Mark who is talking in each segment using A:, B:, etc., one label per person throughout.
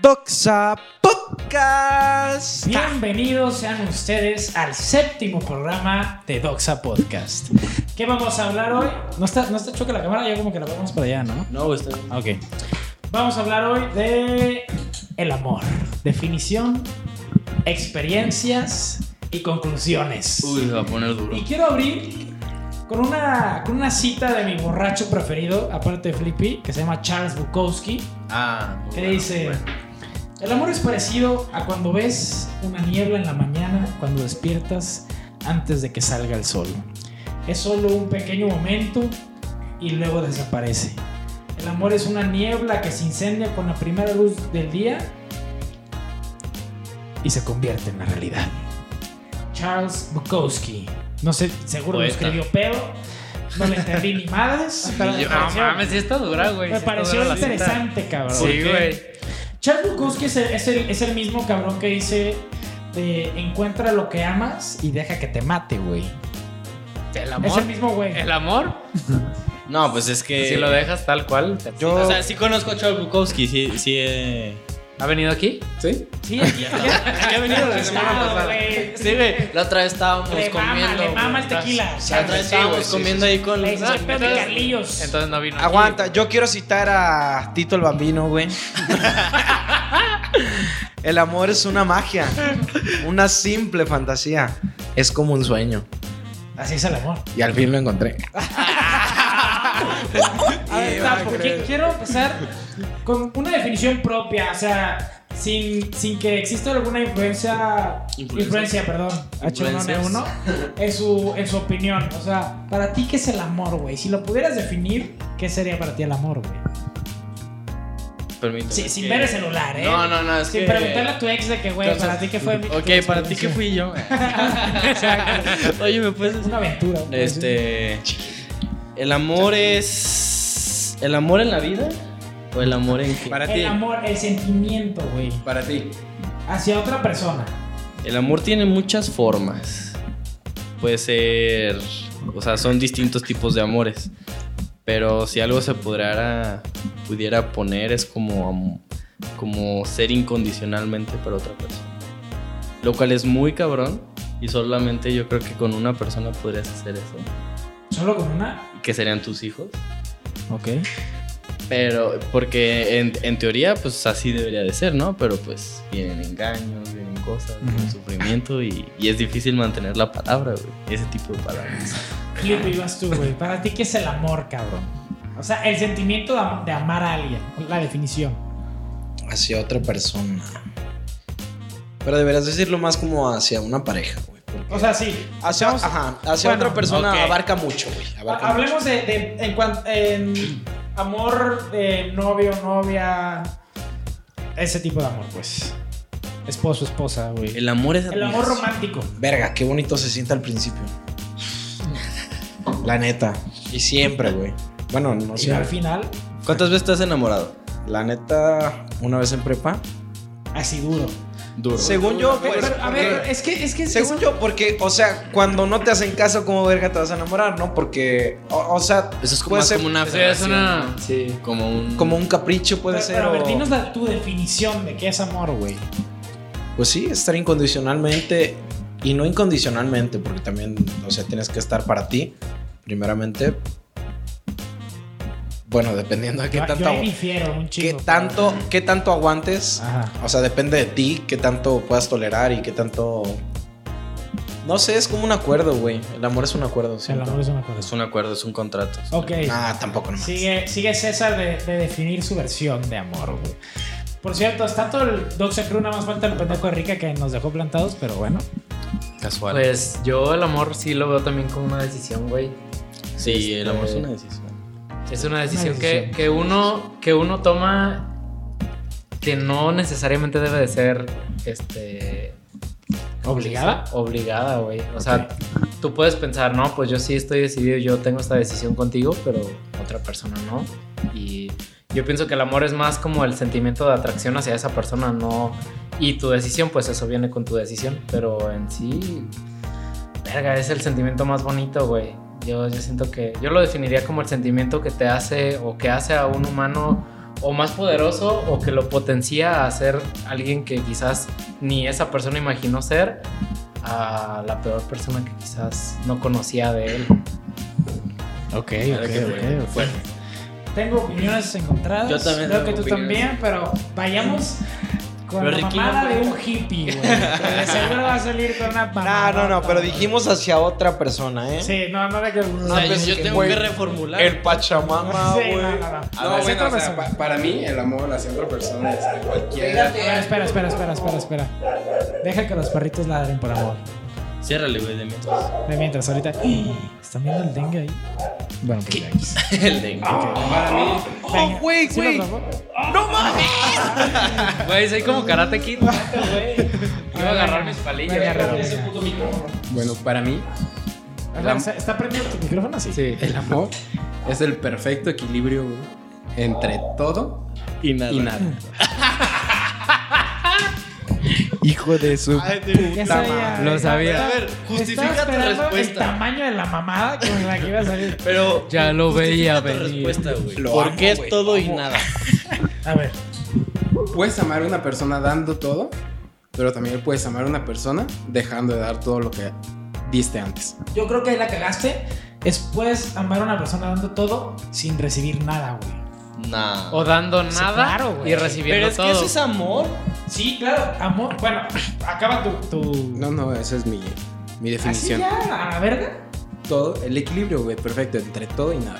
A: Doxa Podcast.
B: Bienvenidos sean ustedes al séptimo programa de Doxa Podcast. ¿Qué vamos a hablar hoy? No está, no está choca la cámara, ya como que la vamos para allá, ¿no?
A: No, está
B: Ah, Ok. Vamos a hablar hoy de el amor. Definición, experiencias y conclusiones.
C: Uy, se va a poner duro.
B: Y quiero abrir con una, con una cita de mi borracho preferido, aparte de Flippy, que se llama Charles Bukowski.
C: Ah, muy
B: ¿Qué
C: bueno,
B: dice?
C: bueno.
B: El amor es parecido a cuando ves una niebla en la mañana, cuando despiertas antes de que salga el sol. Es solo un pequeño momento y luego desaparece. El amor es una niebla que se incendia con la primera luz del día y se convierte en la realidad. Charles Bukowski. No sé, seguro lo
C: Poeta.
B: escribió pedo. No le entendí ni madres. pero
C: Y
B: me
C: yo, no
B: pareció-
C: mames, sí está dura, güey.
B: me
C: sí está
B: pareció
C: dura la cita.
B: interesante, cabrón.
C: Sí,
B: Porque-
C: güey.
B: Charles Bukowski es el, es el- es el mismo cabrón que dice de encuentra lo que amas y deja que te mate, güey.
C: El
B: Es
C: amor.
B: el mismo güey.
C: El amor,
A: No, pues es que.
C: si lo dejas tal cual. te-
A: Yo-
C: O sea,
A: sí
C: sí,
A: conozco a Charles Bukowski, sí, sí. eh.
C: ¿ha venido aquí?
A: ¿Sí?
B: Sí, aquí
C: ha venido la semana
B: Claro,
C: pasada.
B: güey.
C: Sí, güey.
A: La otra vez estábamos
B: Le mama,
A: comiendo.
B: le mama el
A: güey.
B: tequila.
A: La otra vez
C: Sí,
A: estábamos
C: güey, sí,
A: comiendo ahí con.
B: Le dice,
C: No,
B: "Soy Pepe
C: entonces-
B: Carlillos".
C: Entonces no vino. aquí.
D: Aguanta, yo quiero citar a Tito el Bambino, güey. El amor es una magia, una simple fantasía. Es como un sueño.
B: Así es el amor.
D: Y al fin lo encontré.
B: A ver,
D: Iba a
B: Tapo,
D: creer.
B: qui- quiero empezar con una definición propia, o sea, sin, sin que exista alguna influencia,
C: Influencia.
B: influencia, perdón, H1N1, en su, en su opinión. O sea, para ti, ¿qué es el amor, güey? Si lo pudieras definir, ¿qué sería para ti el amor, güey?
C: Permíteme.
B: Sí,
C: es
B: sin
C: que-
B: ver el celular, ¿eh?
C: No, no, no, es
B: Sin
C: que.
B: preguntarle a tu ex de que, güey,
C: Entonces-
B: para ti, ¿qué fue mi-
C: Ok, para ti que
B: experiencia?
C: fui yo.
B: Exacto.
A: Oye, ¿me puedes
B: Es una aventura. güey.
A: Este. El amor es. ¿El amor en la vida? ¿O el amor en qué?
D: Para ti,
B: El amor, el sentimiento, güey,
D: para ti.
B: hacia otra persona.
A: El amor tiene muchas formas. Puede ser. O sea, son distintos tipos de amores. Pero si algo se pudiera, pudiera poner es como, am- como ser incondicionalmente para otra persona. Lo cual es muy cabrón. Y solamente yo creo que con una persona podrías hacer eso.
B: Solo con una.
A: Que serían tus hijos.
B: Ok.
A: Pero, porque en, en teoría, pues así debería de ser, ¿no? Pero pues vienen engaños, vienen cosas, vienen
B: Ujú.
A: sufrimiento y, y es difícil mantener la palabra, güey. Ese tipo de palabras.
B: Flippy, vas tú, güey. Para ti, ¿qué es el amor, cabrón? O sea, el sentimiento de, am- de amar a alguien. La definición.
D: Hacia otra persona. Pero deberías decirlo más como hacia una pareja, güey. porque
B: O sea, sí.
D: hacia,
B: vamos-
D: ajá, hacia
B: bueno,
D: otra persona
C: ok.
D: abarca mucho, güey. abarca mucho.
B: Hablemos de, de- en cuan- en amor de novio, novia. Ese tipo de amor, pues. Esposo, esposa, güey. El,
A: El amor es
B: amor
A: admiración.
B: romántico.
D: Verga, qué bonito se siente al principio. La neta. Y siempre, güey. Bueno, no
B: y
D: sé.
B: al final,
A: ¿Cuántas veces estás enamorado?
D: La neta, una vez en prepa.
B: así duro.
A: Duro.
D: Según yo,
B: Pero,
D: pues.
B: pero, a ver, es que. Es que
D: Según yo, porque, o sea, cuando no te hacen caso, como verga te vas a enamorar, ¿no? Porque, o, o sea,
A: Eso es como,
D: puede
A: más
D: ser
A: como una
C: Sí, es
A: relación,
C: una-
A: ¿no? Como un...
D: como un capricho, puede
B: Pero,
D: ser.
B: pero a ver,
D: o-
B: dinos la- tu definición de qué es amor, güey.
D: Pues sí, estar incondicionalmente y no incondicionalmente, porque también, o sea, tienes que estar para ti, primeramente. Bueno, dependiendo de qué
B: Yo, Ah, yo
D: tanto,
B: ahí
D: agu-
B: difiero un
D: qué
B: chingo.
D: tanto, qué tanto aguantes.
B: Ajá.
D: O sea, depende de ti, qué tanto puedas tolerar y qué tanto. No sé, es como un acuerdo, güey. El amor es un acuerdo,
B: O sea, el
D: siento.
B: amor es una cosa.
A: Es un acuerdo, es un contrato.
B: Ok.
D: Ah, tampoco no.
B: Sigue, sigue César de, de definir su versión de amor, güey. Por cierto, está todo el Doxa Crew, nada más falta el pendejo de Rica que nos dejó plantados, pero bueno.
A: Casual.
C: Pues yo el amor sí lo veo también como una decisión, güey.
A: sí, el amor es
C: este-
A: una decisión.
C: Es una decisión,
B: decisión.
C: Que, que uno que uno toma que no necesariamente debe de ser este
B: ¿Obligada?
C: obligada, güey. O sea, tú puedes pensar, no, pues yo sí estoy decidido, yo tengo esta decisión contigo, pero otra persona no. Y yo pienso que el amor es más como el sentimiento de atracción hacia esa persona, no. Y tu decisión, pues eso viene con tu decisión, pero en sí, verga, es el sentimiento más bonito, güey. Yo, yo siento que yo lo definiría como el sentimiento que te hace o que hace a un humano o más poderoso o que lo potencia a ser alguien que quizás ni esa persona imaginó ser a la peor persona que quizás no conocía de él.
B: Ok,
C: Claro que fue,
B: ok, ok,
C: fue.
B: ok. Tengo opiniones encontradas.
E: Yo también
B: Creo
E: tengo
B: que tú
E: opiniones.
B: también, pero vayamos con
E: Pero
B: la
E: Ricky no
B: mamada de
E: fue.
B: un hippie, güey. Que de seguro va a salir con una
D: No,
B: mamada.
D: no, no, pero dijimos hacia otra persona, ¿eh?
B: Sí, no, no de que.
D: No,
A: O sea,
D: pues,
A: yo tengo
D: güey, er-
A: que reformular.
D: El Pachamama,
B: Sí,
D: güey.
B: no, no, no.
F: No,
B: Es otra
F: bueno, o sea,
B: persona.
F: pa- para mí el amor hacia otra persona es a cualquiera.
B: A ver, espera, espera, espera, espera, espera. Deja que los perritos ladren por amor.
A: Ciérrale, güey, de mientras.
B: De mientras, ahorita. ¿Están viendo el dengue ahí? Bueno, pues ya.
A: El dengue.
D: Ah,
F: Para mí,
B: Oh, güey, güey. No
C: Güey, soy como Karate Kid. Iba a agarrar mis palillos.
F: bueno, para mí
B: Ajá, ¿se- ¿Está prendido tu micrófono así?
C: Sí.
F: el amor es el perfecto equilibrio güey, entre todo
A: Y nada.
F: y nada.
D: Hijo de su.
B: Ya
D: Puta
B: sabía.
C: madre. Lo sabía.
A: A ver, justifica
B: Estaba
A: tu
B: esperando El
A: respuesta.
B: tamaño de la mamada con la que iba a salir.
A: Pero
C: Ya lo
A: justifica
C: veía
A: tu
C: venir.
A: respuesta, güey.
D: Lo
A: ¿Por
D: amo,
A: qué es
D: güey,
A: todo y
D: amo.
A: nada?
B: A ver.
F: Puedes amar a una persona dando todo, pero también puedes amar a una persona dejando de dar todo lo que diste antes.
B: Yo creo que ahí la cagaste. Es puedes amar a una persona dando todo sin recibir nada, güey.
A: Nah.
C: O dando
B: Sí,
C: nada
B: claro, güey.
C: y
A: Pero
C: recibiendo
A: es
C: todo.
A: que eso es amor.
B: Sí, claro. Amor. Bueno, acaba tu. tu...
F: No, no, esa es mi, mi
B: Así
F: definición.
B: ya, a la verga.
F: Todo, el equilibrio, güey, perfecto, entre todo y nada.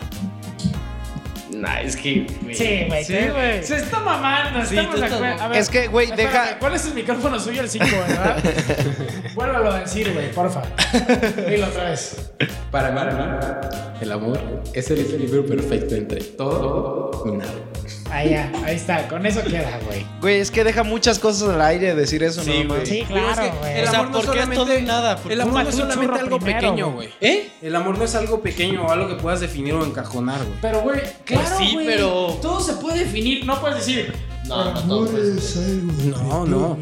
A: Nah, es que. güey.
B: Sí, güey.
C: Sí,
B: te-
C: güey.
B: Se está mamando.
A: Sí,
B: estamos
A: tú
B: de
A: estás-
B: acuerdo. A ver,
D: Es que, güey,
B: espérate,
D: deja.
B: ¿Cuál es el micrófono suyo? El 5, ¿verdad? Vuélvalo a decir, güey, porfa. Dilo otra vez.
F: Para mí, el amor es el equilibrio perfecto entre todo y nada.
B: Ahí, ya, ahí está. Con eso queda, güey.
D: Güey, es que deja muchas cosas al aire decir eso,
A: Sí,
D: ¿no?
A: güey.
B: Sí,
F: Pero es que
B: claro, güey.
F: el
A: O sea,
F: amor no
A: ¿por qué es
F: solamente-
A: todo y nada? ¿Por
F: El
A: qué-
F: amor
B: Fúmate
F: no es
B: un
F: solamente
B: churro
F: algo
B: primero,
F: pequeño,
B: güey.
F: güey. ¿Eh? El amor no es algo pequeño o algo que puedas definir o encajonar, güey.
B: Pero, güey, claro,
A: Pues sí,
B: güey,
A: pero-
B: Todo se puede definir, no puedes decir...
A: No, no, todo. pues.
F: No, no.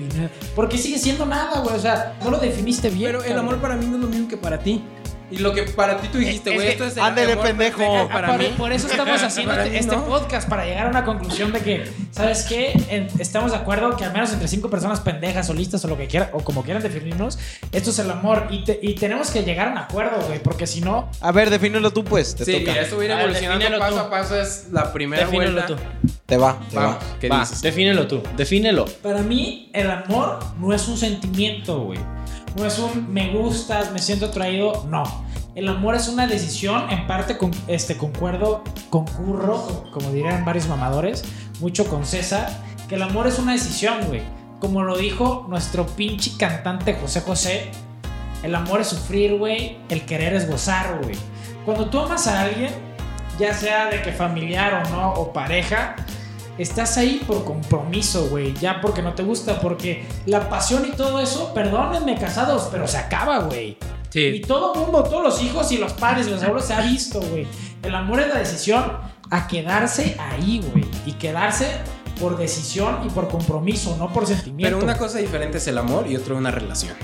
B: Porque sigue siendo nada, güey. O sea, no lo definiste bien.
F: Pero el
B: cabrón.
F: amor para mí no es lo mismo que para ti. Y lo que para ti tú dijiste,
B: Es
F: güey,
B: que-
F: esto es el
D: Ándele,
F: amor
D: pendejo.
F: perfecto
B: Ah,
F: Para
B: por,
F: mí.
B: por eso estamos haciendo
F: Para
B: este,
F: mí
B: este
F: no.
B: podcast, para llegar a una conclusión de que, ¿sabes qué? En- estamos de acuerdo que al menos entre cinco personas pendejas o listas o lo que quieran, o como quieran definirnos, esto es el amor. Y, te- y tenemos que llegar a un acuerdo, güey, porque si no,
D: A ver, defínelo tú, pues. Te
F: Sí,
D: toca.
F: mira, esto va a ir
A: A ver,
F: evolucionando
A: defínelo
F: paso
A: tú.
F: a paso. Es la primera
A: Defínelo
F: vuelta.
A: tú.
D: Te va, te
F: Vamos,
D: va.
F: ¿qué
A: Va,
F: dices?
A: defínelo tú. Defínelo.
B: para mí el amor no es un sentimiento, güey. No es un me gustas, me siento atraído, no. El amor es una decisión, en parte con, este concuerdo, concurro, como dirían varios mamadores, mucho con César, que el amor es una decisión, güey. Como lo dijo nuestro pinche cantante José José, el amor es sufrir, güey, el querer es gozar, güey. Cuando tú amas a alguien, ya sea de que familiar o no, o pareja, estás ahí por compromiso, güey, ya porque no te gusta, porque la pasión y todo eso, perdónenme casados, pero se acaba, güey. Y
C: Sí.
B: todo mundo, todos los hijos y los padres y los abuelos se ha visto, güey. El amor es la decisión a quedarse ahí, güey. Y quedarse por decisión y por compromiso, no por sentimiento.
F: Pero una cosa diferente es el amor y otra una relación.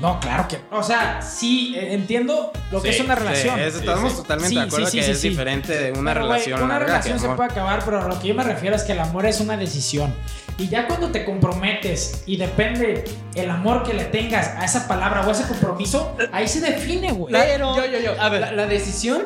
B: No, claro que. O sea, sí, eh, entiendo lo que
A: Sí,
B: es una relación.
F: Sí, eso estamos totalmente
B: Sí,
F: de
B: sí,
F: acuerdo
B: sí,
F: que
B: sí,
F: es
B: sí.
F: diferente de una
B: Pero, güey,
F: relación
B: Una
F: larga
B: relación
F: que
B: se
F: amor.
B: puede acabar, pero a lo que yo me refiero es que el amor es una decisión. Y ya cuando te comprometes y depende el amor que le tengas a esa palabra o a ese compromiso, ahí se define, güey.
A: Pero.
F: Yo, yo, yo.
A: A ver,
F: La, la decisión,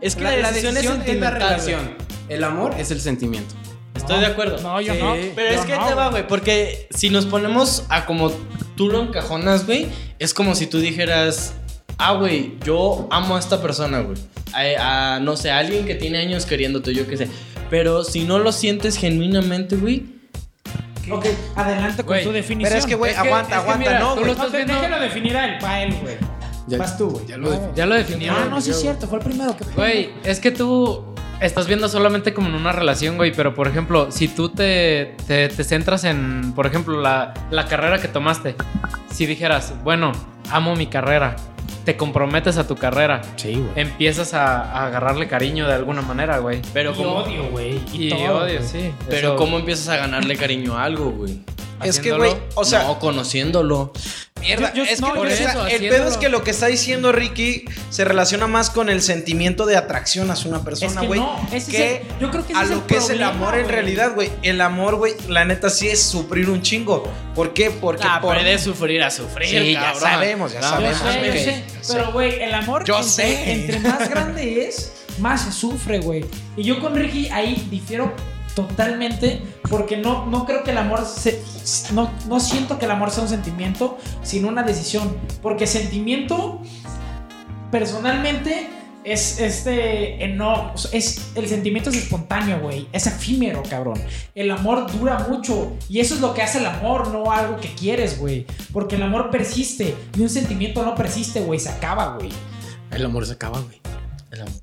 A: es que
F: la,
A: la,
F: la
A: decisión, es
F: es la
A: sentimental, güey.
F: relación. El amor es el sentimiento.
A: Estoy de acuerdo.
B: No, yo
F: Sí.
B: no.
A: Pero
B: Yo
A: es que ahí
B: no,
A: te va,
B: güey.
A: güey, porque si nos ponemos a como tú lo encajonas, güey, es como si tú dijeras, ah, güey, yo amo a esta persona, güey. A, a, no sé, a alguien que tiene años queriéndote, yo qué sé. Pero si no lo sientes genuinamente, güey,
B: Ok, adelante con
C: Güey,
B: tu definición.
D: Pero es que, güey,
C: Es que-
D: aguanta,
C: es que
D: aguanta,
C: mira,
D: ¿no,
C: tú
D: güey?
C: lo
B: No,
C: estás
B: te-
C: viendo-
B: déjalo definir a él, pa' él, güey.
F: Ya-
B: Vas tú, güey.
F: ya lo
B: No.
C: Ya lo
B: Ah,
C: definieron.
B: no, sí es cierto, fue el primero que.
C: Güey, es que tú estás viendo solamente como en una relación, güey, pero por ejemplo, si tú te, te, te centras en, por ejemplo, la, la carrera que tomaste, si dijeras, bueno, amo mi carrera, te comprometes a tu carrera,
B: Sí, güey.
C: empiezas a, a agarrarle cariño de alguna manera, güey.
A: pero
B: Y
A: como...
B: odio, güey. Y,
C: Y,
B: todo,
C: odio,
B: güey.
C: sí.
A: Pero
C: eso-
A: ¿cómo empiezas a ganarle cariño a algo, güey?
D: Es que,
C: haciéndolo,
D: güey, o sea,
A: no conociéndolo.
D: mierda.
B: Yo- yo-
D: es que
B: no,
D: lo
B: yo
D: que
B: eso,
D: está- el
C: haciéndolo.
D: pedo es que lo que está diciendo Ricky se relaciona más con el sentimiento de atracción hacia una
B: Es
D: persona,
B: que
D: güey.
B: no, ese
D: que
B: es el- yo creo que ese
D: a
B: es
D: lo
B: el
D: que es el
B: problema,
D: amor en
B: güey.
D: realidad, güey. El amor, güey, la neta sí es sufrir un chingo. ¿Por qué? Porque
A: Ah,
D: por...
A: pero de sufrir a sufrir,
D: Sí, ya
A: cabrón.
D: sabemos, ya
A: No,
B: Yo
D: sabemos.
B: sé, yo
D: ok,
B: sé,
D: ya sé.
B: pero güey, el amor
D: Yo
B: entre,
D: sé.
B: entre más grande es, más se sufre, güey. Y yo con Ricky ahí difiero totalmente porque no, no creo que el amor se, no, no siento que el amor sea un sentimiento, sino una decisión, porque sentimiento personalmente es este eno- es el sentimiento es espontáneo, güey, es efímero, cabrón. El amor dura mucho y eso es lo que hace el amor, no algo que quieres, güey, porque el amor persiste y un sentimiento no persiste, güey, se acaba, güey.
F: El amor se acaba, güey.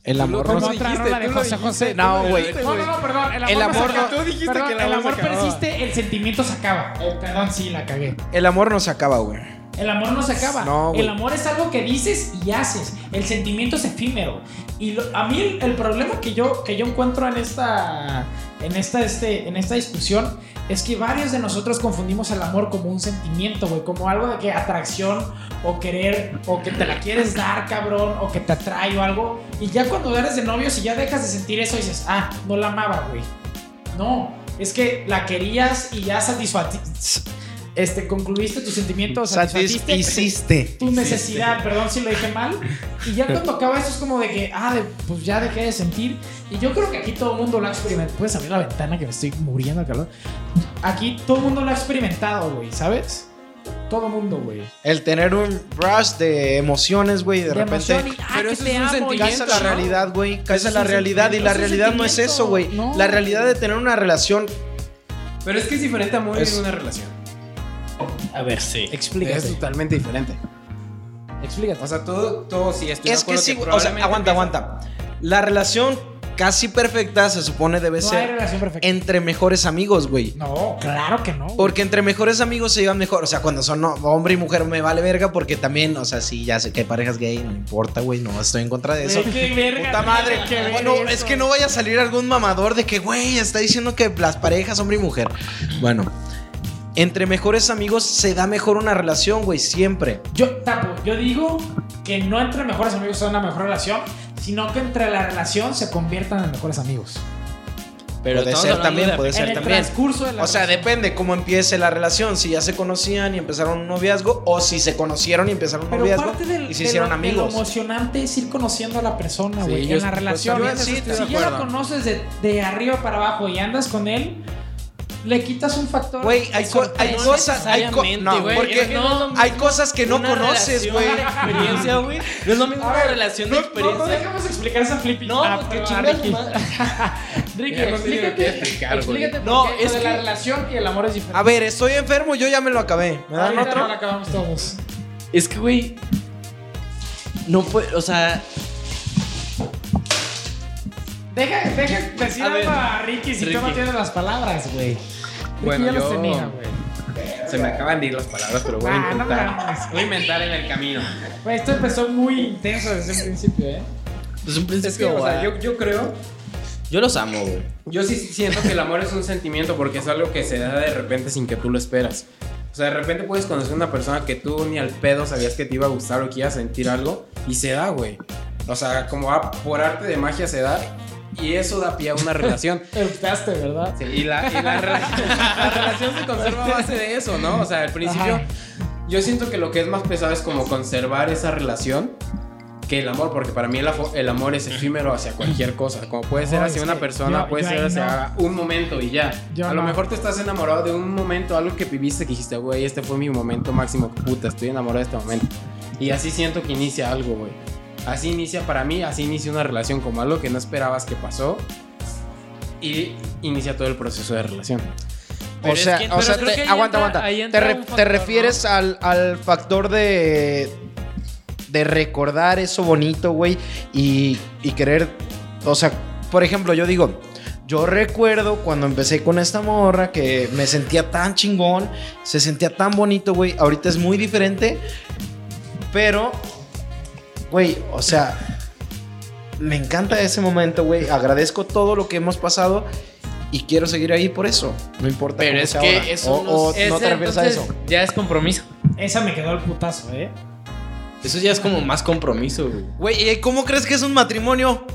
D: El amor no
F: Tú
D: se-
F: lo dijiste, tú lo dijiste, tú
D: No,
F: lo
D: güey.
F: dijiste,
B: No, no, no, perdón, el amor,
D: El
B: no
D: amor
B: se acaba.
F: no- tú dijiste
B: Perdón,
F: que el
B: el
F: amor se
B: amor
F: acababa.
B: persiste, el sentimiento se acaba. Eh, perdón, sí, la cagué.
D: El amor no se acaba, güey.
B: El amor no se acaba.
D: No, güey.
B: el amor es algo que dices y haces. El sentimiento es efímero. Y lo- a mí el, el problema que yo, que yo encuentro en esta, en, esta, este, en esta discusión es que varios de nosotros confundimos el amor como un sentimiento, güey. Como algo de que atracción o querer o que te la quieres dar, cabrón, o que te atrae o algo. Y ya cuando eres de novios y ya dejas de sentir eso, dices, ah, no la amaba, güey. No, es que la querías y ya satisfaciste. Este, concluiste tus sentimientos, satisfaciste
D: Satisficiste.
B: tu necesidad, perdón si lo dije mal. Y ya cuando acaba eso es como de que, ah, de- pues ya dejé de sentir. Y yo creo que aquí todo el mundo lo ha experimentado. Puedes abrir la ventana que me estoy muriendo de calor. Aquí todo el mundo lo ha experimentado, güey, ¿sabes? Todo el mundo, güey.
D: El tener un rush de emociones, güey, de, repente.
B: emoción y, ah,
F: pero
B: que
F: eso
B: te
F: es un
B: amo,
F: sentimiento,
B: ya
D: Caes a la
B: está, ¿no?
D: realidad, güey. Caes
B: Eso
D: a
B: es
D: la
B: un
D: realidad y la
B: sentimiento,
D: realidad no es
B: eso es
D: eso, güey.
B: sentimiento. No.
D: La realidad de tener una relación
F: Pero es que es diferente a morir
D: Es-
F: en una relación.
A: A ver, sí.
B: Explícate,
F: Es totalmente diferente.
B: explícate.
F: O sea, todo, todo sí estoy de
D: es que
F: acuerdo
D: sí, güey, o sea,
F: probablemente
D: aguanta,
F: empieza-
D: aguanta. La relación casi perfecta se supone debe
B: no hay
D: ser
B: relación perfecta.
D: entre mejores amigos, güey.
B: No, claro que no. güey.
D: Porque entre mejores amigos se llevan mejor. O sea, cuando son no, hombre y mujer me vale verga porque también, o sea, sí, ya sé que hay parejas gay, no importa, güey, no estoy en contra de eso.
B: Güey, qué verga,
D: Puta madre.
B: tiene que ver
D: Bueno,
B: eso.
D: es que no vaya a salir algún mamador de que, güey, está diciendo que las parejas, hombre y mujer. Bueno, entre mejores amigos se da mejor una relación, güey, siempre.
B: Yo, Tapo, yo digo que no entre mejores amigos sea una mejor relación, sino que entre la relación se conviertan en mejores amigos.
A: Pero
D: Puede
A: estamos
D: ser
A: hablando
D: también,
A: de-
D: puede
B: en
D: ser
B: el
D: también.
B: transcurso de la
D: O sea,
B: relación.
D: depende cómo empiece la relación, si ya se conocían y empezaron un noviazgo, o si se conocieron y empezaron un
B: Pero
D: noviazgo
B: parte del,
D: y se
B: de
D: hicieron
B: lo, de lo
D: amigos.
B: emocionante es ir conociendo a la persona,
F: Sí,
B: güey,
F: yo-
B: en la
F: pues,
B: relación.
F: yo en eso
B: Si-
F: estoy de
B: si ya lo
F: acuerdo.
B: conoces de, de arriba para abajo y andas con él, le quitas un factor.
D: Güey, hay,
B: de
D: co-
B: sorpresa.
D: hay cosas, hay, co-
A: necesariamente,
D: no,
A: güey,
D: porque
A: es que no-
D: hay cosas que no
A: Una
D: conoces,
A: relación
D: güey.
A: de experiencia, güey. No es lo mismo
B: A
A: una
B: ver,
A: relación de
B: No, no, no
A: experiencia.
B: dejamos explicar esa flippy.
A: No,
B: Ah,
A: pues,
B: pero,
A: qué
B: ah,
A: chingada
B: Ricky.
A: madre.
B: Ricky,
F: Ya no sé ni lo que
B: explícate.
F: explicar, güey.
B: Explícate
A: No,
B: no,
A: es
B: es de
A: que-
B: la relación y el amor es diferente.
D: A ver, estoy enfermo, yo ya me lo acabé. ¿Me dan
B: Ahorita
D: otro?
B: no la acabamos todos.
A: Es que, güey. No puede. O sea.
B: Deja, deja decir
A: A
B: algo
A: ver,
B: a Ricky si tú no
A: Ricky.
B: tienes las palabras, güey. Ricky
F: Bueno,
B: ya las
F: yo-
B: tenía, güey.
F: Se me acaban de ir las palabras, pero voy a
B: Ah, no
F: intentar.
B: mames.
F: Voy a inventar en el camino.
B: Güey, esto empezó muy intenso desde un principio, ¿eh?
A: Es un
F: Es que,
A: principio,
F: o
A: guay.
F: sea, yo, yo creo,
A: Yo los amo, güey.
F: yo sí siento que el amor es un sentimiento porque es algo que se da de repente sin que tú lo esperas. O sea, de repente puedes conocer una persona que tú ni al pedo sabías que te iba a gustar o que ibas a sentir algo y se da, güey. O sea, como a- por arte de magia se da y eso da pie a una relación.
B: Te gustaste, ¿verdad?
F: Sí, y la, y la rela- la relación se conserva a base de eso, ¿no? O sea, al principio
B: Ajá.
F: yo siento que lo que es más pesado es como conservar esa relación que el amor, porque para mí el, afo- el amor es efímero hacia cualquier cosa, como puede ser
B: No,
F: hacia
B: Oh, es
F: una
B: que
F: persona,
B: yo-
F: puede
B: yo
F: ser
B: ahí
F: hacia un momento y ya.
B: Yo
F: a lo
B: no.
F: mejor te estás enamorado de un momento, algo que viviste que dijiste, güey, este fue mi momento máximo, puta, estoy enamorado de este momento. Y así siento que inicia algo, güey. Así inicia para mí, así inicia una relación como algo que no esperabas que pasó y inicia todo el proceso de relación.
A: Pero
D: O
A: es
D: sea,
A: que-
D: o
A: pero
D: sea,
A: creo
D: te-
A: que ahí
D: aguanta,
A: entra-
D: aguanta.
A: ahí
D: Te,
A: entra
D: re-
A: un
D: te
A: factor,
D: refieres al, al factor de de recordar eso bonito, güey, y, y querer, o sea, por ejemplo, yo digo, yo recuerdo cuando empecé con esta morra que me sentía tan chingón, se sentía tan bonito, güey, ahorita es muy diferente, pero, güey, o sea, me encanta ese momento, güey, agradezco todo lo que hemos pasado. Y quiero seguir ahí por eso. No importa.
A: Pero
D: cómo
A: es
D: sea
A: que
D: ahora.
A: eso
D: O-
A: no-
D: o no te refieres a eso.
C: Ya es compromiso.
B: Esa me quedó al putazo, ¿eh?
A: Eso ya es como más compromiso, güey.
D: Güey, ¿y ¿cómo crees que es un matrimonio?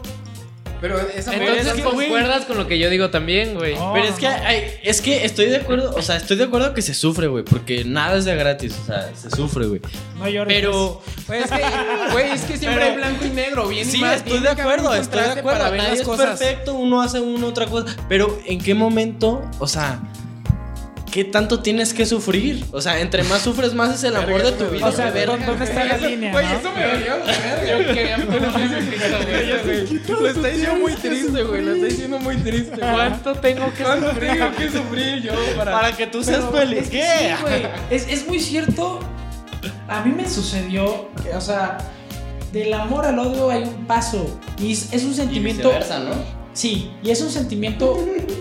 F: Pero esa mujer
C: Entonces
F: es-
C: concuerdas con lo que yo digo también, güey.
B: No,
A: Pero es que,
B: no.
A: ay, es que estoy de acuerdo, o sea, estoy de acuerdo que se sufre, güey, porque nada es de gratis, o sea, se sufre, güey.
B: No llores.
A: Pero,
F: Pues es que, güey, es que siempre
A: Pero-
F: hay blanco y negro. Bien y
A: sí,
F: mal,
A: estoy
F: tiene
A: de
F: que haber
A: acuerdo,
F: un
A: estoy de
F: contraste para
A: acuerdo.
F: ver
A: Nadie
F: las
A: es
F: cosas.
A: perfecto, uno hace uno, otra cosa. Pero, ¿en qué momento, o sea, qué tanto tienes que sufrir? O sea, entre más sufres, más es el amor de tu vida.
B: O sea,
A: güey.
B: ¿dó- ¿dónde está la línea?
F: Güey,
B: no?
F: eso me dolió. güey. Yo quería Lo está diciendo muy triste, güey. Lo está diciendo muy triste.
C: ¿Cuánto tengo que
F: ¿Cuánto tengo que sufrir yo para.?
A: Para que tú seas
B: Pero
A: feliz.
B: es que sí, güey. es, es muy cierto. A mí me sucedió, que, o sea, del amor al odio hay un paso. Y es, es un sentimiento.
A: ¿no?
B: Sí, y es un sentimiento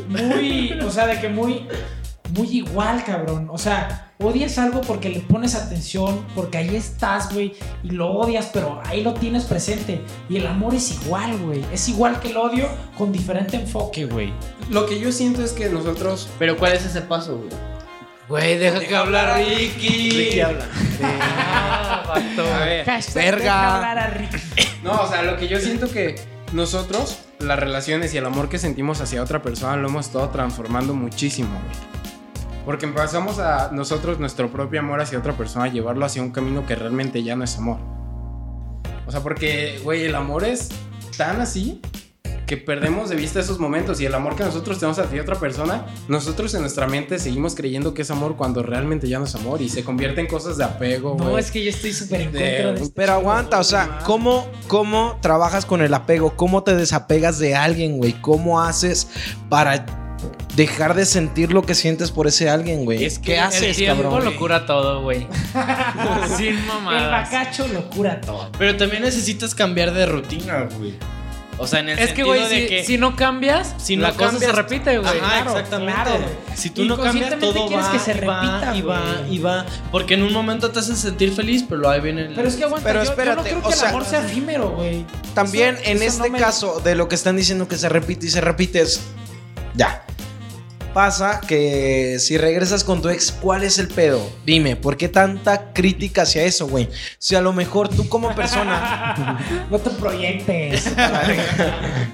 B: muy, o sea, de que muy, muy igual, cabrón. O sea, odias algo porque le pones atención, porque ahí estás, güey, y lo odias, pero ahí lo tienes presente. Y el amor es igual, güey. Es igual que el odio con diferente enfoque, güey.
F: Lo que yo siento es que nosotros.
A: Pero, ¿cuál es ese paso, güey?
C: Güey, deja que hablar,
D: Ricky
C: Ricky.
D: habla.
C: Ah, vato.
F: A ver.
B: Hashtag
D: Verga.
B: deja hablar a Ricky.
F: No, o sea, lo que yo siento que nosotros, las relaciones y el amor que sentimos hacia otra persona lo hemos estado transformando muchísimo, güey. Porque empezamos a nosotros nuestro propio amor hacia otra persona, llevarlo hacia un camino que realmente ya no es amor. O sea, porque, güey, el amor es tan así que perdemos de vista esos momentos y el amor que nosotros tenemos hacia otra persona, nosotros en nuestra mente seguimos creyendo que es amor cuando realmente ya no es amor y se convierte en cosas de apego, Oh, güey.
B: No, es que yo estoy súper en
F: De-
B: contra de esto.
D: Pero aguanta, o sea, ¿cómo, ¿cómo trabajas con el apego? ¿Cómo te desapegas de alguien, güey? ¿Cómo haces para dejar de sentir lo que sientes por ese alguien, güey?
A: Es que
D: ¿Qué
A: el
C: El
D: haces,
C: tiempo
D: cabrón?
C: lo cura todo, güey. Sin
B: El
C: mamadas.
B: bacacho lo cura todo.
A: Pero también necesitas cambiar de rutina, güey. O sea, en el
C: Es que,
A: sentido
C: güey,
A: de
C: si,
A: que...
C: si no cambias,
A: si no
C: la cosa se
A: cambias-
C: repite,
A: Ajá,
C: güey.
B: Claro,
A: exactamente.
B: claro, güey.
A: Si tú no cambias
B: Inconscientemente
A: todo
B: quieres
A: va,
B: que se
A: y va,
B: repita,
A: y va,
B: güey.
A: y va, porque en un momento te hacen sentir feliz, pero luego ahí viene el
B: Pero es que aguanta,
D: Pero
B: yo- yo, no
D: espérate,
B: creo
D: o
B: que el
D: sea,
B: amor sea efímero, güey.
D: También
B: Eso-
D: en
B: eso
D: este
B: no me-
D: caso de lo que están diciendo que se repite y se repite es... Ya. Pasa que si regresas con tu ex, ¿cuál es el pedo? Dime, ¿por qué tanta crítica hacia eso, güey? Si a lo mejor tú como persona...
B: no te proyectes.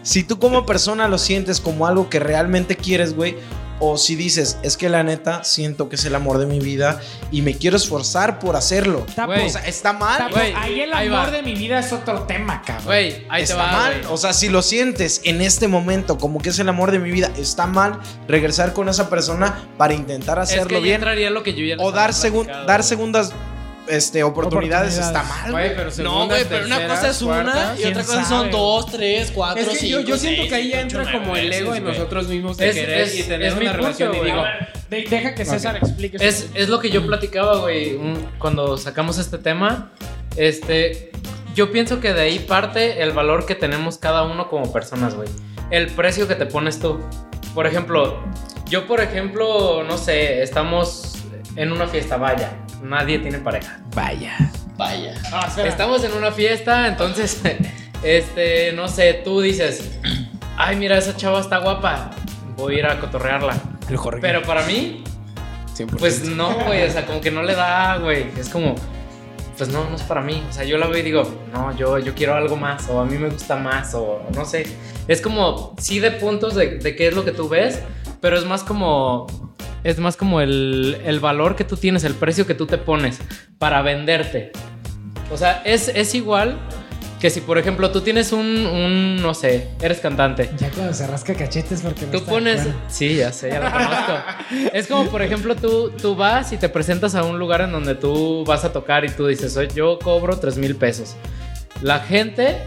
D: Si tú como persona lo sientes como algo que realmente quieres, güey, o si dices, es que la neta siento que es el amor de mi vida y me quiero esforzar por hacerlo.
B: Tapos,
C: Güey.
D: O sea, está mal.
B: tapos.
C: Güey,
B: ahí el
C: ahí
B: amor
C: va.
B: de mi vida es otro tema, cabrón.
C: Güey, ahí te
D: está
C: va,
D: mal.
C: güey.
D: O sea, si lo sientes en este momento como que es el amor de mi vida, está mal regresar con esa persona para intentar
C: Es que
D: hacerlo
C: ahí
D: bien
C: entraría lo que yo ya les
D: o dar,
C: había
D: segun-
C: platicado,
D: dar
C: güey.
D: segundas este, oportunidades,
B: Oportunidades.
D: está mal. güey.
F: Güey, pero
A: No,
F: segundas,
A: güey, pero una
F: terceras,
A: cosa es una
F: cuartas.
A: y otra
B: ¿Quién
A: cosa son
B: sabe?
A: dos, tres, cuatro,
F: Es que yo,
A: cinco,
F: yo siento
A: seis,
F: que ahí
A: siete,
F: entra
A: ocho,
F: como
A: nueve
F: el ego
A: veces,
F: en
A: güey.
F: nosotros mismos de
C: Es-
F: querer
C: es-
F: y tener
C: es mi
F: una
C: punto,
F: relación y
C: güey.
F: digo,
B: Pues, A ver, de- deja que César explique. su-
C: Es, es lo que yo platicaba, güey, un- cuando sacamos este tema. Este, yo pienso que de ahí parte el valor que tenemos cada uno como personas, güey. El precio que te pones tú. Por ejemplo, yo, por ejemplo, no sé, estamos en una fiesta, vaya. Nadie tiene pareja.
A: Vaya.
B: Ah, espera.
C: Estamos en una fiesta, entonces, este, no sé, tú dices, ay, mira, esa chava está guapa. Voy a ir a cotorrearla. Pero para mí, pues no, güey, o sea, como que no le da, güey. Es como, pues no, no es para mí. O sea, yo la veo y digo, no, yo, yo quiero algo más, o a mí me gusta más, o no sé. Es como, sí, de puntos de, de qué es lo que tú ves, pero es más como, es más como el, el valor que tú tienes, el precio que tú te pones para venderte. O sea, es, es igual que si, por ejemplo, tú tienes un, un, no sé, eres cantante.
B: Ya cuando se rasca cachetes porque no
C: Tú
B: está
C: pones.
B: de acuerdo.
C: Sí, ya sé, ya lo conozco. es como, por ejemplo, tú, tú vas y te presentas a un lugar en donde tú vas a tocar y tú dices, "Oye, yo cobro 3 mil pesos. La gente,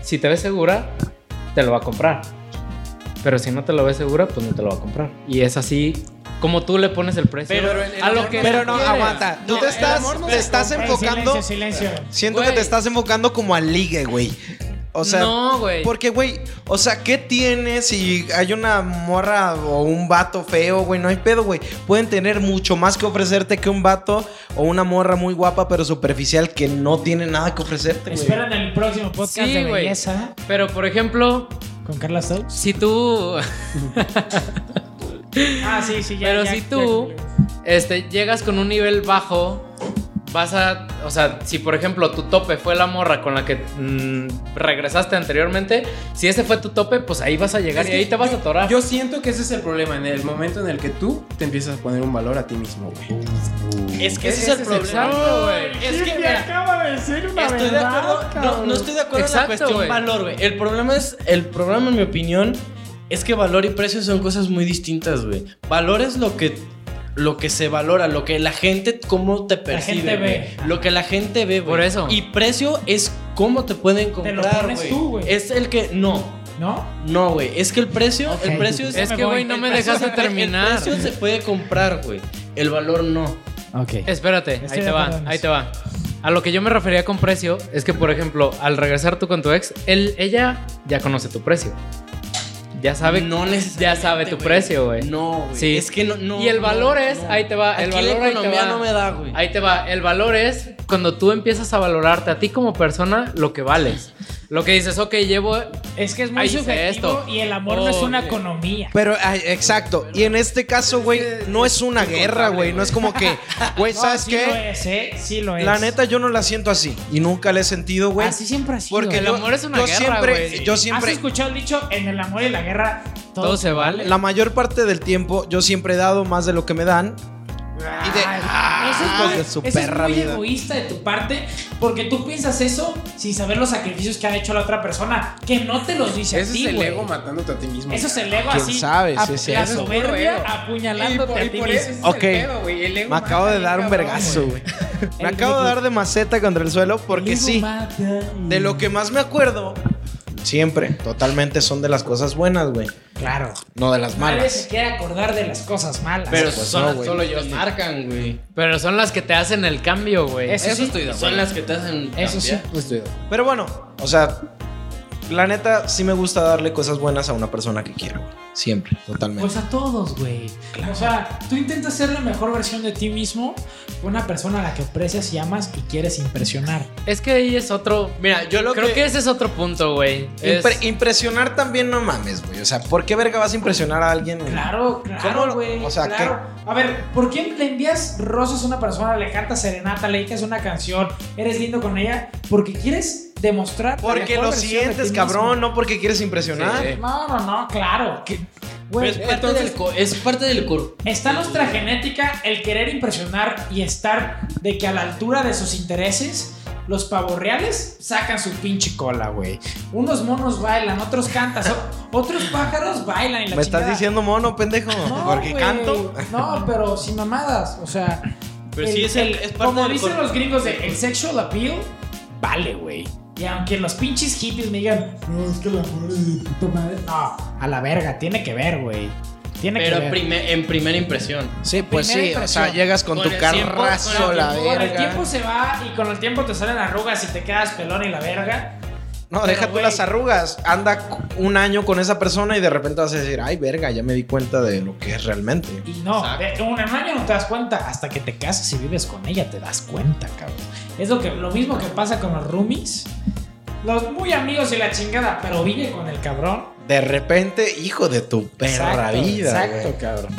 C: si te ve segura, te lo va a comprar. Pero si no te lo ve segura, pues no te lo va a comprar. Y es así como tú le pones el precio.
F: Pero el- el
C: a lo
F: amor
C: que
F: no
D: Pero no,
C: quieres.
D: aguanta. Tú te
F: el
D: estás,
F: amor no
D: te
F: se
D: estás
B: Ey,
D: enfocando
B: Silencio, silencio.
D: Siento que
C: Güey.
D: te estás enfocando como al ligue, güey. O sea,
C: no, güey.
D: porque, güey, o sea, ¿qué tiene si hay una morra o un vato feo, güey? No hay pedo, güey. Pueden tener mucho más que ofrecerte que un vato o una morra muy guapa pero superficial que no tiene nada que ofrecerte, güey.
B: Esperan el próximo podcast
C: Sí,
B: de
C: güey.
B: belleza
C: Pero, por ejemplo,
B: con Carla Souls.
C: si tú
B: Ah, sí, sí, ya.
C: Pero
B: ya,
C: si
B: ya.
C: tú- este, llegas con un nivel bajo vas a, o sea, si por ejemplo tu tope fue la morra con la que mm, regresaste anteriormente, si ese fue tu tope, pues ahí vas a llegar
F: Es
C: y
F: que
C: ahí te vas a atorar.
F: Yo siento que ese es el problema, en el momento en el que tú te empiezas a poner un valor a ti mismo, güey.
A: Es
C: E-,
A: que ese,
F: Ese
A: es el
F: es
A: problema,
F: exacto,
A: güey. Es que,
B: Jimmy
A: mira,
B: acaba de decir una
A: Estoy de
B: verdad,
A: acuerdo. No,
B: cabrón.
A: no estoy de acuerdo en la
C: Exacto,
A: cuestión
C: güey.
A: valor, güey. El problema es, el problema en mi opinión, es que valor y precio son cosas muy distintas, güey. Valor es lo que lo que se valora, lo que la gente cómo te percibe,
B: gente ve.
A: güey. lo que la gente ve, güey.
C: Por eso.
A: Y precio es cómo te pueden
B: Te lo
A: comprar,
B: pones tú,
A: güey.
B: güey.
A: Es el que no,
B: ¿No?
A: no, güey. Es que el precio, el
B: Ok.
A: precio es,
C: es
B: me
C: que,
B: voy.
C: güey, no me
A: el precio-
C: dejaste
A: el- El
C: terminar.
A: precio se puede comprar, güey. El valor no.
B: Ok.
C: Espérate,
B: Estoy
C: ahí
B: de
C: te va,
B: acuerdo en
C: ahí
B: eso.
C: te va. A lo que yo me refería con precio es que, por ejemplo, al regresar tú con tu ex, él, ella ya conoce tu precio. Ya sabe.
A: no
C: ya
A: necesariamente,
C: sabe tu
A: güey.
C: precio, güey.
A: No, güey.
C: Sí.
A: Es que no, no,
C: y el
A: no,
C: valor es,
A: no.
C: ahí te va, el
A: Aquí
C: valor
A: la
C: ahí te
A: economía
C: va.
A: no me da, güey.
C: Ahí te va, el valor es cuando tú empiezas a valorarte a ti como persona lo que vales. Lo que dices, ok, llevo...
B: Es que es
C: Ahí
B: muy
C: hice
B: subjetivo
C: esto.
B: y el amor no es
C: Oh,
B: una
C: ok.
B: economía.
D: Pero, ah, exacto. Y en este caso, güey, no es una guerra, güey. No es como que, güey, Pues,
B: No,
D: ¿sabes
B: sí lo
D: qué?
B: es, ¿eh? Sí lo es.
D: La neta, yo no la siento así. Y nunca la he sentido, güey.
B: Así siempre ha sido.
D: Porque
C: El
D: yo,
C: amor es una
D: yo
C: guerra,
D: siempre,
C: güey.
D: yo
B: ¿Has
D: siempre,
B: escuchado el dicho en el amor y la guerra todo,
C: Todo se vale.
D: la mayor parte del tiempo, yo siempre he dado más de lo que me dan. Y de-
B: Ay, eso
D: Ah,
B: es muy,
D: de su
B: eso es
D: perra
B: muy
D: vida.
B: egoísta de tu parte porque tú piensas eso sin saber los sacrificios que ha hecho la otra persona que no te los dice a
F: Ese
B: ti,
F: es el
B: güey.
F: ego matándote a ti mismo.
B: Eso es el ego
D: ¿Quién
B: así.
D: sabe si
B: a-
D: es
B: la
D: eso?
B: soberbia
F: Puro ego.
B: apuñalándote a ti mismo.
F: eso ese es el
D: Ok.
F: pedo, güey, el ego
D: Me acabo
F: mata
D: de
F: bien
D: dar un
F: cabrón,
D: vergazo,
F: güey.
D: güey. Me acabo de dar de maceta contra el suelo porque sí. De lo que más me acuerdo, siempre, totalmente son de las cosas buenas, güey.
B: Claro.
D: No de las
B: Nadie
D: malas.
B: se quiere acordar de las cosas malas.
A: Pero
D: pues
A: son
D: no,
A: las-
D: güey.
A: solo ellos marcan, güey.
C: Pero son las que te hacen el cambio, güey.
B: Eso sí,
A: Y Son las que te hacen.
B: Eso sí.
A: cambiar.
D: Pero bueno, o sea, la neta sí me gusta darle cosas buenas a una persona que quiero, güey. Siempre, totalmente.
B: Pues a todos, güey. O sea, tú intentas ser la mejor versión de ti mismo, una persona a la que aprecias y amas y quieres impresionar.
C: Es que ahí es otro...
A: Mira, yo lo
C: Creo que,
A: que.
C: ese es otro punto, güey. Es-
D: Impre- impresionar también no mames, güey. O sea, ¿por qué verga vas a impresionar a alguien? güey?
B: Claro,
D: ¿Cómo
B: claro,
D: lo-
B: güey.
D: o sea,
B: claro. A ver, ¿por qué le envías rosas a una persona, le cantas serenata, le dedicas una canción, eres lindo con ella? Porque quieres demostrar. la
D: Porque
B: mejor
D: lo
B: versión de
D: sientes,
B: ti
D: cabrón, no porque quieres impresionar.
F: Sí.
B: mismo. No, no, no, claro. que-
A: Pero
B: güey,
A: Pues, es, parte
B: entonces,
A: del co- es parte del cor-
B: Está nuestra genética el querer impresionar y estar de que a la altura de sus intereses, los pavorreales sacan su pinche cola, güey. Unos monos bailan, otros cantan, o- otros pájaros bailan y la
D: Me estás
B: chingada.
D: diciendo mono, pendejo.
B: No,
D: porque
B: güey,
D: canto.
B: No, pero sin mamadas, o sea.
A: Pero sí es el- es parte
B: Como
A: del
B: dicen
A: cor-
B: los gringos de el sexual appeal, vale, güey. Y aunque los pinches hippies me digan, no, es que la mujer es de puta madre. No, a la verga, tiene que ver, güey. Tiene que ver.
A: Pero prime- en primera impresión.
D: Sí, pues
B: Primera
D: sí, o sea,
B: impresión.
D: llegas con,
A: Con
D: tu
A: el tiempo,
D: carrazo,
A: con el
D: la
A: tiempo,
B: Con el
D: verga.
B: tiempo se va y con el tiempo te salen arrugas y te quedas pelón y la verga.
D: No,
B: Pero,
D: deja tú
B: güey.
D: las arrugas. Anda cu- un año con esa persona y de repente vas a decir, ay, verga, ya me di cuenta de lo que es realmente.
B: Y no, de un año no te das cuenta. Hasta que te casas y vives con ella, te das cuenta, cabrón. Es lo, que, lo mismo que pasa con los roomies. Los muy amigos y la chingada, pero vive con el cabrón.
D: De repente, hijo de tu perra
B: Exacto,
D: vida.
B: Exacto,
D: güey.
B: cabrón.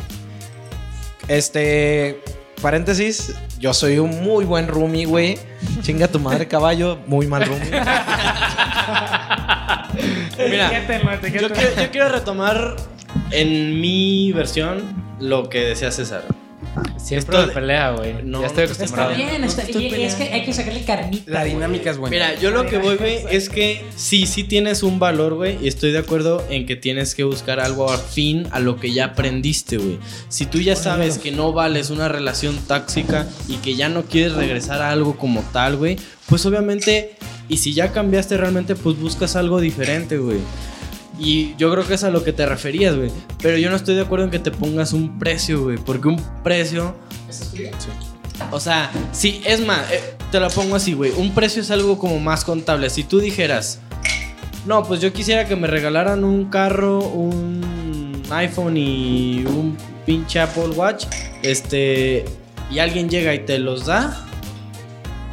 D: Este, paréntesis, yo soy un muy buen roomie, güey. Chinga tu madre, caballo, muy mal roomie.
A: Mira,
B: Etiquétenlo,
A: Yo
B: etiquétenlo.
A: quiero, yo quiero retomar en mi versión lo que decía César.
C: Siempre
A: esto
C: me
A: de-
C: pelea, güey.
A: No,
C: ya estoy
A: no te-
B: Está
C: acostumbrado.
B: bien, está,
A: Estoy
B: y- y es que
A: peleando.
B: hay que sacarle carnita.
F: La
B: güey.
F: dinámica es buena.
A: Mira, yo lo que voy, güey, es que sí, sí tienes un valor, güey, y estoy de acuerdo en que tienes que buscar algo afín a lo que ya aprendiste, güey. Si tú ya sabes que no vales una relación tóxica y que ya no quieres regresar a algo como tal, güey, pues obviamente, y si ya cambiaste realmente, pues buscas algo diferente, güey. Y yo creo que es a lo que te referías, güey. Pero yo no estoy de acuerdo en que te pongas un precio, güey, porque un precio o sea, sí, es más, eh, te lo pongo así, güey. Un precio es algo como más contable. Si tú dijeras, no, pues yo quisiera que me regalaran un carro, un iPhone y un pinche Apple Watch, este, y alguien llega y te los da.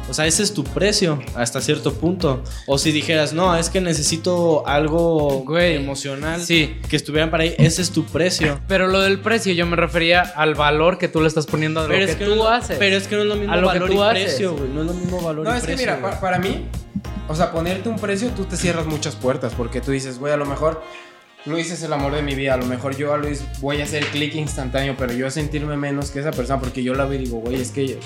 A: O sea, ese es tu precio hasta cierto punto. O si dijeras, no, es que necesito algo
C: Güey,
A: emocional
C: Sí,
A: que estuvieran para ahí, ese es tu precio.
C: pero lo del precio yo me refería al valor que tú le estás poniendo a lo
A: Pero
C: que,
A: es que
C: tú
A: no,
C: haces.
A: Pero es que no es lo mismo
C: A lo que
A: valor
C: tú
A: y
C: haces.
A: precio, güey. No es lo mismo valor
F: No,
A: y
F: es que
A: precio.
F: mira, pa-
A: güey.
F: para mí, o sea, ponerte un precio, tú te cierras muchas puertas, porque tú dices, güey, a lo mejor Luis es el amor de mi vida, a lo mejor yo a Luis voy a hacer clic instantáneo, pero yo sentirme menos que esa persona, porque yo la veo y digo, güey, es que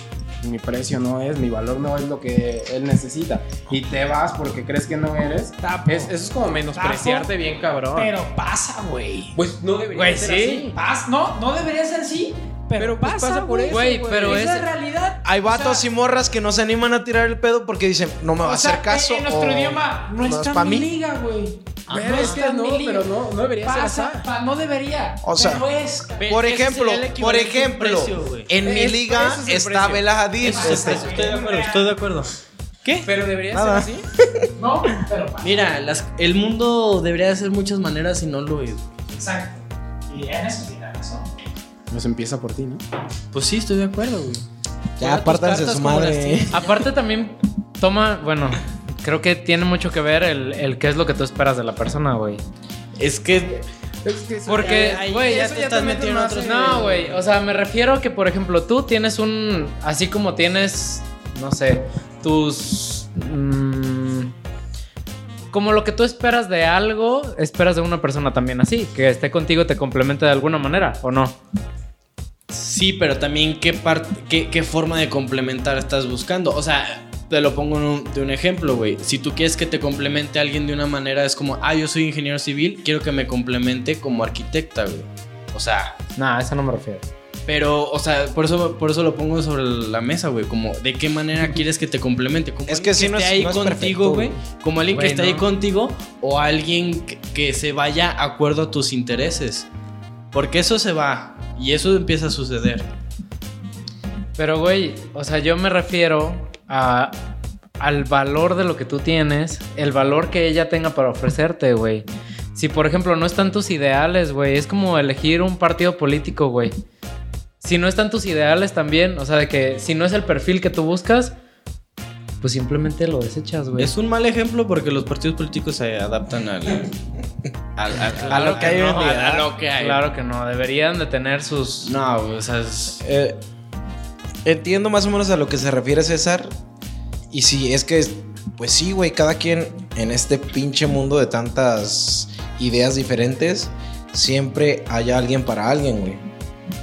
F: mi precio no es, mi valor no es lo que él necesita, y te vas porque crees que no eres.
B: Tapo.
F: Es- eso es como menospreciarte bien, cabrón.
B: Pero pasa, güey.
F: pues no debería
C: Güey,
F: ser
C: sí.
F: así.
B: Pas- no, no debería ser así. Pero,
F: Pero, pues,
B: pasa,
F: pasa por
B: güey.
F: eso,
C: Güey,
F: güey.
C: pero
B: Esa
C: es...
B: es la realidad.
D: Hay
B: O
D: vatos
B: sea,
D: y morras que no se animan a tirar el pedo porque dicen, no me va
B: o
D: a hacer
B: sea,
D: caso.
B: En, en nuestro
D: o
B: idioma, no
D: es
B: está
D: pa'
B: en
D: mí.
B: mi liga, güey.
F: Pero es que
B: está en
F: no,
B: mi liga.
F: pero no, no debería ser
B: Pasa,
F: así.
B: pa- no debería.
D: O sea,
B: pero es, cabrón.
D: Por
A: Ese
D: ejemplo,
A: sería el
D: por
A: equivalente a un
D: ejemplo,
A: precio, güey.
D: en mi
F: Es-
D: liga
F: ese es el
D: está
F: precio.
D: Bela Hadid.
B: Ese es el
D: este,
B: precio.
A: Estoy de acuerdo, estoy de acuerdo. ¿Qué?
F: Pero debería
D: Nada.
F: ser así.
B: No, pero pasa.
A: Mira, las- el mundo debería de ser muchas maneras y no lo es.
B: Exacto. Y en eso tiene razón.
F: Pues empieza por ti, ¿no?
A: Pues sí, estoy de acuerdo, güey.
D: Ya, apártense su madre. eh.
C: Aparte también toma, bueno, creo que tiene mucho que ver el, el qué es lo que tú esperas de la persona, güey.
A: Es que
F: Es que eso-
C: Porque,
A: Ay, ay,
C: güey,
A: ya
C: eso
A: te
C: ya
A: estás
F: te metes
A: metiendo en
F: más
A: otros.
F: en-
C: No, güey, o sea, me refiero a que, por ejemplo, tú tienes un, así como tienes, no sé, tus... mm, como lo que tú esperas de algo, esperas de una persona también así, que esté contigo, te complemente de alguna manera, ¿o no?
A: Sí, pero también qué parte, qué, qué forma de complementar estás buscando. O sea, te lo pongo en un- de un ejemplo, güey. Si tú quieres que te complemente a alguien de una manera, es como, ah, yo soy ingeniero civil, quiero que me complemente como arquitecta, güey. O sea,
C: No, a eso no me refiero.
A: pero, o sea, por eso, por eso lo pongo sobre la mesa, güey. Como, ¿de qué manera quieres que te complemente? Como
D: Es que
A: alguien
D: sí, no es-
A: esté ahí
D: no es perfecto,
A: contigo, güey. Como alguien
C: Güey,
A: que esté ahí
C: no.
A: contigo o alguien que, que se vaya acuerdo a tus intereses. Porque eso se va y eso empieza a suceder.
C: Pero, güey, o sea, yo me refiero a, al valor de lo que tú tienes, el valor que ella tenga para ofrecerte, güey. Si, por ejemplo, no están tus ideales, güey, es como elegir un partido político, güey. Si no están tus ideales también, o sea, de que si no es el perfil que tú buscas, pues simplemente lo desechas, güey.
A: Es un mal ejemplo porque los partidos políticos se adaptan al, al- al-
C: A lo que hay hoy en
A: no,
C: día.
A: a lo que hay.
C: Claro que no, deberían de tener sus...
A: No, o sea, es-
D: Eh, entiendo más o menos a lo que se refiere César. Y sí, es que, pues sí, güey, cada quien en este pinche mundo de tantas ideas diferentes, siempre hay alguien para alguien, güey.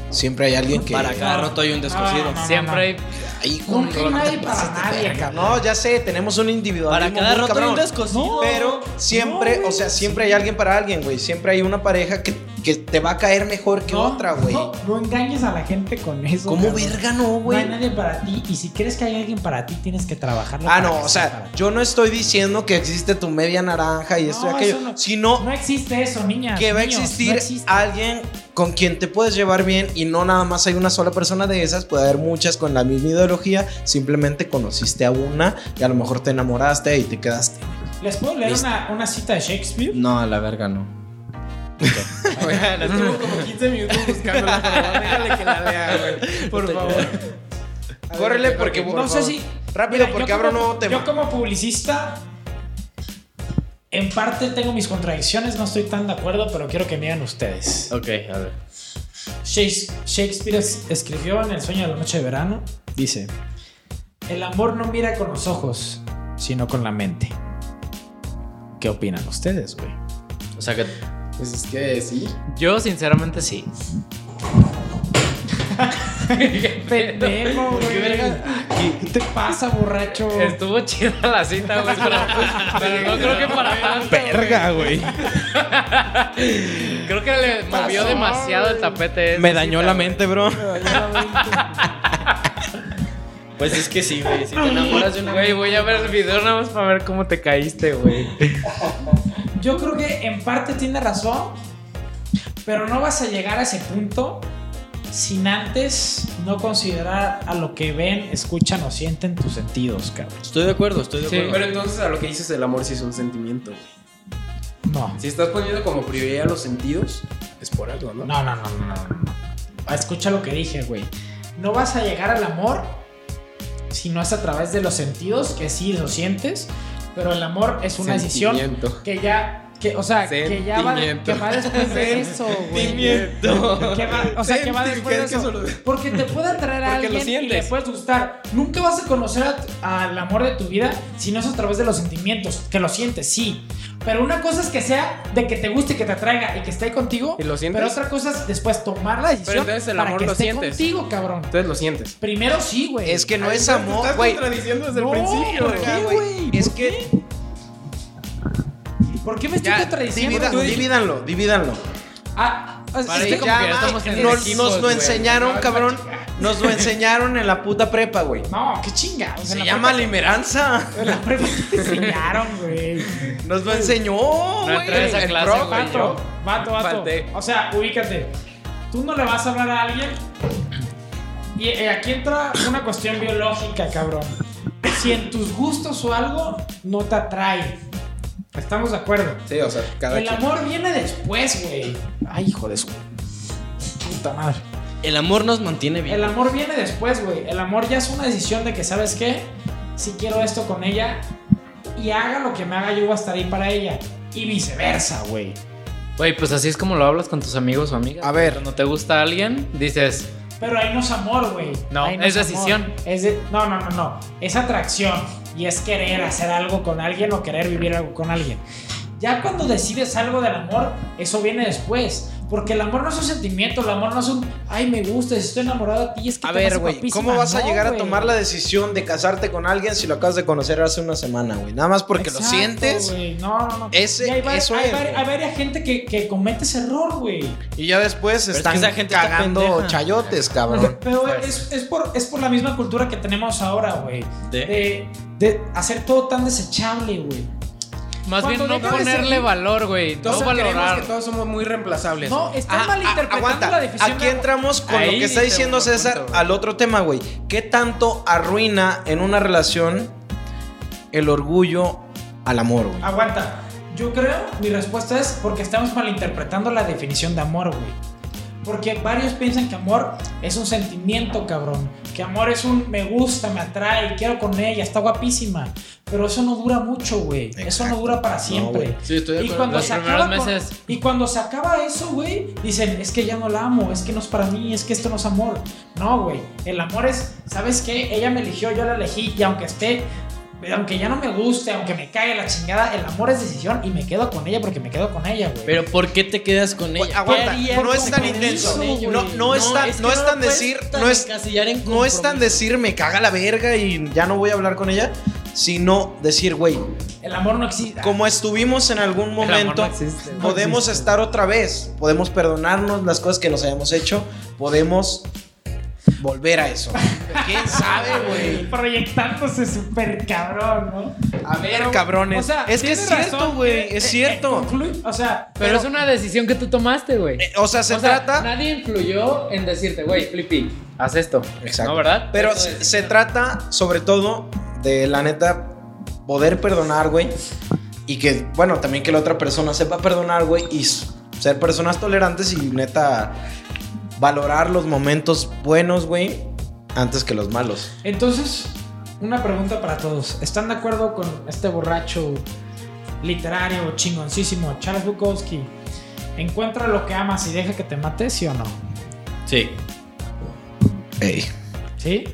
D: Siempre hay alguien que...
A: para cada rato hay un descosido.
B: No, no,
C: Siempre hay...
D: Ahí, güey,
B: Nunca
D: no te
B: hay nadie
D: pases
B: para
D: de
B: nadie,
D: verga.
B: cabrón.
D: No, ya sé, tenemos un
A: Para
D: individualismo
A: cada
D: muy
A: rato hay
D: cabrón.
A: un descosido.
D: Pero siempre,
B: No,
D: o sea, siempre hay alguien para alguien, güey. Siempre hay una pareja que, que te va a caer mejor que
B: No,
D: otra, güey.
B: No, no engañes a la gente con eso.
D: ¿Cómo
B: cabrón.
D: verga no,
B: No
D: güey?
B: hay nadie para ti. Y si crees que hay alguien para ti, tienes que trabajarlo.
D: Ah,
B: para
D: no,
B: que
D: o
B: sea para
D: sea,
B: ti.
D: yo no estoy diciendo que existe tu media naranja y esto
B: No,
D: y aquello,
B: eso no-
D: sino
B: No existe eso, niña.
D: que va a existir alguien con quien te puedes llevar bien y no nada más hay una sola persona de esas, puede haber muchas con la misma ideología, simplemente conociste a una y a lo mejor te enamoraste y te quedaste.
B: ¿Les puedo leer
D: Listo. Mm,
B: una, una cita de Shakespeare?
A: No, a la verga no.
F: Güey, la estuvo como 15 minutos buscándola, por favor, déjale que la lea, güey. Por favor.
D: Córrele porque
F: Por
B: no sé
F: favor.
B: si.
D: rápido
B: Mira,
D: porque
B: yo
D: abro un
B: como-
D: nuevo tema.
B: Yo, como publicista, en parte tengo mis contradicciones, no estoy tan de acuerdo, pero quiero que me digan ustedes.
A: Ok, a ver.
B: Shakes- Shakespeare es- escribió en El sueño de la noche de verano, dice, el amor no mira con los ojos, sino con la mente. ¿Qué opinan ustedes, güey?
A: O sea que.
F: Pues es que sí.
C: Yo, sinceramente, sí.
B: Pendejo, güey. ¿Qué te pasa, borracho?
C: Estuvo chida la cita, güey, pero, pero no creo que para tanto.
D: Verga, güey.
C: güey. Creo que le movió demasiado el tapete. esa
D: Me dañó
C: cita,
D: la
C: güey.
D: mente, bro.
A: Pues es que sí, güey. Si te enamoras de una.
C: Güey, voy a ver el video nada más para ver cómo te caíste, güey.
B: Yo creo que en parte tiene razón, pero no vas a llegar a ese punto sin antes no considerar a lo que ven, escuchan o sienten tus sentidos, cabrón.
A: Estoy de acuerdo, estoy de
C: Sí,
A: acuerdo.
F: Pero entonces a lo que dices, el amor sí es un sentimiento. güey.
B: No.
F: Si estás poniendo como prioridad los sentidos, es por algo, ¿no?
B: No, no, no, no, no, no. Escucha lo que dije, güey. No vas a llegar al amor sino es a través de los sentidos, que sí lo sientes, pero el amor es una decisión
F: Sentimiento.
B: que ya, que, o sea, que ya va, que
F: Sentimiento.
B: va después de eso, güey. Que va- o sea, que va
F: Senti-
B: después
F: que
B: de
F: es que
B: eso.
F: eso lo-
B: Porque te puede atraer a
F: Porque lo
B: alguien y le
F: sientes.
B: puedes gustar. Nunca vas a conocer a- al amor de tu vida si no es a través de los sentimientos. Que lo sientes, sí. Pero una cosa es que sea de que te guste, que te atraiga y que esté ahí contigo.
F: ¿Y lo sientes?
B: Pero otra cosa es después tomar la decisión
F: Pero entonces el
B: para
F: amor
B: que
F: lo
B: esté
F: sientes.
B: contigo, cabrón.
F: Entonces lo sientes.
B: Primero sí, güey.
D: Es que no es amor, güey.
F: contradiciendo desde
B: No, ¿por qué, güey?
D: Es
B: ¿Por
D: que
B: ¿Por qué me estoy
D: ya,
B: contradiciendo?
D: divida-
B: güey?
D: divídanlo, divídanlo.
B: Ah, es
C: Para
B: que
C: ella.
B: como-
C: ya
D: ma,
C: estamos en
D: nos,
C: equipos,
D: nos lo
C: güey.
D: enseñaron, cabrón. Nos lo enseñaron en la puta prepa, güey.
B: No, qué chingados. en
D: Se
B: la
D: llama
B: prepa-
D: limeranza.
B: en la prepa te enseñaron, güey.
D: Nos lo enseñó, güey.
C: entré a esa
D: el
C: clase,
D: profe.
C: güey.
B: Vato, vato, vato.
F: Falté.
B: O sea, ubícate. Tú no le vas a hablar a alguien. Y eh, aquí entra una cuestión biológica, cabrón. Si en tus gustos o algo no te atrae. Estamos de acuerdo.
F: Sí, o sea, cada
B: El amor viene después, güey. Ay, hijo de su puta madre.
A: El amor nos mantiene bien.
B: El amor viene después, güey. El amor ya es una decisión de que, ¿sabes qué? Si quiero esto con ella y haga lo que me haga, yo voy a estar ahí para ella. Y viceversa, güey.
C: Güey, pues así es como lo hablas con tus amigos o amigas.
D: A ver.
C: Cuando te gusta alguien, dices,
B: Pero ahí no es amor, güey.
C: No,
B: Ahí
C: es
B: amor.
C: decisión.
B: Es de- no, no, no, no. Es atracción. Y es querer hacer algo con alguien o querer vivir algo con alguien. Ya cuando decides algo del amor, eso viene después. Porque el amor no es un sentimiento, el amor no es un, ay, me gusta, estoy enamorado de ti, es que
D: A
B: te me
D: ver,
B: hace
D: güey,
B: guapísima".
D: ¿cómo vas a
B: No,
D: llegar a
B: güey.
D: tomar la decisión de casarte con alguien si lo acabas de conocer hace una semana, güey? Nada más porque lo
B: Exacto,
D: sientes.
B: güey. No, no, no.
D: Ese-
B: Y hay, var-
D: eso
B: hay
D: es,
B: var-
D: güey.
B: hay varias gente que, que comete ese error, güey.
D: Y ya después
A: es
D: están
A: que esa gente está
D: cagando
A: pendeja.
D: chayotes, cabrón.
B: Pero es, es por, es por la misma cultura que tenemos ahora, güey.
A: ¿De?
B: De, de hacer todo tan desechable, güey.
C: más
B: Cuando
C: bien no
B: deja de ser-
C: ponerle valor, güey. No
F: Todos creemos que
C: valorar.
F: todos somos muy reemplazables.
B: No, están
D: Ah, ah,
B: malinterpretando
D: aguanta.
B: la definición.
D: Aquí
B: de-
D: entramos con lo
C: Ahí
D: que está
C: te
D: diciendo
C: voy a
D: César
C: punto, güey.
D: al otro tema, güey. ¿Qué tanto arruina en una relación el orgullo al amor, güey?
B: Aguanta. Yo creo, mi respuesta es porque estamos malinterpretando la definición de amor, güey. Porque varios piensan que amor es un sentimiento, cabrón. Que amor es un me gusta, me atrae, quiero con ella, está guapísima. Pero eso no dura mucho, güey. Eso no
D: Exacto.
B: dura para siempre.
D: güey.
F: Sí, estoy
B: Y cuando,
C: Los
B: se
C: primeros
B: acaba con-
C: meses.
B: y cuando se acaba eso, güey, dicen, es que ya no la amo, es que no es para mí, es que esto no es amor. No, güey, el amor es, ¿sabes qué? Ella me eligió, yo la elegí, y aunque esté, aunque ya no me guste, aunque me caiga la chingada, el amor es decisión y me quedo con ella porque me quedo con ella, güey.
A: Pero ¿por qué te quedas con
D: Güey,
A: ella?
D: aguanta,
B: harías
D: no es tan
B: con
D: intenso.
B: eso, güey?
D: No, no es tan, no es tan decir, no es, no es tan decir me caga la verga y ya no voy a hablar con ella, sino decir, güey,
B: el amor no existe.
D: como estuvimos en algún
C: El amor no
D: momento,
C: existe, güey.
D: podemos estar otra vez, podemos perdonarnos las cosas que nos hayamos hecho, podemos volver a eso. ¿Quién sabe, güey?
B: Ah, Proyectándose súper cabrón, ¿no?
D: A ver,
B: Pero,
D: cabrones.
B: o sea,
D: es que es
B: tienes
D: cierto,
B: razón,
D: güey,
B: eh,
D: es
B: eh,
D: cierto.
B: conclu- o sea,
C: Pero es una decisión que tú tomaste, güey.
D: Eh, o sea, se
C: O sea,
D: trata...
C: Nadie influyó en decirte, güey, Flippy, haz esto.
D: Exacto.
C: ¿No, verdad?
D: Pero
C: Eso
D: se,
C: es.
D: se trata sobre todo de la neta poder perdonar, güey. Y que, bueno, también que la otra persona sepa perdonar, güey. Y s- ser personas tolerantes y neta valorar los momentos buenos, güey. Antes que los malos.
B: Entonces, una pregunta para todos. ¿Están de acuerdo con este borracho literario chingoncísimo, Charles Bukowski? Encuentra lo que amas y deja que te mate, ¿sí o no?
A: Sí.
D: Ey.
B: ¿Sí?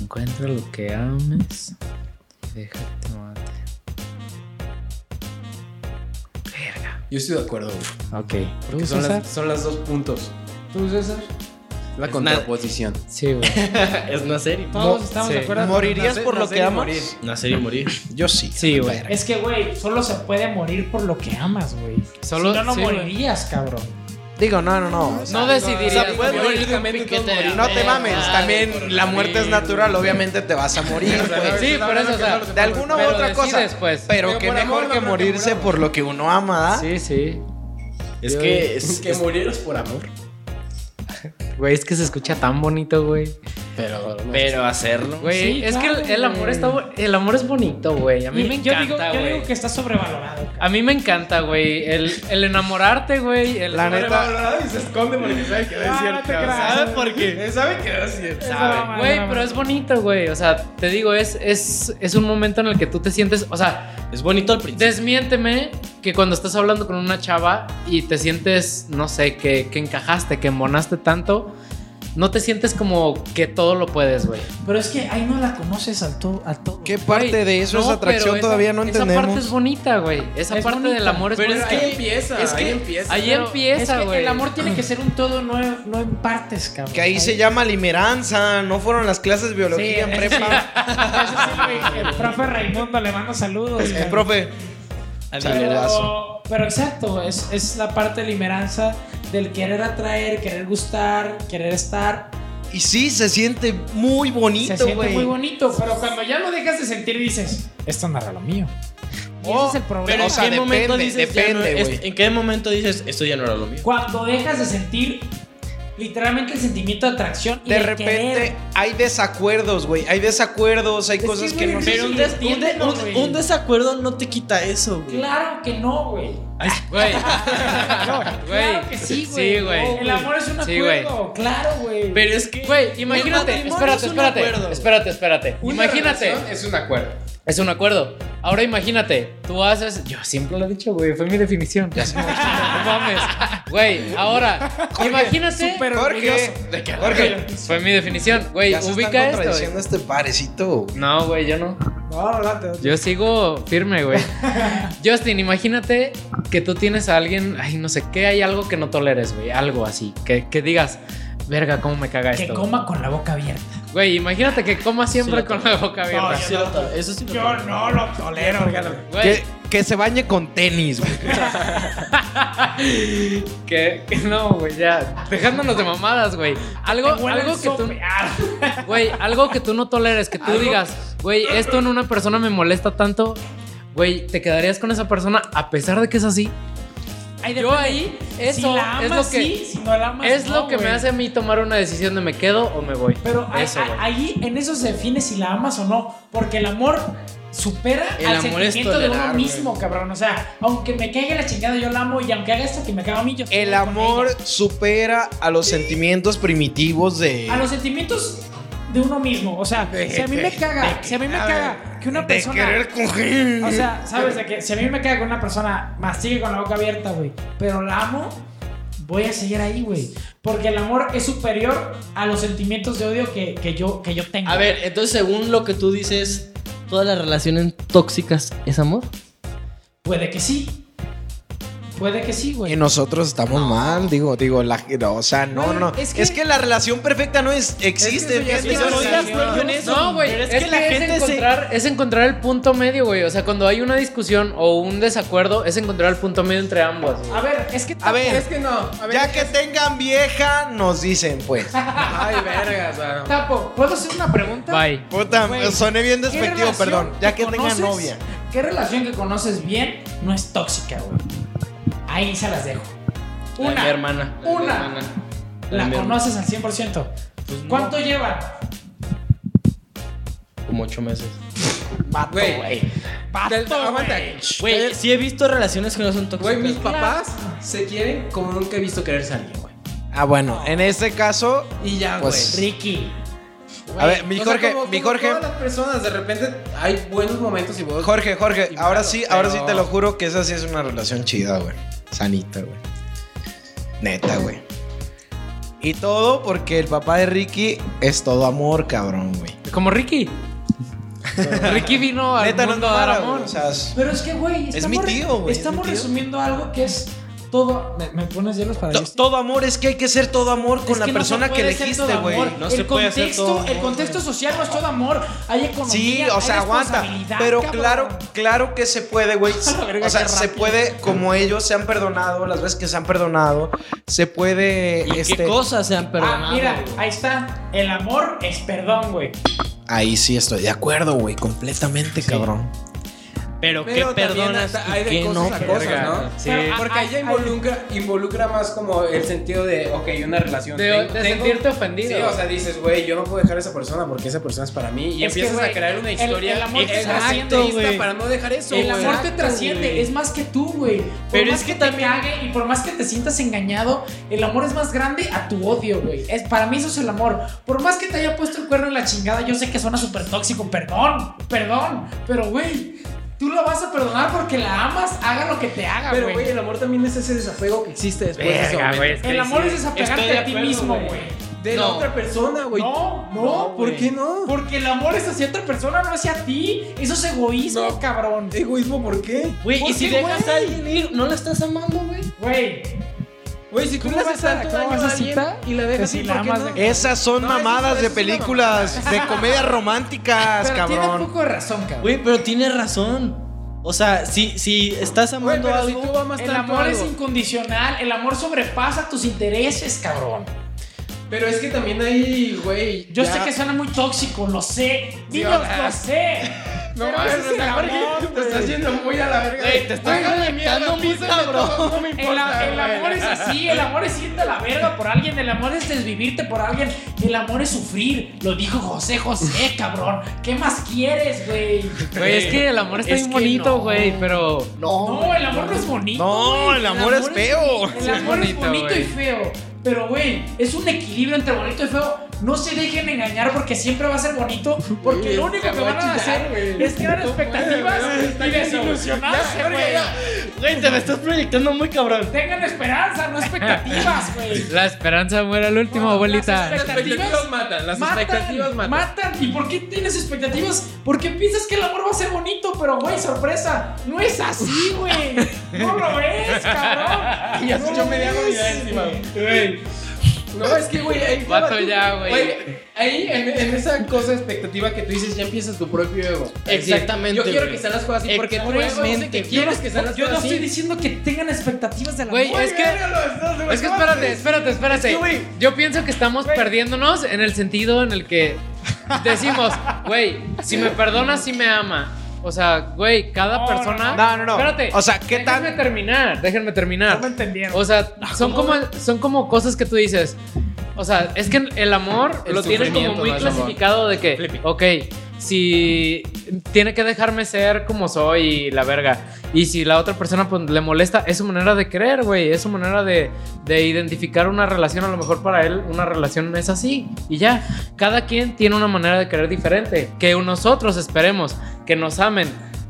C: Encuentra lo que ames y deja que te mate.
F: Yo estoy de acuerdo, güey.
C: Ok.
B: ¿Tú,
F: Son
B: César?
F: las, son las dos puntos.
B: ¿Tú, César?
F: La
A: Es
F: contraposición.
C: Sí, güey.
A: Es nacer y,
B: Todos
D: Mo-
B: estamos
C: sí.
B: de acuerdo.
D: ¿Morirías
F: Nacer-
D: por lo
F: nacer
D: que
F: y
D: amas?
F: morir.
A: nacer y morir.
D: Yo sí.
C: Sí, güey.
D: Verga.
B: Es que, güey, solo se puede morir por lo que amas, güey.
C: Solo-
B: si no, no
C: sí, güey.
B: morirías, cabrón.
D: Digo, no, no, no.
C: No decidirías.
D: o sea, puedes
C: güey,
D: morir
C: con
F: también,
C: piquete Ah,
F: tú
C: de
F: morir.
D: No te
C: abeja,
D: mames. También
C: güey,
D: la muerte es
C: sí.
D: natural. Obviamente te vas a morir, güey.
C: Sí, pero eso, o sea,
D: De alguna u
C: Pero
D: otra cosa.
C: decides, pues.
D: Pero ¿ah?
F: Pero
D: que
F: por amor
D: mejor que
F: no creo que
D: morirse
F: muramos.
D: por lo que uno ama, ¿da?
C: Sí, sí.
A: Es
C: Yo-
A: que es,
F: que
A: es-
F: murieras por amor.
C: Güey, es que se escucha tan bonito, güey.
F: Pero. no sé.
A: Pero hacerlo.
C: Güey,
B: Sí,
C: es
B: claro,
C: que el, el amor
B: güey.
C: está bu- el amor es bonito, güey. A mí me
B: yo digo,
C: encanta,
B: yo digo
C: güey.
B: que está sobrevalorado. cabrón.
C: A mí me encanta, güey. El, el enamorarte, güey. El
D: La neta-
F: Sobrevalorado y se esconde porque sabe que no es
B: Ah,
F: cierto.
B: no te creas.
F: ¿Sabe por qué? Sabe que no es cierto.
B: Esa mamá,
C: Güey,
B: esa mamá.
C: pero es bonito, güey. O sea, te digo, es, es, es un momento en el que tú te sientes. O sea,
A: Es bonito al principio.
C: desmiénteme que cuando estás hablando con una chava y te sientes, no sé, que, que encajaste, que embonaste tanto, no te sientes como que todo lo puedes, güey.
B: Pero es que ahí no la conoces al to- a todo.
D: ¿Qué parte de eso es
C: No,
D: atracción?
C: pero esa-
D: Todavía no
C: Esa parte es
D: entendemos.
C: bonita, güey. Esa
B: Es
C: parte del
B: bonita,
C: amor es
A: pero
F: Pero
C: bonita.
F: es que ahí empieza.
A: es que-
F: ahí empieza.
C: ahí
F: Pero-
C: empieza,
B: es que
C: güey.
B: el amor tiene que ser un todo, no, no en partes, cabrón.
D: Que ahí se llama limeranza, no fueron las clases de biología
B: Sí,
D: en
B: eso sí.
D: prepa.
B: Eso Ah, sí, güey, el profe Raimundo le mando saludos.
D: Eh,
B: cabrón.
D: profe, saludazo.
B: Pero, pero exacto, es, es la parte de limeranza del querer atraer, querer gustar, querer estar.
D: Y sí, se siente muy
B: Se
D: bonito,
B: siente
D: güey.
B: muy bonito, pero cuando ya lo dejas de sentir dices, esto no era lo mío. Y ese
D: Oh,
B: es el problema.
A: Pero
D: O
A: ¿en
D: sea,
A: qué momento
D: depende,
A: dices ya no-
D: depende,
A: es-
D: güey.
A: ¿En qué momento dices esto ya no era lo mío?
B: Cuando dejas de sentir literalmente el sentimiento de atracción y
D: De
B: el
D: repente
B: querer.
D: hay desacuerdos, güey. Hay desacuerdos, hay
B: Es que,
D: cosas que
B: güey,
D: no
B: sí,
A: Pero
B: sí,
A: un, des- un de-
B: entiéndelo,
A: un-
B: güey.
A: un desacuerdo no te quita eso, güey.
B: Claro que no, güey.
C: Güey.
B: Claro que sí, güey.
C: Ah, Sí, güey.
B: El amor es un
C: Sí, güey.
B: acuerdo, claro, güey.
A: Pero es que.
C: Güey, imagínate,
A: matrimonio
C: espérate,
A: es un
C: espérate,
A: acuerdo.
C: espérate, espérate.
F: Una
C: Imagínate,
F: relación Es un acuerdo.
C: es un acuerdo. Ahora imagínate, tú haces, yo siempre lo he dicho, güey, fue mi definición. Ya sé. no mames. Güey, ahora, imagínate,
B: súper
D: Jorge, Jorge,
C: fue mi definición, güey,
D: ya se están
C: ubica esto.
D: contradiciendo
C: güey.
D: este parecito.
C: No, güey, yo no.
B: No, adelante.
C: Yo sigo firme, güey. Justin, imagínate que tú tienes a alguien, ay, no sé qué, hay algo que no toleres, güey, algo así, que, que digas, verga, cómo me caga
B: Que
C: esto.
B: coma con la boca abierta.
C: Güey, imagínate que coma siempre
A: Sí,
C: con la boca abierta.
A: Sí lo to- eso sí lo
B: Yo
A: tolero.
B: no lo tolero, güey.
C: Güey,
D: Que, que se bañe con tenis, güey.
C: Que, que no, güey, ya. Dejándonos de mamadas, güey. Algo,
B: Te huele
C: algo
B: el
C: que tú.
B: sope. Ah,
C: Güey, algo que tú no toleres, que tú digas, güey, esto en una persona me molesta tanto. Güey, te quedarías con esa persona a pesar de que es así.
B: ay,
C: Yo
B: depende.
C: ahí, eso
B: si la amas,
C: es lo que.
B: sí, si no la amas,
C: es lo
B: no,
C: que me
B: güey.
C: hace a mí tomar una decisión de me quedo o me voy.
B: Pero ahí-
C: Eso,
B: ahí-
C: güey.
B: ahí en eso se define si la amas o no. Porque el amor supera
A: El
B: al
A: amor es
B: sentimiento de uno
A: tolerar,
B: mismo, cabrón. O sea, aunque me caiga la chingada, yo la amo. Y aunque haga esto que me caga a mí, yo estoy
D: El
B: con
D: amor
B: ella.
D: supera a los sentimientos primitivos de.
B: A los sentimientos de uno mismo. O sea, si a mí me caga, si a mí me caga que una
D: de
B: persona.
D: querer coger.
B: O sea, ¿sabes de que Si a mí me queda con una persona, mastigue con la boca abierta, güey, pero la amo, voy a seguir ahí, güey. Porque el amor es superior a los sentimientos de odio que, que yo, que yo tengo.
A: A ver, entonces según lo que tú dices, ¿todas las relaciones tóxicas es amor?
B: Puede que sí. Puede que sí,
D: y
B: güey.
D: nosotros estamos mal, digo, digo, la, no, o sea, no,
B: Bueno,
D: no.
B: es
D: Es
B: que-
D: que, la relación perfecta no es, existe.
F: eso ya es
D: fíjate,
F: una
D: eso no
F: relación.
D: es-
F: acuerdo en
C: No, güey,
A: pero
C: es, que, la gente es encontrar, es encontrar el punto medio, güey. O sea, cuando hay una discusión o un desacuerdo, es encontrar el punto medio entre ambos. güey.
B: A ver, es que.
D: A ver,
F: Es que no. A ver,
D: ya que tengan vieja, nos dicen, pues.
F: Ay, vergas, o sea,
B: Tapo, ¿puedo hacer una pregunta?
C: Bye.
D: Puta,
B: Güey,
D: soné bien
B: ¿Qué
D: despectivo,
B: relación
D: perdón. Ya que tenga
B: conoces-
D: novia.
B: ¿Qué relación que conoces bien no es tóxica, güey? Ahí se las dejo.
A: Una.
B: Una.
A: hermana.
B: Una.
A: La de mi hermana. La
B: La
A: de mi hermana.
B: conoces al 100%.
A: Pues no,
B: ¿Cuánto llevan?
A: Como ocho meses.
B: Pato,
F: Güey.
B: Pato,
F: Del- aguanta.
B: güey.
A: Güey, sí he visto relaciones que no son
F: Güey,
A: tóxicas.
F: mis papás se quieren como nunca he visto quererse a alguien, güey.
D: Ah, bueno, en este caso,
F: Y ya, güey.
D: Pues,
B: Ricky.
D: a ver, mi
F: O sea,
D: Jorge,
F: como-
D: mi
F: como
D: Jorge,
F: Todas las personas, de repente hay buenos momentos y buenos.
D: Jorge, Jorge,
F: Y
D: ahora
F: malo,
D: sí, ahora sí
F: pero-
D: te lo juro que esa sí es una relación chida, güey. Sanita, güey. Neta, güey. Y todo porque el papá de Ricky es todo amor, cabrón, güey.
C: Como Ricky. Ricky vino al
D: Neta, no es
C: mundo a dar
D: nada,
C: amor.
D: güey. O sea, es-
B: Pero es que, güey,
D: Es
B: estamos
D: mi
B: re-
D: tío, güey, es
B: Estamos
D: mi tío.
B: resumiendo algo que es todo. ¿Me, me pones hielos para
D: to-
B: ellos?
D: todo amor es que hay que ser todo amor con
B: Es
D: la
B: que no se
D: persona que
B: puede ser
D: elegiste,
B: todo
D: güey.
B: amor.
A: No
B: el
A: se puede hacer
B: contexto,
A: todo
B: el
A: amor,
B: contexto social no es todo amor. Hay economía.
D: Sí, o sea,
B: hay
D: aguanta.
B: responsabilidad,
D: Pero
B: cabrón.
D: claro, claro que se puede, güey.
B: la verga,
D: O sea,
B: qué
D: se
B: rápido.
D: puede, como ellos se han perdonado, las veces que se han perdonado, se puede.
A: ¿Y
D: este,
A: qué cosas se han perdonado?
B: Ah, mira,
A: güey?
B: ahí está. El amor es perdón, güey.
D: Ahí sí estoy de acuerdo, güey. Completamente, cabrón.
A: Pero,
F: Pero
A: ¿qué
F: también
A: perdonas
F: hasta
A: y
F: hay de
A: qué
F: cosas
A: no
F: a
A: perdonas?
F: cosas, ¿no?
C: Sí.
B: Pero, ah,
F: Porque ella
B: hay-
F: involucra, involucra más como el sentido de, ok, una relación.
C: De,
F: Ten-
C: de
F: tengo-
C: sentirte ofendido.
F: Sí, o sea, dices, güey, yo no puedo dejar a esa persona porque esa persona es para mí. Y
B: Es que,
F: empiezas
B: güey,
F: a crear una
B: el-
F: historia
B: el amor
A: te
F: exacto,
A: trasciende.
F: güey. para no dejar eso.
B: El
F: güey.
B: amor te
F: Exacto,
B: trasciende,
F: güey.
B: es más que tú, güey. Por
A: Pero
B: más
A: es que
B: te
A: también-
B: cague y por más que te sientas engañado, el amor es más grande a tu odio, güey. Es, para mí eso es el amor. Por más que te haya puesto el cuerno en la chingada, yo sé que suena súper tóxico, perdón, perdón, pero güey, tú la vas a perdonar porque la amas, haga lo que te haga,
F: Pero, güey,
B: güey.
F: el amor también es ese desapego que existe después de ese
C: Verga,
F: momento.
C: pues, güey, es que
B: El amor
C: sí.
B: es
A: Estoy
B: desapegarte
A: de
B: a ti
A: acuerdo,
B: mismo,
A: güey.
B: güey.
F: De la
A: No.
F: otra persona, güey.
B: No, no,
F: ¿por
B: ¿por
F: qué
B: qué
F: no?
B: Porque el amor es hacia otra persona, no hacia ti. Eso es egoísmo,
F: No.
B: cabrón.
F: Egoísmo, ¿por qué?
A: Güey,
B: ¿Por
A: y si
B: qué,
A: dejas
B: güey?
A: a alguien ir, ¿no la estás amando, güey?
B: Güey,
F: Güey, si tú
B: ¿Cómo
F: le haces
B: vas a-
F: tanto
B: cómo
F: daño
B: vas a
F: a alguien
B: citar?
F: y la
B: Que
F: dejas
B: si
F: ir,
B: la
F: ¿por qué
B: amas
F: no?
B: de-
D: Esas son
F: No, eso-
D: mamadas
F: eso
D: de
F: es una
D: películas, de comedias románticas,
B: pero tiene un
D: cabrón.
B: poco de razón, cabrón.
A: Güey, pero tienes razón. O sea, si, si estás
F: Güey,
A: amando
F: pero si
A: algo.
F: tú amas
B: El
F: tanto
B: amor es
F: algo-
B: incondicional, el amor sobrepasa tus intereses, cabrón.
F: Pero es que también hay, güey.
B: Yo
F: ya-
B: sé que suena muy tóxico, lo sé. Niños,
F: ah.
B: lo sé.
F: No,
B: pero
F: mames,
B: ese es el
F: la
B: amor,
F: verga, Te estás yendo muy a la verga.
A: Güey, te estás
F: Juega de
A: conectando
F: mierda,
A: muy
F: písale todo,
A: cabrón.
F: No me
B: El,
F: importa.
B: el amor
F: güey.
B: es así, el amor es irte a la verga por alguien, el amor es desvivirte por alguien, el amor es sufrir, lo dijo José José, cabrón. ¿Qué más quieres, güey?
C: Güey, es que el amor está
B: Es
C: bien
B: que
C: bonito,
B: no.
C: güey, pero.
B: No, el amor no es bonito.
D: No,
B: güey.
D: el amor es feo.
B: El amor es
C: bonito,
B: bonito y
C: güey.
B: feo. Pero, güey, es un equilibrio entre bonito y feo. No se dejen engañar porque siempre va a ser bonito. Porque
F: Güey,
B: lo único
F: te
B: que
F: voy a
B: van a
F: chillar,
B: hacer
F: güey.
B: es crear
F: No
B: expectativas
F: puedo, güey, está
B: y
F: lleno.
B: desilusionarse,
F: Ya,
B: güey.
F: ya.
A: Güey, te me estás proyectando muy cabrón.
B: Tengan esperanza, no expectativas, güey.
C: La esperanza muere al último,
B: No, las
C: abuelita.
F: Las expectativas matan, las expectativas matan.
B: matan. ¿Y por qué tienes expectativas? Porque piensas que el amor va a ser bonito, pero güey, sorpresa, no es así, güey. No lo ves, cabrón.
F: Ya
B: No
F: se echó
B: lo
F: media
B: ves.
F: comida encima, No, es que, güey, ahí
C: Vato
F: tú-
C: ya, güey.
F: Ahí, en, en esa cosa expectativa que tú dices, ya empiezas tu propio ego. Es decir,
A: Exactamente,
F: Yo quiero
A: güey.
F: que sean las cosas así porque tú eres
A: Exactamente,
F: que
A: güey.
F: quieres que sean las
B: Yo no
F: cosas
B: estoy
F: así.
B: diciendo que tengan expectativas de la
C: Güey, es que. Es que espérate, espérate, espérate.
F: güey.
C: Yo pienso que estamos perdiéndonos en el sentido en el que decimos, güey, si me perdonas, si me ama. O sea, güey, cada
B: No,
C: persona.
D: No, no, no.
C: Espérate.
D: O sea, ¿qué
C: déjenme
D: tan
C: terminar, déjenme terminar.
B: No me entendieron.
C: O sea,
F: Ah,
C: son como, son como cosas que tú dices. O sea, es que el amor
F: El
C: lo tienes como
F: sufrimiento
C: muy
F: no es amor.
C: clasificado de que,
F: Flippy.
C: ok, si tiene que dejarme ser como soy y la verga. Y si la otra persona pues, le molesta, es su manera de creer, güey. Es su manera de, de identificar una relación. A lo mejor para él una relación es así. Y ya, cada quien tiene una manera de creer diferente. Que nosotros esperemos que nos amen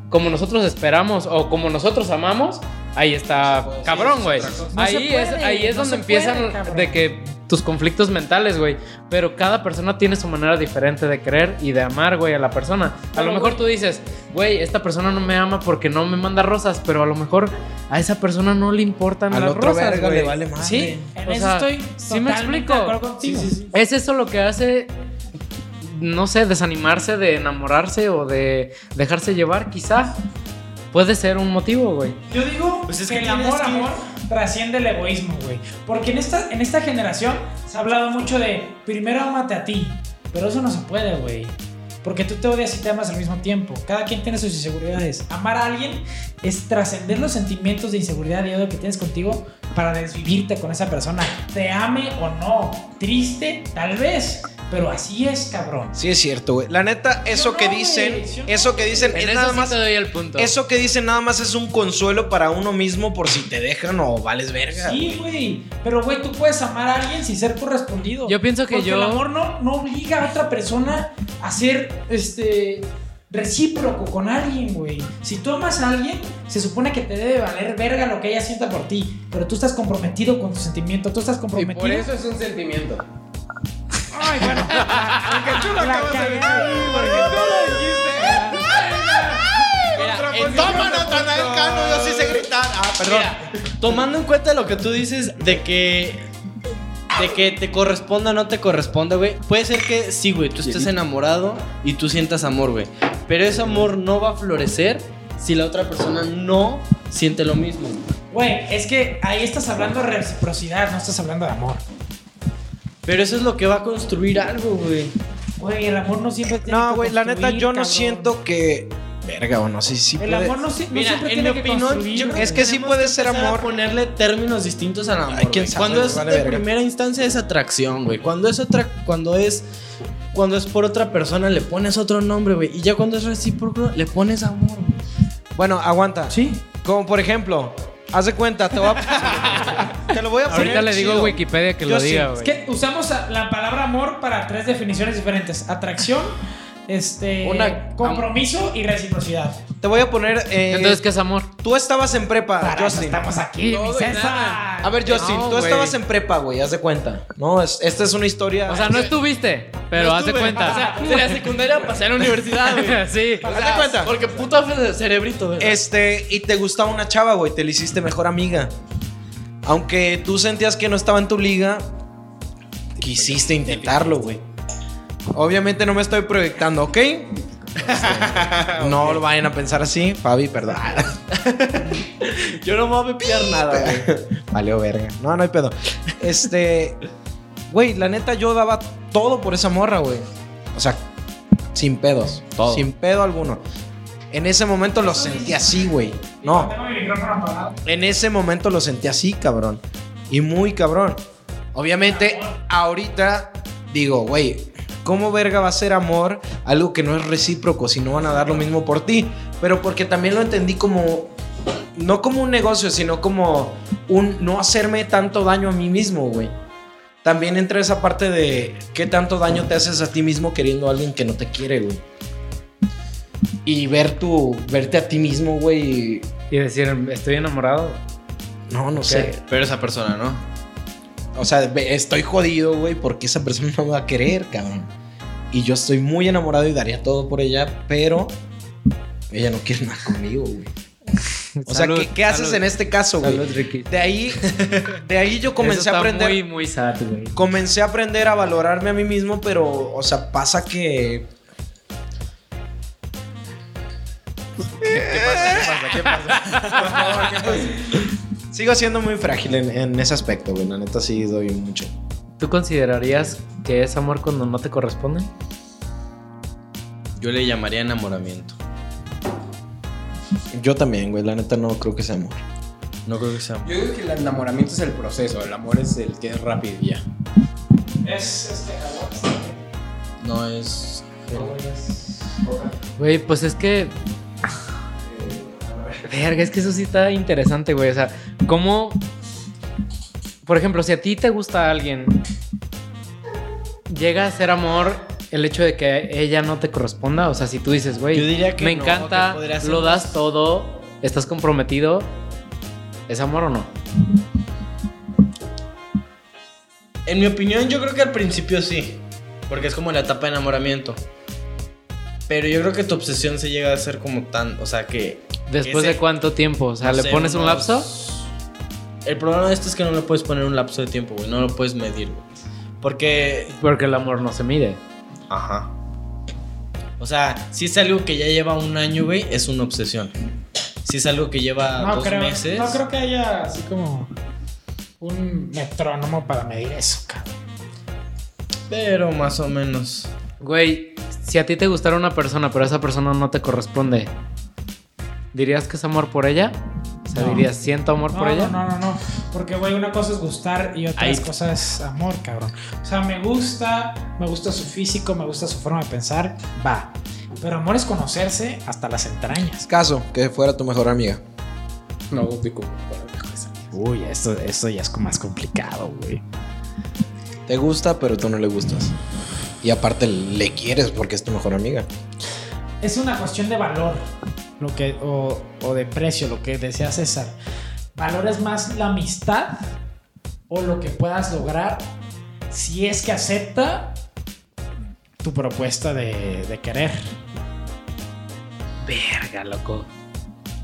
C: como nosotros esperamos o como nosotros amamos. Ahí está,
F: Sí,
C: cabrón,
F: es
C: güey.
F: otra cosa.
B: No se
C: ahí es,
B: puede,
C: ahí es
B: no
C: donde
B: se puede,
C: empiezan
B: cabrón.
C: de que tus conflictos mentales, güey. Pero cada persona tiene su manera diferente de creer y de amar, güey, a la persona. A lo
B: Pero,
C: mejor tú dices, güey, esta persona no me ama porque no me manda rosas, pero a lo mejor a esa persona no le importan
D: Al
C: las
D: otro
C: rosas,
D: verga
C: güey.
D: le vale madre.
C: Sí,
B: En
C: o
B: eso
C: sea,
B: estoy.
C: sí me
B: totalmente
C: explico.
B: de acuerdo contigo.
C: Es eso lo que hace, no sé, desanimarse de enamorarse o de dejarse llevar, quizá. Puede ser un motivo, güey.
B: Yo digo
A: Pues es
B: que,
A: que
B: el
A: tienes
B: amor,
A: que-
B: amor trasciende el egoísmo, güey. Porque en esta, en esta generación se ha hablado mucho de primero amate a ti. Pero eso no se puede, güey. Porque tú te odias y te amas al mismo tiempo. Cada quien tiene sus inseguridades. Amar a alguien es trascender los sentimientos de inseguridad y odio que tienes contigo para desvivirte con esa persona. Te ame o no. Triste, tal vez. Pero así es, cabrón.
D: Sí es cierto, güey. La neta, eso
B: no,
D: que
B: güey,
D: dicen,
B: yo no,
D: eso que dicen
C: En
D: es
C: eso
D: nada
C: sí
D: más
C: te doy el punto.
D: eso que dicen nada más es un consuelo para uno mismo por si te dejan o vales verga.
B: Sí, güey. Pero, güey, tú puedes amar a alguien sin ser correspondido.
C: Yo pienso que
B: Porque
C: yo-
B: El amor no, no obliga a otra persona a ser este, recíproco con alguien, güey. Si tú amas a alguien, se supone que te debe valer verga lo que ella sienta por ti. Pero tú estás comprometido con tu sentimiento. Tú estás
F: Y
B: comprometido.
F: por eso es un sentimiento.
B: Ay, bueno.
F: Porque tú lo
B: La
F: acabas de
B: cagué.
F: decir. Porque tú lo dijiste. Contraposición
D: Toma
F: de
D: nota,
F: puntos.
D: Cano, yo sí sé gritar. Ah, perdón.
A: Tomando en cuenta lo que tú dices de que. De que te corresponda o no te corresponda, güey. Puede ser que sí, güey. Tú estés enamorado y tú sientas amor, güey. Pero ese amor no va a florecer si la otra persona no siente lo mismo. güey.
B: Güey, es que ahí estás hablando de reciprocidad, no estás hablando de amor.
A: Pero eso es lo que va a construir algo, güey.
B: Güey, el amor no siempre tiene
D: No,
B: que
D: güey, la neta,
B: construir,
D: yo no
B: cabrón.
D: siento que Verga, o no sé si
B: El
D: puede-
B: amor no, si- no
A: Mira,
B: siempre
A: en mi
B: tiene que
A: opinión,
B: construir,
A: yo
B: güey.
D: Es que sí
A: tenemos
D: puede ser
A: empezar a
D: amor.
A: ponerle términos distintos al amor.
D: Ay, quién
A: güey.
D: sabe,
A: cuando
D: güey,
A: es
D: vale
A: de
D: verga.
A: primera instancia es atracción, güey. Cuando es otra, cuando es, cuando es por otra persona le pones otro nombre, güey. Y ya cuando es recíproco le pones amor. güey.
D: Bueno, aguanta.
B: Sí.
D: Como por ejemplo, haz de cuenta, te, voy a- te lo voy a poner.
C: Ahorita le digo a
D: chido.
C: Wikipedia que
D: Yo
C: lo
D: sí,
C: diga,
B: Es
C: güey.
B: que usamos a- la palabra amor para tres definiciones diferentes: atracción, este,
A: Una-
B: compromiso y reciprocidad.
D: Te voy a poner. eh,
C: Entonces, ¿qué es amor?
D: tú estabas en prepa,
B: Para eso
D: Justin.
B: estamos aquí,
F: Todo
B: mi
F: y
B: César.
F: nada.
D: A ver, Justin,
C: No,
D: tú
C: güey.
D: estabas en prepa, güey, haz de cuenta. No, es- esta es una historia.
C: O sea, no estuviste, pero haz de cuenta.
A: O sea, de la secundaria pasé a la universidad, güey.
C: sí.
A: O
D: Haz de
A: sea,
D: cuenta.
A: Porque puto fe- cerebrito, güey.
D: Este, y te gustaba una chava, güey, te la hiciste mejor amiga. Aunque tú sentías que no estaba en tu liga, quisiste intentarlo, güey. Obviamente no me estoy proyectando, ¿ok? Este, No lo vayan a pensar así, Fabi, perdón.
A: Yo no me voy a pepear nada, güey.
D: Valeo verga. No, no hay pedo. Este, güey, la neta yo daba todo por esa morra, güey. O sea, sin pedos,
A: Todo.
D: sin pedo alguno. En ese momento lo sentí así, güey. No.
B: Tengo mi micrófono apagado.
D: En ese momento lo sentí así, cabrón. Y muy cabrón. Obviamente, ahorita digo, güey, ¿cómo verga va a ser amor algo que no es recíproco si no van a dar lo mismo por ti? Pero porque también lo entendí como, no como un negocio, sino como un no hacerme tanto daño a mí mismo, güey. También entra esa parte de qué tanto daño te haces a ti mismo queriendo a alguien que no te quiere, güey. Y ver tu, verte a ti mismo, güey.
C: Y decir, estoy enamorado.
D: No, no sé.
A: Pero esa persona, ¿no?
D: O sea, ve- estoy jodido, güey, porque esa persona no me va a querer, cabrón. Y yo estoy muy enamorado y daría todo por ella, pero ella no quiere nada conmigo, güey. O sea, ¿qué, qué haces en este caso, güey?
C: Salud, Ricky.
D: De ahí, de ahí yo comencé
C: Eso
D: a
C: está
D: aprender.
C: Muy, muy sad, güey.
D: Comencé a aprender a valorarme a mí mismo, pero, o sea, pasa que.
F: ¿Qué pasa? ¿Qué pasa? ¿Qué pasa? Por favor, ¿qué pasa?
D: Sigo siendo muy frágil en, en ese aspecto, güey. La neta sí doy mucho.
C: ¿Tú considerarías que es amor cuando no te corresponde?
A: Yo le llamaría enamoramiento.
D: Yo también, güey. La neta no creo que sea amor.
A: No creo que sea amor.
F: Yo digo que el enamoramiento es el proceso, el amor es el que es rápido y ya.
B: Es este,
A: No es.
C: Güey, pues es que. Verga, es que eso sí está interesante, güey. O sea, ¿cómo. Por ejemplo, si a ti te gusta alguien, llega a ser amor el hecho de que ella no te corresponda. O sea, si tú dices,
A: Yo
C: güey,
A: diría que
C: me
A: no,
C: encanta,
A: que podría ser
C: lo
A: más.
C: das todo, estás comprometido, ¿es amor o no?
A: En mi opinión, yo creo que al principio sí. Porque es como la etapa de enamoramiento. Pero yo creo que tu obsesión se llega a ser como tan. O sea que.
C: ¿Después
A: Ese-
C: de cuánto tiempo? O sea,
A: no
C: ¿le
A: sé,
C: pones un
A: unos-
C: lapso?
A: El problema de esto es que no le puedes poner un lapso de tiempo, güey. No lo puedes medir, güey. Porque.
C: Porque el amor no se mide.
A: Ajá. O sea, si es algo que ya lleva un año, güey, es una obsesión. Si es algo que lleva
B: No
A: Ah, dos
B: creo,
A: meses.
B: no creo que haya así como un metrónomo para medir eso, cabrón.
A: Pero más o menos.
C: Güey, si a ti te gustara una persona, pero esa persona no te corresponde, ¿dirías que es amor por ella? O sea,
B: No.
C: ¿dirías siento amor
B: No,
C: por ella?
B: no, no, no, no. Porque, güey, una cosa es gustar y otra
A: Ahí-
B: es cosa es amor, cabrón. O sea, me gusta, me gusta su físico, me gusta su forma de pensar, va. Pero amor es conocerse hasta las entrañas.
D: Caso que fuera tu mejor amiga.
F: No, pico. para la cabeza.
B: Uy, esto, esto ya es más complicado, güey.
D: Te gusta, pero tú no le gustas. Y aparte le quieres porque es tu mejor amiga.
B: es una cuestión de valor lo que, o, o de precio, lo que decía César. ¿Valoras más la amistad o lo que puedas lograr si es que acepta tu propuesta de, de querer?
C: Verga, loco.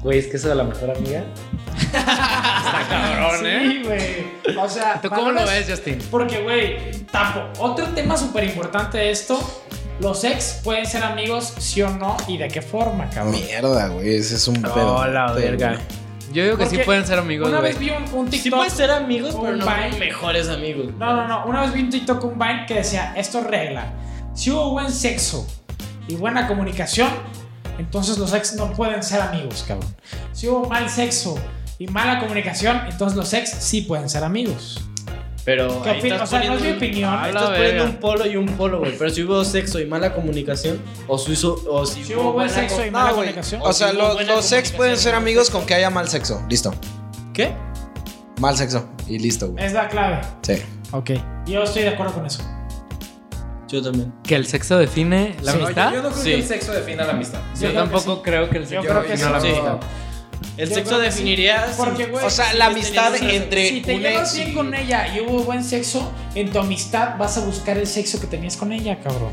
C: Güey, es que eso de la mejor amiga. Está cabrón, ¿eh?
B: Sí, güey. O sea,
C: ¿Tú cómo lo
B: valoras-
C: ves, Justin?
B: Porque, güey, tampoco. Otro tema súper importante de esto: los ex pueden ser amigos, sí o no, y de qué forma, cabrón.
D: Mierda, güey, ese es un
C: No, la
D: pedote,
C: verga.
D: güey.
C: Yo digo que sí
B: Porque
C: pueden ser amigos,
B: Una
C: güey.
B: vez vi un, un TikTok.
A: Sí pueden ser amigos, pero
B: Un
A: no
B: bye.
A: mejores amigos.
B: No, no, no. Una vez vi un TikTok con Vine que decía, esto es regla. Si hubo buen sexo y buena comunicación, Entonces los ex no pueden ser amigos, cabrón. Si hubo mal sexo y mala comunicación, entonces los ex sí pueden ser amigos.
A: Pero
B: ¿Qué
A: ahí
B: opinas?
A: estás
B: O sea, no es
A: poniendo
B: mi
A: un-
B: opinión.
A: ahí
B: La
A: Estás poniendo
B: verga.
A: un polo y un polo, güey. Pero si hubo sexo y mala comunicación, o si, hizo, o si,
B: Si hubo buen
A: buena
B: sexo
A: co-
B: y mala
D: No, güey.
B: comunicación.
D: O sea,
A: Sí,
D: los,
A: buena
D: los ex
A: comunicación.
D: pueden ser amigos con que haya mal sexo. Listo.
A: ¿Qué?
D: Mal sexo. Y listo, güey.
B: Es la clave.
D: Sí.
B: Ok. Yo estoy de acuerdo con eso.
A: Yo también.
C: ¿Que el sexo define la
B: Sí.
C: amistad?
F: Yo, yo no creo
A: Sí.
F: que el sexo defina la amistad.
C: Yo,
B: Yo creo que
C: tampoco creo que el sexo
B: creo que
C: defina la
A: sí.
C: amistad.
A: El
B: Yo
A: sexo
B: creo que
A: definiría.
B: sí.
A: si-
B: Porque, güey,
D: O sea, la amistad entre
B: si te
D: un
B: llevas
D: ex
B: bien
D: y-
B: con ella y hubo buen sexo, en tu amistad vas a buscar el sexo que tenías con ella, cabrón.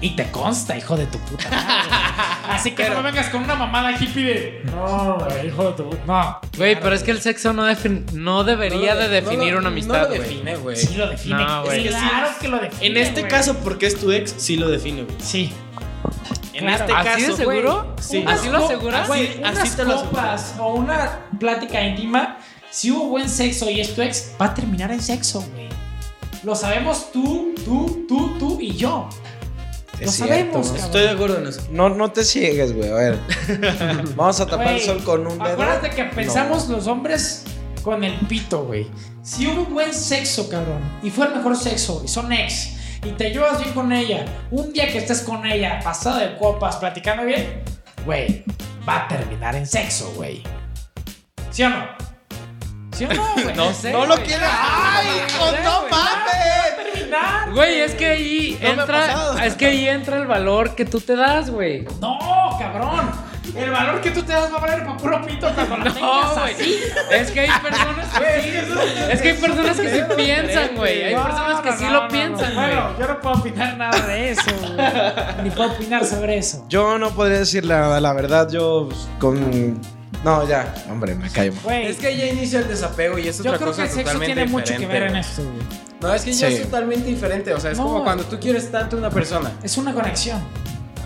B: Y te consta, hijo de tu puta madre. Así que no me vengas con una mamada hippie de. No, güey, hijo de tu puta. No.
C: Güey,
B: Claro,
C: pero es que el sexo no, defin- no debería
F: No
C: de
F: lo-
C: definir
F: no lo-
C: una
F: No
C: amistad,
F: lo
C: güey.
F: define, güey.
B: Sí lo define.
C: No, güey.
B: claro que lo define.
A: En este
B: güey.
A: caso, porque es tu ex, sí lo define, güey.
B: Sí.
A: En
B: Claro.
A: este
C: ¿Así de
A: caso. güey,
C: seguro?
A: Sí.
B: Unas
C: ¿Así lo
B: co-
C: aseguras?
B: güey,
A: Sí,
B: unas
A: así te lo aseguro.
B: copas o una plática íntima, si hubo buen sexo y es tu ex, va a terminar en sexo, güey. Lo sabemos tú, tú, tú, tú y yo. Lo
D: Es
B: sabemos,
D: cierto.
A: Estoy de acuerdo en eso.
D: No, no te ciegues, güey. A ver. Vamos a tapar el
B: Güey,
D: sol con un dedo.
B: Acuérdate que pensamos los hombres con el pito, güey. Si hubo buen sexo, cabrón, y fue el mejor sexo, y son ex, y te llevas bien con ella, un día que estés con ella, pasado de copas, platicando bien, güey, va a terminar en sexo, güey. ¿Sí o no? ¿Sí o no, güey? Ah,
C: No sé.
D: No lo quieres. ¡Ay, hijo, no mames!
B: terminar.
C: Güey, es que ahí
D: No me ha pasado.
C: entra. Es que ahí entra el valor que tú te das, güey.
B: No, cabrón. El valor que tú te das va a valer para puro pito cuando la tengas
C: No, Oh, güey.
B: así.
C: Es que hay personas que sí. Es que hay personas que sí piensan, güey. Hay
B: Este, No,
C: personas que
B: no,
C: sí
B: no,
C: lo
B: no,
C: piensan,
B: no.
C: güey.
B: Bueno, yo no puedo opinar nada de eso, güey. Ni puedo opinar sobre eso.
D: Yo no podría decir la, la verdad. Yo pues, con. No, ya. Hombre, me callo.
B: Güey,
F: Es que ya inicia el desapego y es
B: yo
F: otra
B: creo que
F: cosa
B: el sexo
F: totalmente
B: tiene mucho que
F: diferente,
B: ver en
F: güey.
B: esto, güey.
F: No, es que ya
D: Sí.
F: es totalmente diferente. O sea, es
B: No.
F: como cuando tú quieres tanto a una persona.
B: Es una conexión.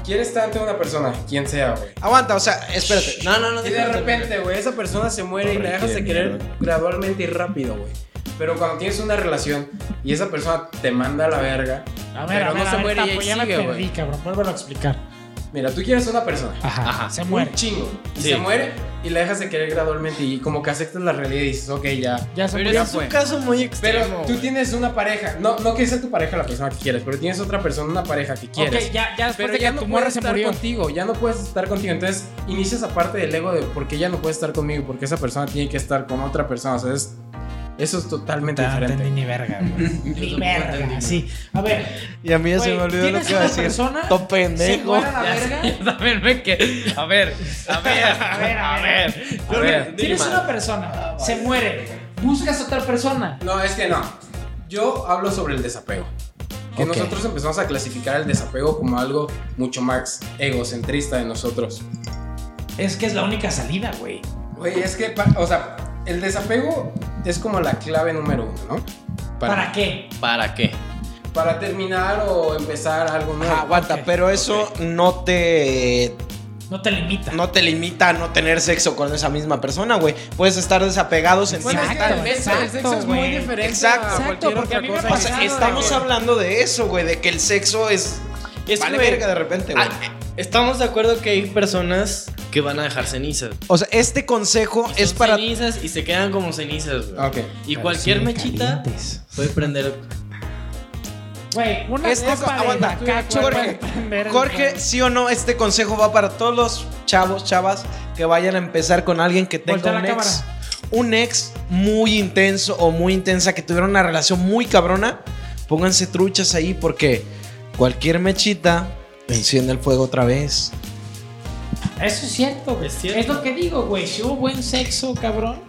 F: Quieres tanto a una persona, quien sea, güey.
D: Aguanta, o sea, espérate. No, no, no.
F: Y de
D: déjame terminar.
F: repente, güey, esa persona se muere y la
D: Torre
F: dejas de
D: de
F: querer
D: mierda.
F: gradualmente y rápido, güey. Pero cuando tienes una relación y esa persona te manda a la verga,
B: A ver,
F: pero
B: a ver,
F: no
B: a
F: se
B: ver,
F: muere y
B: Tapo,
F: ahí
B: ya me
F: sigue,
B: perdí,
F: güey.
B: cabrón. Vuélvelo a explicar.
F: Mira, tú quieres a una persona,
B: Ajá, se Ah, muere.
F: un chingo, y
A: Sí.
F: se muere y la dejas de querer gradualmente y como que aceptas la realidad y dices, ok, ya.
B: Ya se
A: Pero
B: murió.
F: ya
A: es un
C: pues.
F: fue.
A: caso muy
F: Pero
A: extremo.
F: tú tienes una pareja, no, no que sea tu pareja la persona que quieres, pero tienes otra persona, una pareja que quieres.
B: Ok, ya, ya después
F: Pero
B: de que
F: ya no
B: tu
F: puedes
B: morra se
F: estar
B: murió.
F: contigo, ya no puedes estar contigo. Entonces inicias aparte del ego de por qué ya no puedes estar conmigo, porque esa persona tiene que estar con otra persona. O sea, es- eso es totalmente
B: No entendí
F: diferente.
B: ni verga, güey. Ni verga, sí. A ver,
D: Y a mí ya se
B: güey,
D: me olvidó lo
B: tienes
D: que iba a
B: una
D: decir.
B: persona,
D: To
B: se
D: pendejo.
B: muere a la verga.
C: También me que. A ver, a ver, a ver, a ver. A ver.
B: Tienes una persona, se muere, buscas otra persona.
F: No, es que no. Yo hablo sobre el desapego. Que
D: Ok.
F: nosotros empezamos a clasificar el desapego como algo mucho más egocentrista de nosotros.
B: Es que es la única salida, güey.
F: Güey, es que, pa- o sea, el desapego es como la clave número uno, ¿no?
B: ¿Para, qué?
A: ¿Para qué?
F: para terminar o empezar algo nuevo.
D: Ajá, Ah, aguanta,
B: Ok,
D: pero eso no te
B: No te limita.
D: no te limita a no tener sexo con esa misma persona, güey. Puedes estar desapegado
F: Bueno, es que
B: Exacto,
F: el
D: sentimentalmente.
F: sexo- el sexo es
B: exacto,
F: muy
B: güey.
F: diferente. a
D: Exacto.
B: Exacto,
F: cualquier
B: porque
F: otra
B: a mí me
F: cosa
B: pasa-
D: O
F: que
D: sea,
F: hagas,
D: estamos
F: güey.
D: hablando de eso, güey, de que el sexo es
A: Es
D: vale
A: que, güey,
D: verga de repente, güey.
A: ah, Estamos de acuerdo que hay personas que van a dejar cenizas.
D: O sea, este consejo
A: Y
D: es
A: son
D: para
A: cenizas y se quedan como cenizas, güey.
F: Ok.
A: Y cualquier mechita puede prender.
B: Güey, una
D: Este co-
B: copa
D: aguanta,
B: de bacacho
D: Jorge,
B: puede prender el
D: Jorge,
B: fuego.
D: sí o no, este consejo va para todos los chavos, chavas que vayan a empezar con alguien que
B: Voltea
D: tenga un
B: la
D: ex, un ex muy intenso o muy intensa, que tuviera una relación muy cabrona. Pónganse truchas ahí porque cualquier mechita enciende el fuego otra vez.
B: Eso es cierto, güey.
A: Es
B: Es,
A: cierto.
B: lo que digo, güey. Si hubo buen sexo, cabrón,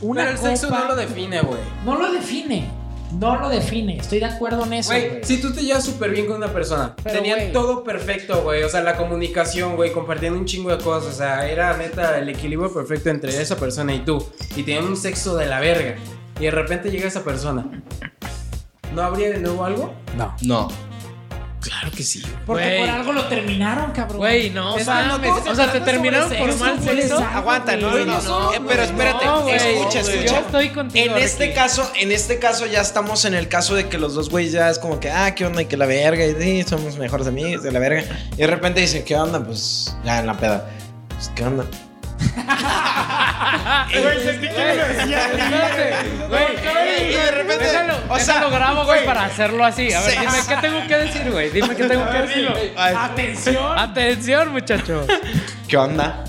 B: una
F: Pero el
B: copa
F: sexo no lo define, güey.
B: no lo define. No lo define. Estoy de acuerdo en eso.
F: Güey,
B: güey.
F: si tú te llevas súper bien con una persona,
B: Pero,
F: tenían
B: güey.
F: todo perfecto, güey. O sea, la comunicación, güey, compartían un chingo de cosas. O sea, era neta el equilibrio perfecto entre esa persona y tú. Y tenían un sexo de la verga. Y de repente llega esa persona. ¿No habría de nuevo algo?
B: No.
A: No.
B: Claro que sí. Porque
C: Güey.
B: por algo lo terminanan, cabrón.
C: Güey, no,
B: Es
C: mames.
B: que no todo
C: O sea,
B: se
C: ¿te
B: trata
C: terminaron
B: sobre
C: por
B: sexo,
C: mal
B: güey,
C: sexo?
B: es algo,
D: Aguanta, no,
B: güey.
D: no, no. Eh, pero espérate,
C: No, güey.
D: escucha,
C: Yo
D: escucha.
C: estoy contigo.
D: En este
C: Ricky.
D: caso, en este caso ya estamos en el caso de que los dos güeyes ya es como que, ah, qué onda y que la verga, y sí, somos mejores amigos de la verga. Y de repente dice, ¿qué onda? Pues ya en la peda. Pues, ¿qué onda?
C: Espérate, Güey,
D: Y de repente,
C: Déjalo,
D: o sea,
C: déjalo grabo, güey, para hacerlo así. A ver,
D: se-
C: dime, ¿qué tengo que decir, güey? Dime, ¿qué tengo que decir?
D: ay,
B: Atención.
C: Atención, muchachos.
D: ¿qué onda?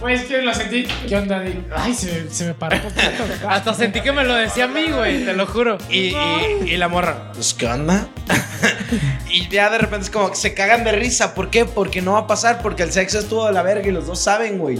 B: Pues que lo sentí. ¿Qué onda? Di- Ay, se, me- se me paró poquito.
C: Hasta sentí que me lo decía a mí, güey, te lo juro.
D: Y, y- y la morra, pues ¿qué onda? y ya de repente es como que se cagan de risa. ¿Por qué? Porque no va a pasar, porque el sexo estuvo de la verga y los dos saben, güey.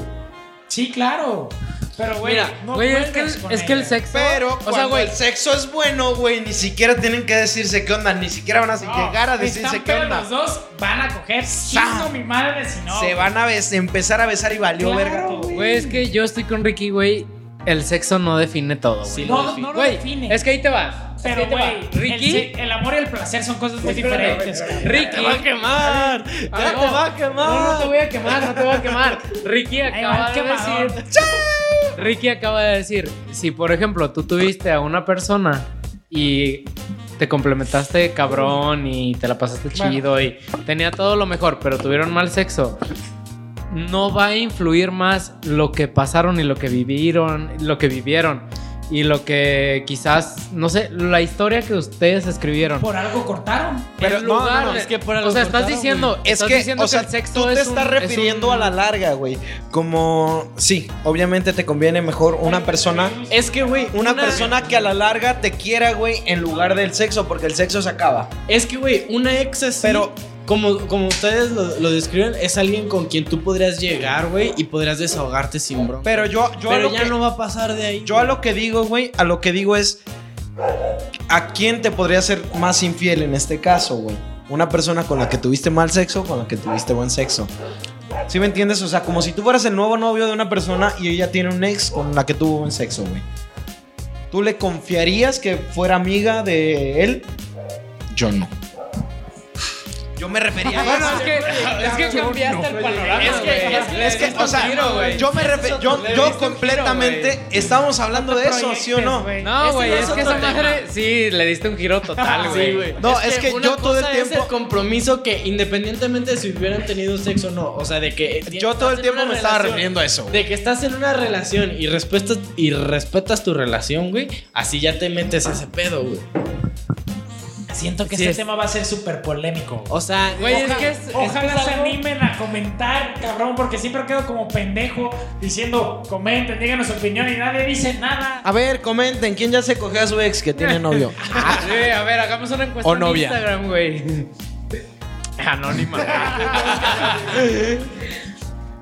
B: Sí, claro. Pero, güey,
C: Mira,
B: no
C: güey, es, que
B: cuentes
C: el-
B: con
C: es que el
B: ella.
C: sexo.
D: Pero
C: o
D: cuando
C: sea, güey,
D: el sexo es bueno, güey, ni siquiera tienen que decirse qué onda, ni siquiera van a
B: No,
D: llegar a decirse
B: están
D: qué
B: pedos
D: onda.
B: Los dos van a coger. Chingo mi madre si no.
D: Se van a bes- empezar a besar y valió
B: Claro,
D: verga todo.
C: güey, es que yo estoy con Ricky, güey. El sexo no define todo, güey.
A: Sí,
B: No,
A: lo define.
B: no lo
C: Güey,
B: define.
C: Es que ahí te va. es que
B: Pero,
C: ahí te va.
B: güey, el,
C: Ricky.
B: se- el amor y el placer son cosas muy
C: espérame,
B: diferentes. cabrón.
C: Ricky. Te va a
D: quemar,
C: Ah, no. No, no te voy a quemar, no te voy a quemar. Ricky
B: Ahí
C: acaba
B: va
C: de
B: el quemador.
C: decir. Ricky acaba de decir, si por ejemplo tú tuviste a una persona y te complementaste cabrón y te la pasaste
B: Bueno.
C: chido y tenía todo lo mejor, pero tuvieron mal sexo. No va a influir más lo que pasaron y lo que vivieron, lo que vivieron y lo que quizás, no sé, la historia que ustedes escribieron.
B: Por algo cortaron.
D: Pero
C: En
D: no, no,
C: lugar
D: no,
C: de-
A: es que por algo
C: O sea, estás
A: cortaron,
C: diciendo,
D: Es
C: estás
D: que,
C: diciendo
D: o sea,
C: que el sexo
D: tú te
C: es
D: estás
C: un- es un-
D: refiriendo a la larga, güey. Como, sí, obviamente te conviene mejor una persona.
A: Es que, güey,
D: Una, persona que a la larga te quiera, güey, en lugar del sexo, porque el sexo se acaba.
A: Es que, güey, una ex así,
D: Pero-
A: como, como ustedes lo, lo describen, es alguien con quien tú podrías llegar, güey, y podrías desahogarte sin bronca.
D: Pero yo, yo a
A: Pero
D: lo
A: ya
D: que-
A: no va a pasar de ahí.
D: Yo a lo que digo, güey, a lo que digo es ¿a quién te podría ser más infiel en este caso, güey? Una persona con la que tuviste mal sexo, o con la que tuviste buen sexo. ¿Sí me entiendes? O sea, como si tú fueras el nuevo novio de una persona y ella tiene un ex con la que tuvo buen sexo, güey. ¿Tú le confiarías que fuera amiga de él? Yo no. Yo me refería a
C: Bueno, es que, es que cambiaste el panorama.
D: es que, es que, es que, o sea, yo me refiero, yo,
C: Le diste
D: yo
C: un
D: completamente,
C: giro,
D: estamos hablando de eso, ¿sí o no?
B: Proyectes, güey.
C: No,
A: Ese
C: güey,
A: ya
C: es,
A: es
C: que
A: otro
C: esa
A: tema.
C: madre. Sí, le diste un giro total,
A: Sí,
C: güey.
D: No, es que
A: una
D: yo todo el
A: cosa Es
D: tiempo-
A: el compromiso que independientemente de si hubieran tenido sexo o no, o sea, de que
D: Yo todo el
A: estás en
D: tiempo
A: una
D: me estaba
A: relación,
D: refiriendo a eso. güey.
A: de que estás en una relación y respetas y respetas tu relación, güey, así ya te metes ese pedo, güey.
B: Siento que
C: Sí
B: este
C: es.
B: tema va a ser súper polémico.
A: O sea,
C: Güey, es
A: ojalá-
C: que es-
B: Ojalá
C: es
B: se
C: algo-
B: animen a comentar, cabrón, porque siempre quedo como pendejo diciendo, comenten, díganos su opinión y nadie dice nada.
A: Ah,
D: A ver, comenten, ¿quién ya se cogió a su ex que tiene novio?
C: Sí, a ver, hagamos una encuesta
D: O
C: en
D: novia.
C: Instagram, güey. Anónima.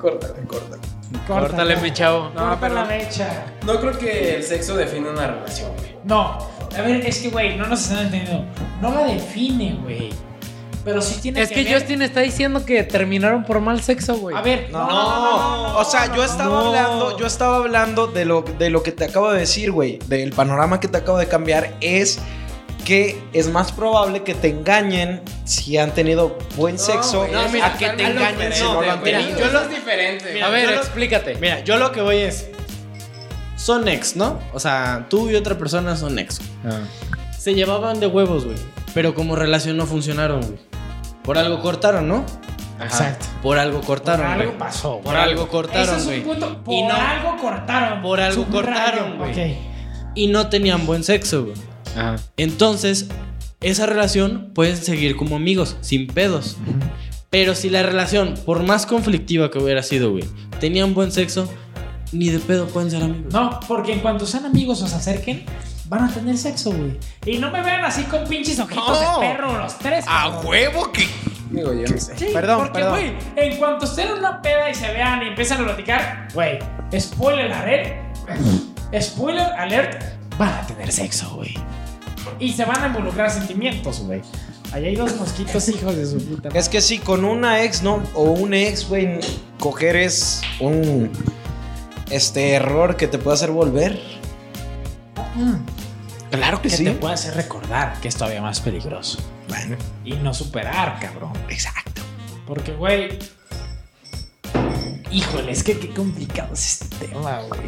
F: Córtale, córtale.
C: Córtale, mi chavo.
F: No,
B: Corta
F: pero-
B: la mecha.
F: No creo que el sexo define una relación, güey.
B: No, a ver, es que, güey, no nos están entendiendo. No la define, güey. Pero sí tiene
C: Es
B: que
C: que
B: ver-
C: Justin está diciendo que terminaron por mal sexo, güey.
B: A ver, no,
D: No,
B: no, no, no, no,
D: o sea,
B: no,
D: yo
B: no,
D: estaba
B: no.
D: hablando, yo estaba hablando de lo, de lo que te acabo de decir, güey, del panorama que te acabo de cambiar es que es más probable que te engañen si han tenido buen sexo
F: güey, no,
A: mira,
D: a que te
A: a lo
D: engañen si no lo han
A: mira,
D: tenido.
A: yo
F: lo es diferente.
C: a ver,
A: yo lo-
C: explícate.
A: Mira, yo lo que voy es. Son ex, ¿no? O sea, tú y otra persona son ex.
D: Ah.
A: Se llevaban de huevos, güey. Pero como relación no funcionaron, güey. Por algo cortaron, ¿no?
B: Exacto.
A: Por algo cortaron,
B: Por
A: güey.
B: algo pasó, güey.
A: Por algo
B: Ese
A: cortaron,
B: es un
A: güey.
B: punto. Por
A: Y no-
B: algo cortaron.
A: Por algo
B: Subrayo,
A: cortaron, güey.
B: ok.
A: Y no tenían buen sexo, güey.
C: Ajá.
A: Entonces, esa relación pueden seguir como amigos, sin pedos. Pero si la relación, por más conflictiva que hubiera sido, güey, tenían buen sexo, ni de pedo pueden ser amigos.
B: No, porque en cuanto sean amigos o se acerquen, van a tener sexo, güey. Y no me vean así con pinches ojitos
D: No.
B: de perro los tres.
D: A
B: cabrón.
D: huevo que
F: Digo, yo no sé.
B: Sí,
D: Perdón,
B: porque,
D: perdón.
B: güey, en cuanto estén en una peda y se vean y empiezan a platicar, güey, spoiler alert, spoiler alert, van a tener sexo, güey. Y se van a involucrar sentimientos, güey. Allá hay dos mosquitos, hijos de su puta. madre.
D: Es que sí, con una ex, ¿no? O un ex, güey, coger es un este error que te puede hacer volver.
B: Mm,
D: Claro
B: Que te puede hacer recordar que es todavía más peligroso.
D: Bueno,
B: y no superar, cabrón.
D: exacto.
B: Porque, güey. Híjole, es que qué complicado es este tema, güey.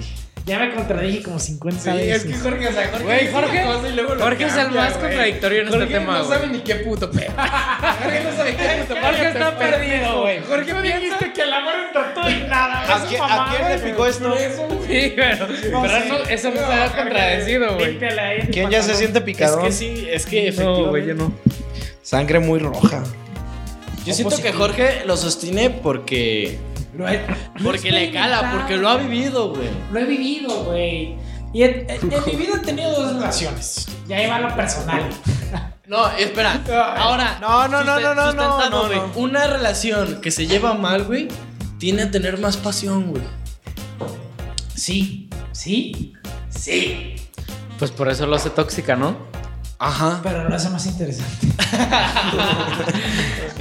B: Ya me contradije como 50
F: Sí,
B: veces.
F: es que Jorge, o sea, Jorge,
C: Güey,
F: dice una
C: Jorge-
F: cosa y luego lo
C: Jorge es el
F: cambia,
C: más
F: güey.
C: contradictorio en este
F: Jorge
C: tema,
F: no
C: güey.
F: sabe ni qué puto pedo. Jorge no sabe qué puto pedo.
B: Jorge está perdido, güey.
F: Jorge
B: Tú
F: piensa-
B: dijiste que el amor entre todo y nada, güey.
D: ¿A
B: Eso es
D: qué- a
B: mamada,
D: quién le
B: güey.
D: picó esto?
C: Sí, pero, pero
B: sé.
C: eso, eso no
F: No,
C: se ha
F: Jorge,
C: contradecido, güey.
B: Límpiale ahí el
D: ¿Quién ya se
B: pantalón.
D: siente picado?
A: Es que sí, es que efectivamente.
C: No, güey, yo no.
D: Sangre muy roja.
A: Yo siento que Jorge lo sostiene porque.
B: Lo he- lo he
A: Porque le cala,
B: experimentado.
A: porque lo ha vivido, güey.
B: Lo he vivido, güey. Y en, en- en mi vida he tenido dos relaciones. Y ahí va lo personal.
A: No, espera. Ahora.
D: No, no, no,
A: susten-
D: no, no, no,
A: sustentado,
D: no,
A: güey.
D: no.
A: Una relación que se lleva mal, güey, tiene a tener más pasión, güey.
B: Sí, sí, sí.
C: Pues por eso lo hace tóxica, ¿no?
F: Ah.
A: Ajá.
B: Pero lo hace más interesante.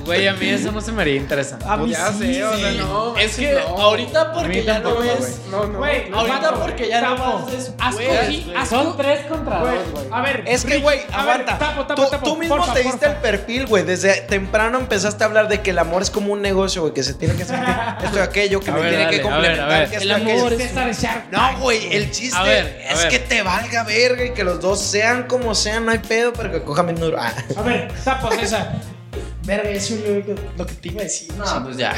C: Güey, a mí eso no se me haría interesante.
B: A mí
F: Ya
B: sí,
F: sé, o sea,
B: sí.
F: no.
A: Es que
F: no.
A: ahorita porque
C: mí
A: ya no
C: tampoco,
A: ves.
F: No, no.
B: Güey,
F: no,
A: Ahorita
F: no.
A: porque ya no
B: Tapo.
A: vas
B: Haz
A: después.
B: coji- haz
C: Son
B: co- tres contra
F: Güey,
B: dos, güey. A ver,
D: Es que,
B: Rick,
D: güey,
B: a ver,
D: aguanta.
B: tapo, tapo,
D: tú,
B: tapo,
D: tú mismo
B: porfa,
D: te diste
B: porfa.
D: el perfil, güey. Desde temprano empezaste a hablar de que el amor es como un negocio, güey, que se tiene que sentir esto y aquello, que
C: A
D: me
C: ver,
D: tiene
C: dale,
D: que
C: a ver,
D: complementar,
C: a ver.
D: que esto
A: El
D: y aquello.
A: amor es.
B: César Sharp.
D: No, güey, el chiste
C: A ver, a
D: es
C: ver.
D: que te valga verga y que los dos sean como sean, no hay pedo, pero que cojan bien duro. Ah.
B: A ver, tapo, César. Verga, eso es lo, lo que te iba a decir.
A: No, pues ya.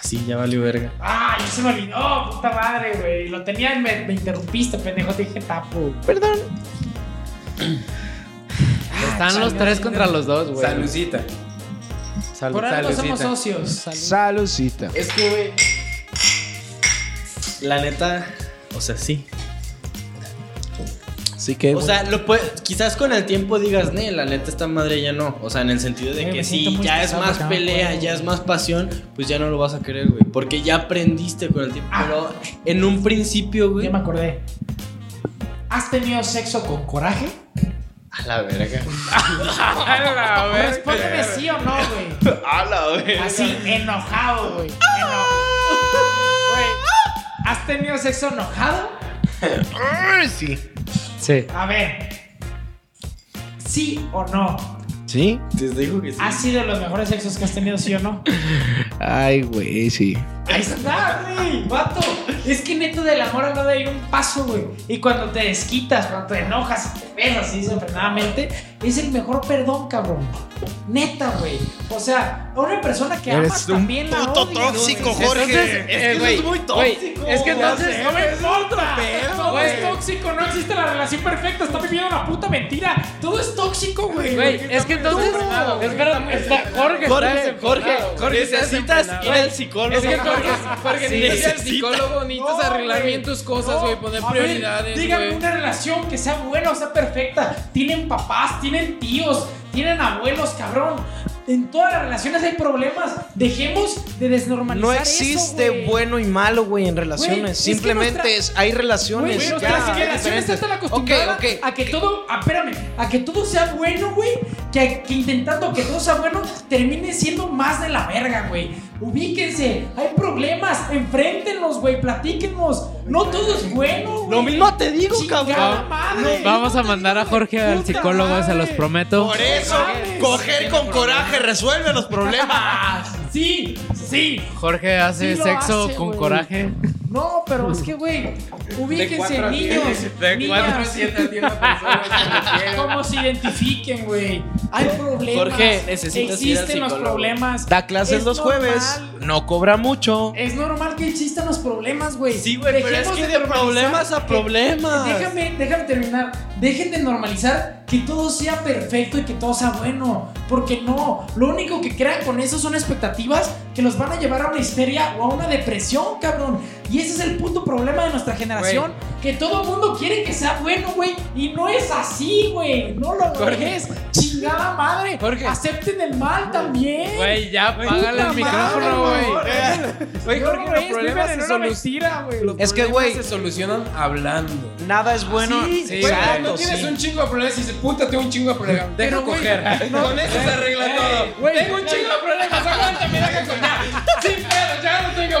A: Así ya valió verga.
B: Ah, ya se me olvidó, puta madre, güey. Lo tenía y me, me interrumpiste, pendejo. Te dije tapo.
D: Perdón.
C: Están los tres contra los dos, güey.
F: Salucita.
C: Salud,
B: Por algo somos
C: salucita.
B: socios. Salud.
D: Salucita.
A: Es que, güey. La neta. O sea, sí.
D: Sí que.
A: O sea, lo puede- quizás con el tiempo digas, ne, la neta esta madre ya no. O sea, en el sentido de
B: Güey,
A: que
B: me siento
A: si
B: muy
A: ya es
B: estresado
A: más
B: acá,
A: pelea,
B: güey.
A: ya es más pasión, pues ya no lo vas a querer, güey. Porque ya aprendiste con el tiempo. Pero en un principio, güey.
B: Ya me acordé. ¿Has tenido sexo con coraje?
A: A la verga.
C: A ver,
B: Respóndeme sí o no, güey.
A: A la verga.
B: Así, enojado, güey. Eno- Güey, ¿Has tenido sexo enojado?
D: sí.
C: Sí.
B: A ver. ¿Sí o no?
D: ¿Sí?
A: Te digo que sí.
B: ¿Has sido los mejores sexos que has tenido, sí o no?
D: Ay, güey, sí.
B: Ahí está, güey. Vato. Es que neto del amor no de ir un paso, güey. Y cuando te desquitas, cuando te enojas y te besas y desenfrenadamente, es el mejor perdón, cabrón. Neta, güey. O sea, a una persona que amas también la
D: puto
B: odias,
D: tóxico,
B: güey.
D: Jorge.
A: Entonces,
C: Eh,
A: eso
C: güey, güey, es que
A: ya
C: entonces-
A: sé.
B: No me importa. Todo
C: güey.
B: es tóxico, no existe la relación perfecta. Está viviendo una puta mentira. Todo es tóxico, güey.
C: Güey, es que entonces.
F: desenfrenado, güey.
C: Espera, está Jorge. está
A: Jorge,
C: desenfrenado,
A: Jorge,
C: güey.
A: Jorge, necesitas ir al psicólogo.
C: Es que Jorge, Jorge
A: Sí,
C: necesitas el
A: necesita.
C: psicólogo, necesitas
B: No,
C: arreglar
B: güey.
C: bien tus cosas,
B: No,
C: güey, poner
B: a ver,
C: prioridades,
B: Dígame
C: güey.
B: una relación que sea buena o sea perfecta. Tienen papás, tienen tíos, tienen abuelos, cabrón. En todas las relaciones hay problemas. Dejemos de desnormalizar
D: No
B: eso,
D: existe
B: güey.
D: bueno y malo, güey, en relaciones.
B: Güey, es que
D: Simplemente
B: nuestra-
D: es, hay relaciones.
B: Güey,
D: ya,
B: nuestras generaciones
D: diferentes.
B: están acostumbradas
D: Ok, ok.
B: a que todo, ah, espérame, a que todo sea bueno, güey, que, que intentando que todo sea bueno termine siendo más de la verga, güey. Ubíquense, hay problemas, enfréntenlos, güey, platíquenos. No todo es bueno, güey.
A: Lo mismo te digo,
B: Chingada
A: cabrón.
B: madre.
C: Vamos a mandar a Jorge al
B: Puta
C: psicólogo, se los
B: madre.
C: prometo.
D: Por eso,
B: mames.
D: coger con coraje resuelve los problemas.
B: Sí, sí.
C: Jorge hace
B: Sí lo
C: sexo
B: hace,
C: con
B: güey.
C: coraje.
B: No, pero es que, güey, ubíquense,
F: cuatro a
B: niños.
F: diez, de
B: niñas.
F: cuatro a siete atiendo a personas cuando quiero.
B: ¿Cómo se identifiquen, güey? Hay problemas.
A: Jorge, necesitas ir al
B: Existen los
A: psicólogo.
B: problemas.
D: Da clases
B: Es
D: los
B: normal.
D: jueves. No cobra mucho.
B: Es normal que existan los problemas, güey.
A: Sí, güey, pero es
B: Dejemos
A: que de
B: normalizar
A: problemas a
B: que-
A: problemas.
B: Déjame, déjame terminar. Dejen de normalizar que todo sea perfecto y que todo sea bueno. Porque no, lo único que crean con eso son expectativas que los van a llevar a una histeria o a una depresión, cabrón. Y ese es el puto problema de nuestra generación. Que todo el mundo quiere que sea bueno, güey. Y no es así, güey. No lo
C: Jorge.
B: es. Chingada madre.
C: Jorge.
B: Acepten el mal también.
C: Güey, ya apágale
B: puta
C: el
B: madre,
C: micrófono, güey.
F: Oye,
B: No,
F: Jorge,
B: güey,
F: los
B: es
F: problemas
B: viven
F: se
B: en una
F: solucionan.
B: mentira, güey.
D: Es que, güey-
F: se solucionan hablando.
D: Nada es bueno.
C: Sí,
F: Güey,
C: güey.
F: cuando tienes un chingo de problemas y dices, puta, tengo un chingo de problemas. Deja coger. Con eso se arregla todo. tengo un chingo de problemas, aguántame, deja coger. Sí, pero ya no tengo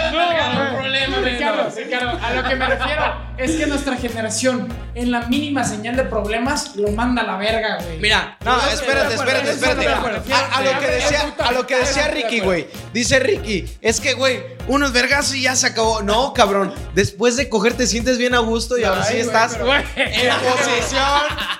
C: No, problema,
B: Ricardo, Ricardo, a lo que me refiero es que nuestra generación, en la mínima señal de problemas, lo manda a la verga, güey.
A: Mira,
D: No, espérate, espérate, espérate. A, a lo que decía, a lo que decía Ricky, güey. Dice Ricky, es que, güey, unos vergazos y ya se acabó. No, cabrón. Después de coger te sientes bien a gusto y ahora sí estás en posición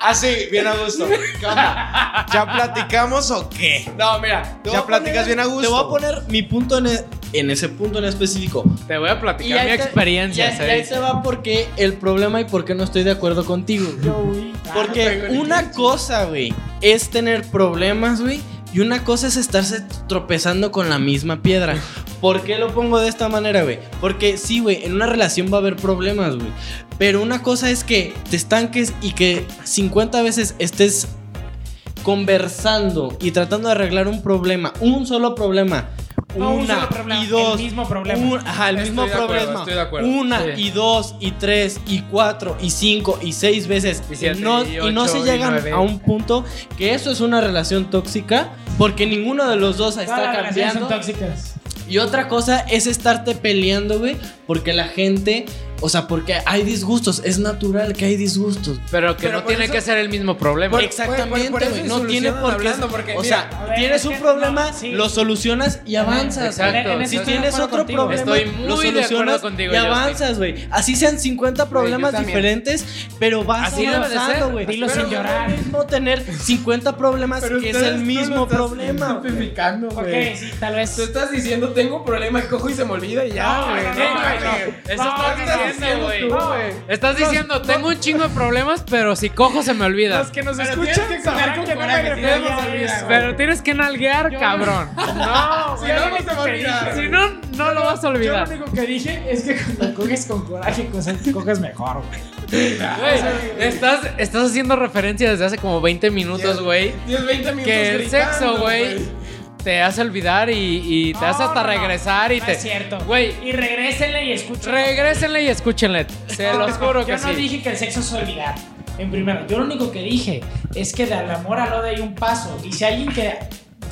D: así, bien a gusto. ¿Qué onda? ¿Ya platicamos o qué?
A: no, mira. te
D: Ya
A: voy a
D: platicas bien a gusto.
A: Te voy a poner mi punto en, e- en ese punto en específico.
C: Te voy a
A: Y
C: platicar
A: ahí
C: mi
A: te-
C: experiencia.
A: y ahí- y ahí
C: ¿sabes?
A: se va porque el problema y por qué no estoy de acuerdo contigo. güey. Porque una cosa, güey, es tener problemas, güey. Y una cosa es estarse tropezando con la misma piedra. ¿Por qué lo pongo de esta manera, güey? Porque sí, güey, en una relación va a haber problemas, güey. Pero una cosa es que te estanques y que 50 veces estés conversando y tratando de arreglar un problema, un solo problema.
B: No, un
A: una
B: solo problema,
A: y dos.
B: el mismo problema.
A: un- ajá, el
F: Estoy
A: mismo
F: de acuerdo,
A: problema.
F: estoy de acuerdo.
A: Una
C: Sí.
A: y dos y tres y cuatro y cinco y seis veces
C: Y siete,
A: no,
C: y
A: no
C: ocho,
A: se
C: y
A: llegan
C: nueve.
A: a un punto que eso es una relación tóxica porque ninguno de los dos
B: Todas
A: está
B: las relaciones son
A: cambiando.
B: tóxicas.
A: Y otra cosa es estarte peleando, güey, porque la gente, o sea, porque hay disgustos, es natural que hay disgustos.
C: Pero que
F: Pero
C: no
F: por
C: tiene
F: eso-
C: que ser el mismo problema.
A: Exactamente,
F: por- por eso
A: güey, no
F: solucionan
A: tiene por qué.
F: hablando, porque,
A: o
F: mira,
A: sea,
B: a ver,
A: tienes
B: es
A: un
B: que
A: problema,
B: no, sí.
A: lo solucionas y avanzas.
C: Exacto.
B: En- en eso
A: Si
B: estoy de
A: tienes
B: acuerdo
A: otro
B: contigo.
A: problema,
C: Estoy muy
A: lo
C: de acuerdo
A: solucionas
C: contigo,
A: y
C: Justin.
A: avanzas, güey. Así sean 50 problemas
F: también.
A: diferentes, pero vas
C: Así debe de
A: avanzando,
C: ser.
A: güey.
B: Dilo sin
A: Pero no
B: llorar.
A: es lo mismo tener 50 problemas
F: Pero
A: que es
F: ustedes
A: el
F: no
A: mismo
F: lo estás
A: problema. güey.
F: simplificando,
B: Ok,
F: güey.
B: sí, tal vez.
F: Tú estás diciendo, tengo un problema, cojo y se me olvida
C: Ah,
F: y ya,
B: Ah, No,
F: güey.
B: no,
F: No,
B: no,
F: güey.
B: no.
C: Eso
B: No,
C: estás
B: no,
F: estás
C: diciendo,
F: haciendo
C: güey.
F: tú, güey.
C: Estás diciendo, tengo un chingo de problemas, pero si cojo se me olvida.
B: que nos
F: Pero tienes que saber con coraje, si no, no se olvida, güey.
C: Pero tienes que nalguear,
B: Yo-
C: cabrón. No,
F: Si
C: güey.
F: no, no se va a olvidar.
C: Si no, no lo vas a olvidar.
B: Yo lo único que dije es que cuando coges con coraje, cosas coges mejor, güey.
C: Güey, estás, estás haciendo referencia desde hace como 20 minutos, güey.
F: Tienes 20 minutos
C: Que el
F: gritando,
C: sexo, güey, te hace olvidar y, y te hace
B: No,
C: hasta
B: no, no.
C: regresar y
B: No
C: te...
B: es cierto.
C: Güey,
B: Y regrésenle y escuchen.
C: regrésenle y escúchenle. Se los juro que
B: Yo no
C: sí.
B: dije que el sexo es olvidar. En primero, yo lo único que dije es que del amor al odio hay un paso. Y si hay alguien que,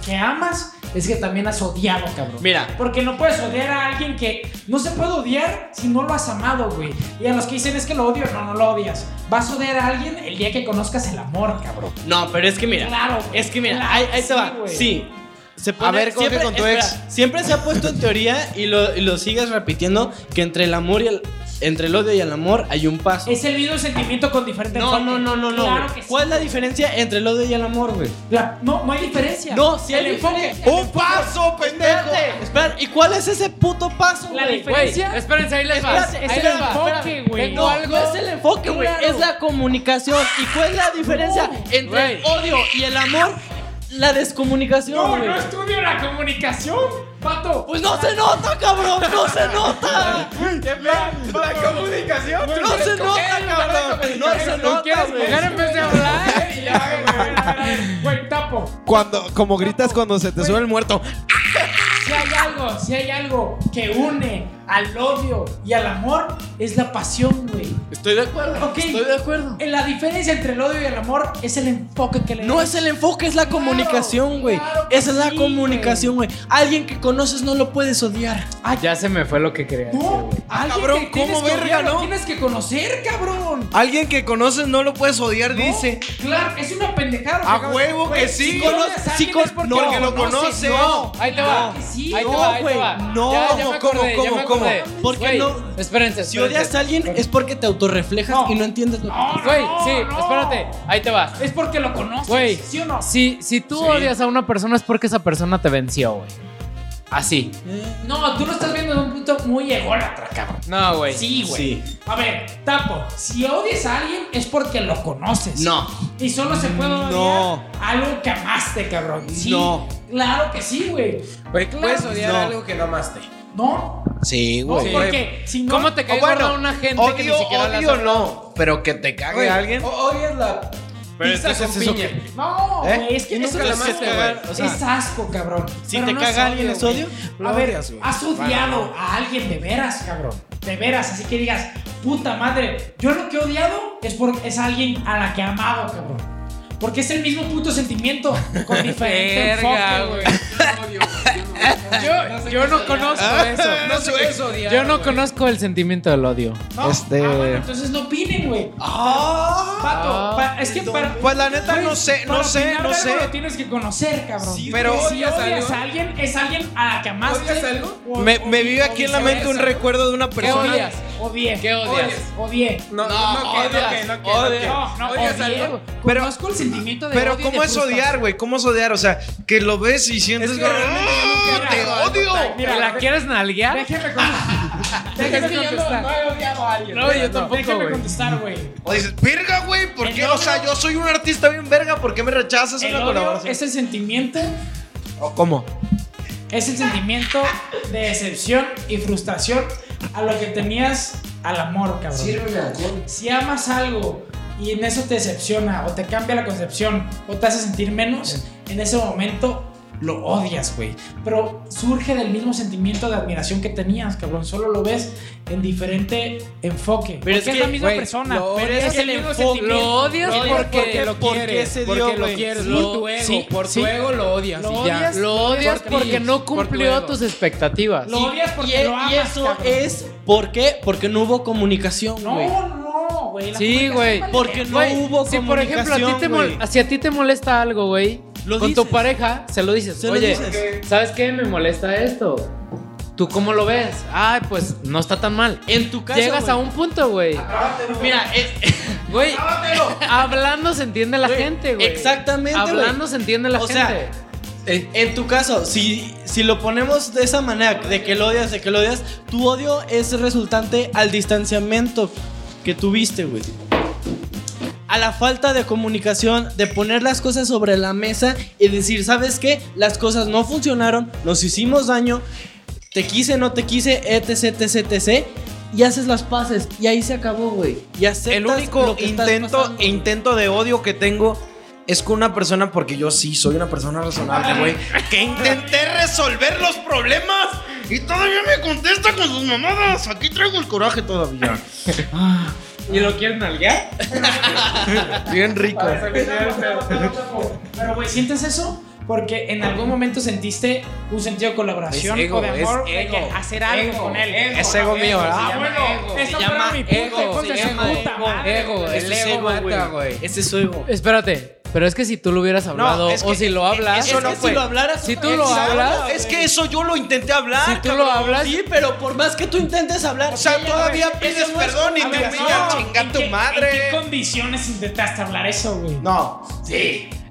B: que amas, es que también has odiado, cabrón.
A: Mira.
B: Porque no puedes odiar a alguien que no se puede odiar si no lo has amado, güey. Y a los que dicen es que lo odio, no, no lo odias. Vas a odiar a alguien el día que conozcas el amor, cabrón.
A: No, pero es que mira,
B: Claro, güey.
A: es que mira,
B: Claro
A: ahí,
B: que
A: ahí se
B: sí,
A: va.
B: güey.
A: Sí. Se
D: ver, coge con tu ex.
A: Siempre se ha puesto en teoría y lo, y lo sigues repitiendo que entre el amor y el entre el odio y el amor hay un paso.
B: Es el mismo sentimiento con diferente
A: No,
B: enfoque.
A: no, no, no, no.
B: Claro
A: güey.
B: que sí.
A: ¿Cuál es la diferencia entre el odio y el amor, güey?
B: La- no, no hay diferencia.
A: No, si hay
B: El enfoque.
A: diferencia.
D: ¡Un paso, pendejo!
A: Espérate, espera, ¿y cuál es ese puto paso,
B: La
A: güey?
B: diferencia-
C: Güey, espérense, ahí les va.
A: Espérate,
C: Ahí
A: es
C: les
A: el
C: va.
B: enfoque, güey.
C: Tengo
A: No,
C: algo...
A: no es el enfoque, güey,
B: Claro.
A: es la comunicación. ¿Y cuál es la diferencia entre el
C: Güey.
A: odio y el amor? La descomunicación,
B: No,
A: güey.
B: no estudio la comunicación, pato.
A: Pues no se nota, cabrón, no se nota.
F: La comunicación.
A: No se nota, cabrón. No se
C: ¿Tú
A: nota,
C: quieres
A: güey.
C: coger en vez de hablar?
B: Y ya, güey, güey, güey, güey, güey, tapo.
D: Cuando, como gritas cuando se te sube el muerto.
B: Si hay algo, si hay algo que une al odio y al amor, es la pasión, güey.
A: Estoy de acuerdo.
B: Ok.
A: Estoy de acuerdo.
B: Eh, La diferencia entre el odio y el amor es el enfoque que le
A: No
B: das.
A: es el enfoque, es la comunicación, güey.
B: claro que
A: Esa es la
B: sí,
A: comunicación, güey. Alguien que conoces no lo puedes odiar.
B: Ay,
C: Ah, Ya se me fue lo que quería decir,
B: No,
C: güey.
A: Ah,
B: alguien
D: Cabrón,
B: que tienes
D: ¿cómo
B: que
D: verga,
B: odiar, lo
D: no?
B: tienes que conocer, cabrón.
D: Alguien que conoces no lo puedes odiar,
B: ¿No?
D: dice.
B: Claro, es una pendejada.
D: A
B: cabrón.
D: huevo
B: Güey,
D: que sí.
B: Si conoces a
A: Sí
B: alguien es
A: con-
B: porque,
A: no,
D: Porque lo conoces.
B: conoces. No.
C: Ahí te va.
B: Claro que sí.
C: Ahí te
A: No,
C: va, ahí te va.
A: güey, no.
C: Ya, ya me
D: ¿Cómo,
C: acordé,
D: cómo,
C: ya me
D: cómo?
C: acordé.
A: ¿Por qué
C: Güey,
A: no?
C: Espérense,
A: Si
C: espérense.
A: odias a alguien es porque te autorreflejas
B: No.
A: y no entiendes lo que-
B: No, no,
C: Güey,
B: no,
C: sí,
B: no.
C: espérate. Ahí te va.
B: Es porque lo conoces.
C: Güey,
B: ¿sí o no?
C: si, si tú odias a una persona es porque esa persona te venció, güey. Así.
B: No, tú lo estás viendo de un punto muy ególatra, cabrón.
C: No, güey.
B: Sí, güey. A ver, Tapo, si odias a alguien es porque lo conoces.
A: No.
B: Y solo se puede odiar
D: No.
B: algo que amaste, cabrón. Sí.
D: No.
B: Claro que sí, güey.
F: Güey, puedes odiar
D: No.
F: algo que Pues, no amaste.
B: No.
D: Sí,
B: No,
D: güey.
B: porque si no. Ah,
C: ¿Cómo te cae
D: O bueno,
C: gorda una gente que ni
D: Odio,
C: siquiera la
D: odio no, pero que te cague
F: Güey,
D: alguien.
F: o- Odias la
A: Pero
F: pizza
A: entonces
F: con
A: eso
F: piña.
B: No,
D: ¿Eh?
B: güey, es que
F: Y nunca
B: eso
F: la
B: es,
F: amaste,
A: cagar,
F: güey.
A: o sea,
B: es asco, cabrón.
A: Si
B: Pero
A: te
B: no
A: caga alguien, ¿es
B: güey.
A: odio?
B: A ver,
F: odias, güey.
B: has odiado a alguien de veras, cabrón. De veras, así que digas, puta madre, yo lo que he odiado es porque es alguien a la que he amado, cabrón. Porque es el mismo puto sentimiento con diferente
C: Verga,
B: enfoque, güey.
C: Yo, yo no conozco eso.
F: No se puede odiar,
C: Yo no
F: güey.
C: conozco el sentimiento del odio.
B: No,
D: Este-
B: ah, bueno, entonces no opinen, güey. Pato,
C: Ah,
B: pa- es que para.
D: Pues la neta
B: güey,
D: no sé, no
B: para
D: sé,
B: opinar
D: no
B: de
D: sé.
B: algo Lo tienes que conocer, cabrón.
F: Sí,
D: Pero-
B: Porque si
F: ¿Odias
B: odias
F: algo?
B: a alguien, es alguien a la que amaste.
F: ¿Odias algo?
B: o-
D: Me,
B: o-
D: me vive
B: o
D: aquí en la mente un
B: viceversa.
D: recuerdo de una persona.
C: odias?
B: Odié.
C: ¿Qué odias?
B: Odié.
F: No,
C: No,
F: no, que,
C: odias,
F: no, que, no, que,
C: odias.
F: no,
B: No,
F: que.
B: no,
F: ¿Odias
B: odié,
F: algo?
B: güey.
D: Pero-
B: Conozco el sentimiento de
D: Pero
B: odio y
D: ¿cómo
B: de
D: es odiar,
B: frustración.
D: güey? ¿Cómo es odiar? O sea, que lo ves y sientes...
F: Es que
D: ¡Ah,
F: realmente yo nunca
D: ¡Te
F: he odiado
D: odio!
F: algo tan-
B: Mira,
C: ¿La quieres nalguear?
B: Déjeme contestar. Déjeme
C: que
B: yo no,
C: contestar.
B: no he odiado a alguien.
C: No, yo tampoco,
B: Déjeme
C: güey.
B: contestar, güey.
D: O dices, verga, güey, ¿por
B: El
D: qué? O sea,
B: odio-
D: yo soy un artista bien verga, ¿por qué me rechazas
B: El
D: una
B: odio
D: colaboración?
B: es el sentimiento,
D: ¿O ¿Cómo?
B: es el sentimiento de decepción y frustración a lo que tenías al amor, cabrón. Si amas algo y en eso te decepciona o te cambia la concepción o te hace sentir menos, en ese momento lo odias, güey. Pero surge del mismo sentimiento de admiración que tenías, cabrón. Solo lo ves en diferente enfoque.
C: Pero
B: porque
C: es
B: es,
C: que,
B: la misma
C: güey,
B: persona.
C: lo
B: pero
C: odias-
B: es el
C: lo
B: enfoque.
C: odias
B: Lo
C: porque lo
D: porque
C: quieres,
D: se
F: Porque
D: dio,
F: lo
D: güey.
F: quieres,
C: Sí,
F: por tu ego,
B: sí,
F: por tu
B: sí.
F: ego lo odias
B: Lo
F: y ya.
B: odias.
C: Lo odias
F: Por
C: porque
F: ti,
C: no
F: por tu
C: cumplió
F: ego.
C: tus expectativas.
B: Lo odias porque
A: y, e-
B: lo
A: y
B: amas,
A: eso
B: cabrón.
A: es ¿por qué? Porque no hubo comunicación, güey.
B: No, no, güey. la
C: Sí,
B: comunicación
C: güey,
B: vale
A: porque
B: verga.
A: no
C: Güey,
A: hubo
C: si por ejemplo a ti te
A: comunicación,
C: mol-
A: güey.
C: si a ti te molesta algo, güey,
A: Lo
C: con tu
A: dices.
C: pareja se lo dices.
A: Se lo
C: Oye,
A: dices.
C: ¿sabes qué? Me molesta esto. ¿Tú cómo lo ves? Ay, pues no está tan mal.
A: En tu casa
C: Llegas a
A: güey.
C: un punto, güey.
A: Mira, eh,
C: Güey, hablando se entiende la gente, güey.
A: exactamente, güey.
C: Hablando se entiende la
A: O sea,
C: gente.
A: eh, en tu caso, si, si lo ponemos de esa manera, de que lo odias, de que lo odias, tu odio es resultante al distanciamiento que tuviste, güey. A la falta de comunicación, de poner las cosas sobre la mesa y decir, ¿sabes qué? Las cosas no funcionaron, nos hicimos daño, te quise, no te quise, etc, etc, etc. Y haces las paces y ahí se acabó, güey. Y aceptas
D: El único
A: lo que estás
D: intento,
A: pasando, güey.
D: intento de odio que tengo es con una persona, porque yo sí soy una persona razonable, güey, que intenté resolver los problemas y todavía me contesta con sus mamadas. Aquí traigo el coraje todavía.
C: ¿Y lo quieren nalguear?
D: Bien rico.
B: Pero, güey, ¿sientes eso? Porque en algún momento sentiste un sentido de colaboración
F: Es ego,
B: o de amor
F: es
B: de
F: ego,
B: que hacer algo
F: ego,
B: con él.
D: Es ego mío,
B: Ah,
D: ¿verdad?
B: bueno,
F: Se
B: eso
F: llama
B: fue mi puta,
F: ego,
B: hijos de
F: se
B: su
F: llama
B: puta
F: ego,
B: madre.
C: ego,
B: güey.
C: el
F: Ese
A: es
F: ego
A: ego,
F: mata,
A: güey.
F: güey.
A: Ese es su ego.
C: Espérate, pero es que si tú lo hubieras hablado
D: es
C: o
D: que-
C: si lo hablas,
D: eso
A: Es
D: no
A: que
D: fue.
A: si lo hablaras,
C: Si tú lo
A: Exacto,
C: hablas-
D: Es que eso yo lo intenté hablar.
C: Si tú lo
D: cabrón.
C: hablas-
A: Sí, pero por más que tú intentes hablar,
D: O sea,
A: ella-
D: todavía
A: eso
D: pides
A: no es-
D: perdón y
B: A
D: te
B: ver,
D: humillan,
B: no,
D: chinga
B: ¿en
D: tu
B: qué- ¿En qué
D: madre.
B: condiciones intentaste hablar eso, güey?
D: No.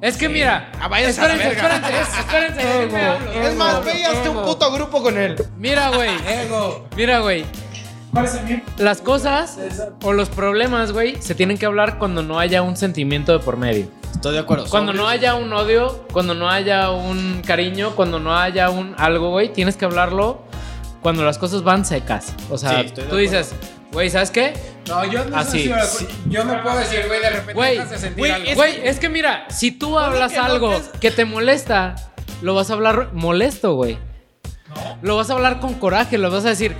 C: es que mira,
D: Ah, váyanse a la
C: espérense,
D: verga.
C: espérense, espérense, déjenme hablo.
D: Es más, ve y hazte un puto grupo con él.
C: Mira, güey. eh, Mira, güey.
B: ¿Cuál es el mío?
C: Las cosas o los problemas, güey, se tienen que hablar cuando no haya un sentimiento de por medio.
A: Estoy de acuerdo.
C: Cuando no haya un odio, cuando no haya un cariño, cuando no haya un algo, güey, tienes que hablarlo cuando las cosas van secas. O sea,
A: Sí, estoy de
C: tú dices, güey, ¿sabes qué?
F: No, yo no
C: Así,
F: soy- yo no puedo decir, güey, de repente
C: Güey,
F: te hace sentir
C: güey,
F: algo.
C: es, güey, es que mira, si tú hablas
A: que no
C: algo
A: crees-
C: que te molesta, lo vas a hablar molesto, güey. Lo vas a hablar con coraje, lo vas a decir,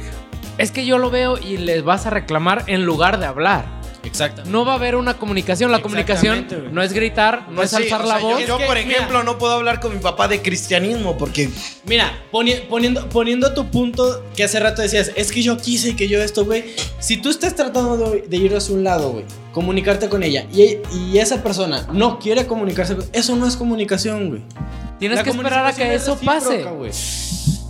C: es que yo lo veo y les vas a reclamar en lugar de hablar.
A: Exactamente.
C: No va a haber una comunicación. La comunicación
A: Exactamente, güey.
C: no es gritar, no
D: Pues
C: es
D: sí,
C: alzar
D: o sea,
C: la
D: yo-
C: voz.
D: Yo,
A: Es que,
D: por
A: mira.
D: ejemplo, no puedo hablar con mi papá de cristianismo porque
A: Mira, poni- poniendo, poniendo tu punto que hace rato decías, es que yo quise que yo esto, güey. Si tú estás tratando de, de ir hacia un lado, güey, comunicarte con ella y, y esa persona no quiere comunicarse, con- eso no es comunicación, güey.
C: Tienes
A: La
C: que esperar a
A: comunicación
C: que
A: es
C: eso pase.
A: recíproca, güey.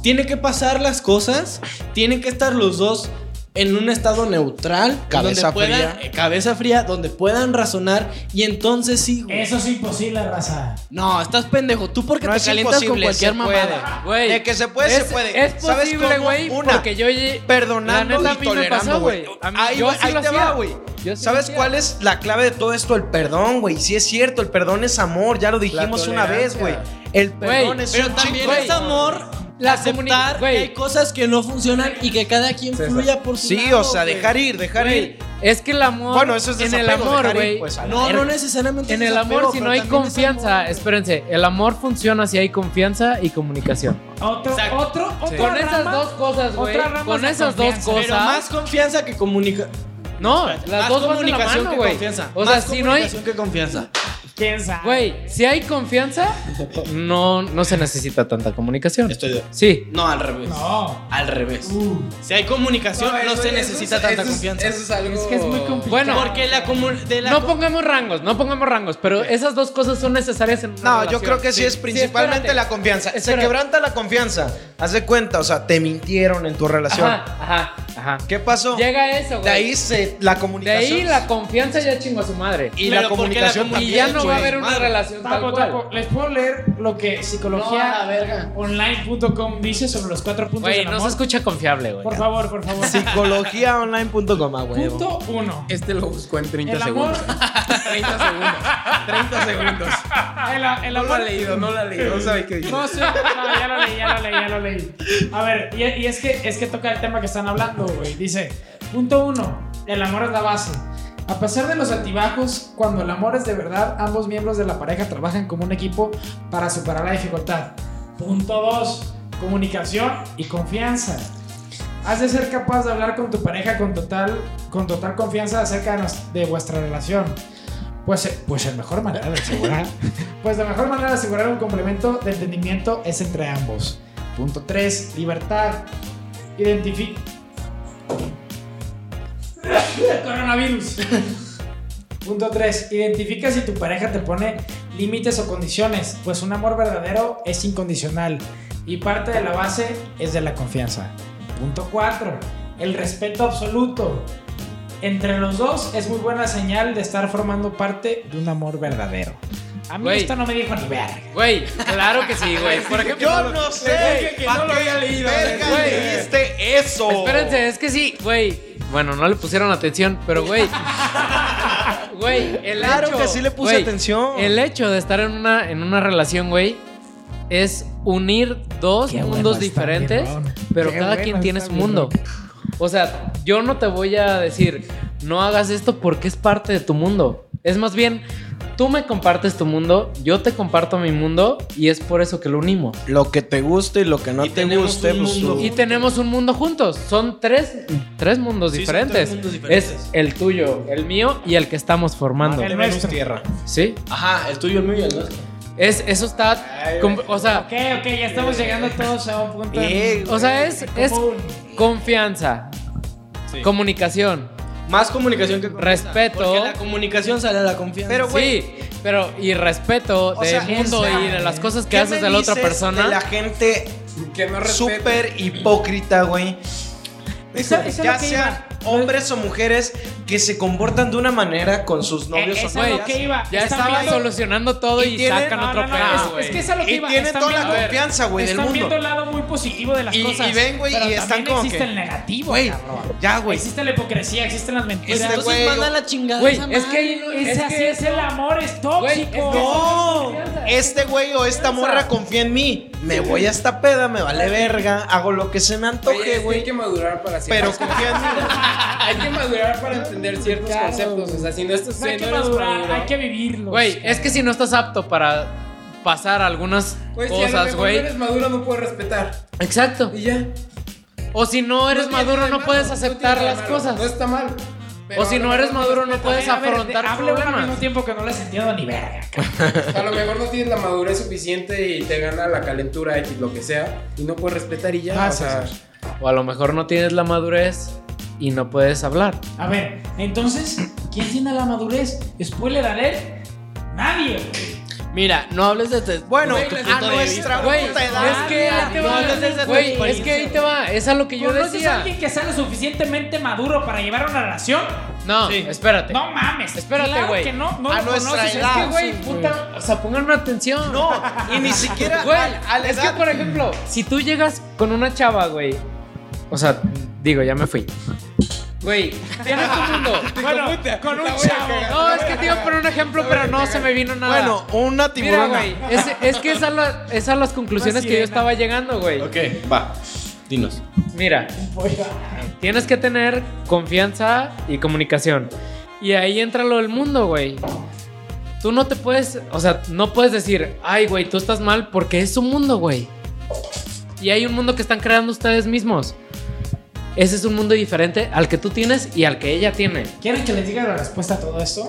A: Tiene que pasar las cosas, tienen que estar los dos en un estado neutral, en
D: Cabeza
A: donde puedan-
D: fría.
A: eh, cabeza fría, donde puedan razonar y entonces sí, güey.
B: Eso es imposible, raza.
A: No, estás pendejo. Tú porque
D: no
A: te
D: es
A: calientas con
D: imposible,
A: cualquier
D: se
A: mamada.
C: Güey,
D: De que se puede, se
C: es-
D: puede.
C: Es
D: ¿Sabes
C: posible,
D: cómo?
C: güey,
D: Una.
C: porque yo... ye-
D: perdonando
C: La neta, a
D: y
C: mí me pasó,
D: tolerando, güey.
C: güey. A mí-
D: Ahí,
C: yo
D: va-
C: sí
D: ahí
C: lo
D: te
C: hacía.
D: va, güey.
C: Yo sí lo
D: ¿Sabes
C: hacía.
D: cuál es la clave de todo esto? El perdón, güey. Sí es cierto, el perdón es amor, ya lo dijimos una vez, güey.
F: tolerancia.
D: El perdón es
A: Pero
D: un
A: también
D: chingo.
C: güey.
A: es amor
C: La comuni-
A: aceptar que
C: güey.
A: hay cosas que no funcionan y que cada quien
F: Sí, sí.
A: fluya por su
D: Sí,
A: lado,
D: o sea,
A: güey.
D: dejar ir, dejar
C: Güey,
D: ir.
C: Es que el amor...
D: Bueno, eso es
C: En el
D: desapego,
C: amor,
D: dejar ir,
C: güey.
D: pues, a la
A: No,
D: verga.
A: no necesariamente.
C: En
A: es
C: el
A: desapego,
C: amor, si
A: pero
C: no hay
A: también es amor,
C: confianza,
A: güey.
C: espérense, el amor funciona si hay confianza y comunicación.
B: Otro,
A: Exacto.
B: otro, otra
C: Con esas
B: rama-
C: dos cosas, güey.
B: otra rama es
C: Con
B: la
C: esas dos
B: confianza.
C: cosas.
A: Pero más confianza que comunica.
C: no, las
A: más
C: dos van de la
A: comunicación
C: mano,
A: que
C: güey.
A: confianza.
C: O sea,
A: Más
C: si no hay
A: comunicación que confianza.
B: ¿Quién sabe?
C: Güey, si hay confianza, no, no se necesita tanta comunicación.
A: Estoy de-
C: Sí,
A: No, al revés.
B: No.
A: Al revés.
B: Uh,
A: Si hay comunicación, no,
F: eso-
A: se
F: eso-
A: necesita
F: eso-
A: tanta
F: eso es-
A: confianza.
F: Eso es algo.
B: Es que es muy complicado.
C: bueno,
A: Porque la comu- de la
C: no pongamos rangos, no pongamos rangos, pero esas dos cosas son necesarias en una
D: No, yo
C: relación.
D: creo que sí, es principalmente
C: espérate.
D: la confianza. Se
C: Espérate.
D: quebranta la confianza. Haz de cuenta, o sea, te mintieron en tu relación.
C: Ajá, ajá, ajá.
D: ¿Qué pasó?
C: Llega eso, güey.
D: de ahí se, la
C: De
D: comunicación.
C: ahí la confianza ya chingo a su madre.
D: y
A: Pero
D: la
A: porque la
D: comunicación
A: comu-
C: Y
D: también,
C: ya no va a
D: güey.
C: haber una
D: Madre.
C: relación
B: taco,
C: tal cual.
B: taco. Les puedo leer lo que
C: No, a la verga.
B: psicologiaonline.com dice sobre los cuatro puntos
C: Güey,
B: del
C: no se
B: amor.
C: escucha confiable, güey.
B: por favor, por favor.
D: Psicologiaonline.com, ah, güey.
B: Punto uno.
F: Este lo buscó en 30
B: El amor,
F: segundos. 30 segundos. 30 segundos.
B: el, a- el
F: No lo ha
B: amor
F: leído, no lo ha leído. No sabe qué dice.
B: No sé, no, ya lo leí, ya lo leí, ya lo leí. A ver, y, y es, que, es que toca el tema que están hablando, güey. Dice, punto uno, el amor es la base. A pesar de los altibajos, cuando el amor es de verdad, ambos miembros de la pareja trabajan como un equipo para superar la dificultad. Punto dos, comunicación y confianza. Has de ser capaz de hablar con tu pareja con total, con total confianza acerca de, nos- de vuestra relación. Pues, eh, pues la mejor manera de asegurar. pues la mejor manera de asegurar un complemento de entendimiento es entre ambos. Punto 3. Libertad. Identifica. Coronavirus. Punto 3. Identifica si tu pareja te pone límites o condiciones, pues un amor verdadero es incondicional y parte de la base es de la confianza. Punto 4. El respeto absoluto. Entre los dos es muy buena señal de estar formando parte de un amor verdadero. A mí
C: Güey.
B: esto no me dijo ni verga.
C: Güey, claro que sí, güey. Por ejemplo,
D: Yo no sé.
F: que no lo había leído.
D: verga
C: güey.
D: leíste eso?
C: Espérense, es que sí, güey. Bueno, no le pusieron atención, pero güey. Güey, el
D: Claro
C: hecho-
D: que sí le puse
C: güey,
D: atención.
C: El hecho de estar en una, en una relación, güey, es unir dos
B: Qué bueno
C: mundos
B: está
C: diferentes,
B: Pirrón.
C: pero
B: Qué
C: cada
B: bueno
C: quien
B: está
C: tiene su
B: Pirrón.
C: mundo. O sea, yo no te voy a decir, no hagas esto porque es parte de tu mundo. Es más bien, tú me compartes tu mundo, yo te comparto mi mundo y es por eso que lo unimos.
D: Lo que te guste y lo que no
A: Y
D: te
A: tenemos
D: guste,
A: un
D: pues
A: mundo.
D: tú-
C: Y tenemos un mundo juntos. Son tres, tres mundos
A: Sí, son tres
C: diferentes.
A: mundos diferentes.
C: Es el tuyo, el mío y el que estamos formando.
B: El
D: Tenemos
B: nuestro.
D: tierra.
C: ¿Sí?
A: Ajá, el tuyo, el mío y el nuestro.
C: Es, eso está... com- O sea,
B: Ok, ok, ya estamos llegando todos a un punto.
D: Eh,
C: o sea es, es
B: común.
C: confianza,
A: Sí.
C: comunicación,
A: Más comunicación que confianza.
C: Respeto.
A: Porque la comunicación sale a la confianza.
D: Pero, güey.
C: sí, pero y respeto
D: O
C: del
D: sea,
C: mundo
B: esa-
C: y de las cosas que
D: ¿Qué
C: haces
D: me
C: de la otra
D: dices
C: persona.
D: de la gente
F: Que no respeta.
D: súper hipócrita, güey.
B: Esa- esa es
D: ya
B: la que
D: sean
B: iba.
D: hombres o mujeres que se comportan de una manera con sus
B: Eh,
D: novios o
B: esa es
C: güey,
B: lo que iba.
C: ya
B: Están
C: estaba
B: viendo-
C: solucionando todo
D: Y
C: y,
D: tienen-
C: sacan
B: No,
C: otro
B: no, no,
C: pedo,
B: es,
C: güey.
B: es que es a lo que
D: Y
B: iba.
D: tienen
B: están
D: toda
B: viendo-
D: la confianza, güey, del
B: Están viendo
D: mundo.
B: el lado muy positivo de las
D: Y- y
B: cosas.
D: ven, güey,
B: pero
D: y están
B: también
D: como
B: existe
D: que,
B: el negativo,
D: Güey,
B: cabrón.
D: ya, güey.
B: Existe la hipocresía, existen las mentiras.
D: Este
A: Entonces
D: güey,
A: manda la chingada.
C: Güey,
A: esa
C: es que
A: madre.
C: ahí no-
B: Ese
C: es
B: así
C: que-
B: es el amor, es tóxico.
C: Güey, es que-
D: No, este güey o esta morra confía en mí. Me voy a esta peda, me vale verga, hago lo que se me
F: Oye, es
D: antoje,
F: que Hay
D: güey.
F: que madurar para ciertas
D: Pero
F: cosas.
D: confía en mí.
F: Hay que madurar para entender ciertos conceptos. O sea, si no estás
B: No hay
F: si
B: que
F: no eres
B: madurar,
F: maduro,
B: hay que vivirlo.
C: Güey, eh, es que si no estás apto para pasar algunas
F: Pues si a lo
C: cosas,
F: mejor no
C: güey.
F: eres maduro, no puedes respetar.
C: Exacto.
F: Y ya.
C: O si no eres
F: tiene
C: maduro,
F: nada de
C: no
F: malo,
C: puedes
F: no
C: aceptar
F: tiene nada
C: las
F: de malo, No
C: cosas.
F: está mal. Pero
C: O si
F: a lo
C: no
F: mejor
C: eres maduro, no
F: respetas.
C: puedes
B: A ver,
C: afrontar
B: Hablo uno al
C: problemas.
B: mismo tiempo que no les entiendo ni verga. cabrón.
F: A lo mejor no tienes la madurez suficiente y te gana la calentura X, lo que sea, y no puedes respetar y ya.
B: Ah,
F: o
B: sí,
F: sea,
B: sí.
C: O a lo mejor no tienes la madurez y no puedes hablar.
B: A ver, entonces, ¿quién tiene la madurez? Spoiler alert, nadie. güey.
C: Mira, no hables desde
D: Bueno,
F: Güey, la-
D: a
F: punto de
D: nuestra
C: Güey,
D: puta
C: es
D: edad.
C: que ahí te
B: No
C: va.
B: hables desde tu
C: Güey, es
B: experiencia.
C: que ahí te va. Es a lo que yo
B: ¿Conoces a
C: decía.
B: Pues, alguien que sea lo suficientemente maduro para llevar una relación?
C: No,
A: Sí.
C: espérate.
B: No mames.
C: Espérate,
B: claro
C: güey.
B: que no, no
D: A
B: lo
D: nuestra
B: conoces.
C: Es
D: edad.
C: que, güey, puta. O sea, pónganme atención.
D: No, y ni siquiera
C: Güey,
D: a, a la
C: es que
D: edad-
C: por ejemplo, si tú llegas con una chava, güey. O sea, digo, ya me fui. Güey, tienes tu mundo.
B: Bueno, con un chavo.
C: No, es que te iba a poner un ejemplo, pero no se me vino nada.
D: Bueno, una
C: Mira,
D: tiburona.
C: güey, es, es que es a, la- es a las conclusiones
B: Una
C: que
B: sirena.
C: yo estaba llegando, güey.
A: Ok, va. Dinos.
C: Mira, tienes que tener confianza y comunicación. Y ahí entra lo del mundo, güey. Tú no te puedes, o sea, no puedes decir, ay, güey, tú estás mal porque es su mundo, güey. Y hay un mundo que están creando ustedes mismos. Ese es un mundo diferente al que tú tienes y al que ella tiene.
B: ¿Quieren que les diga la respuesta a todo esto?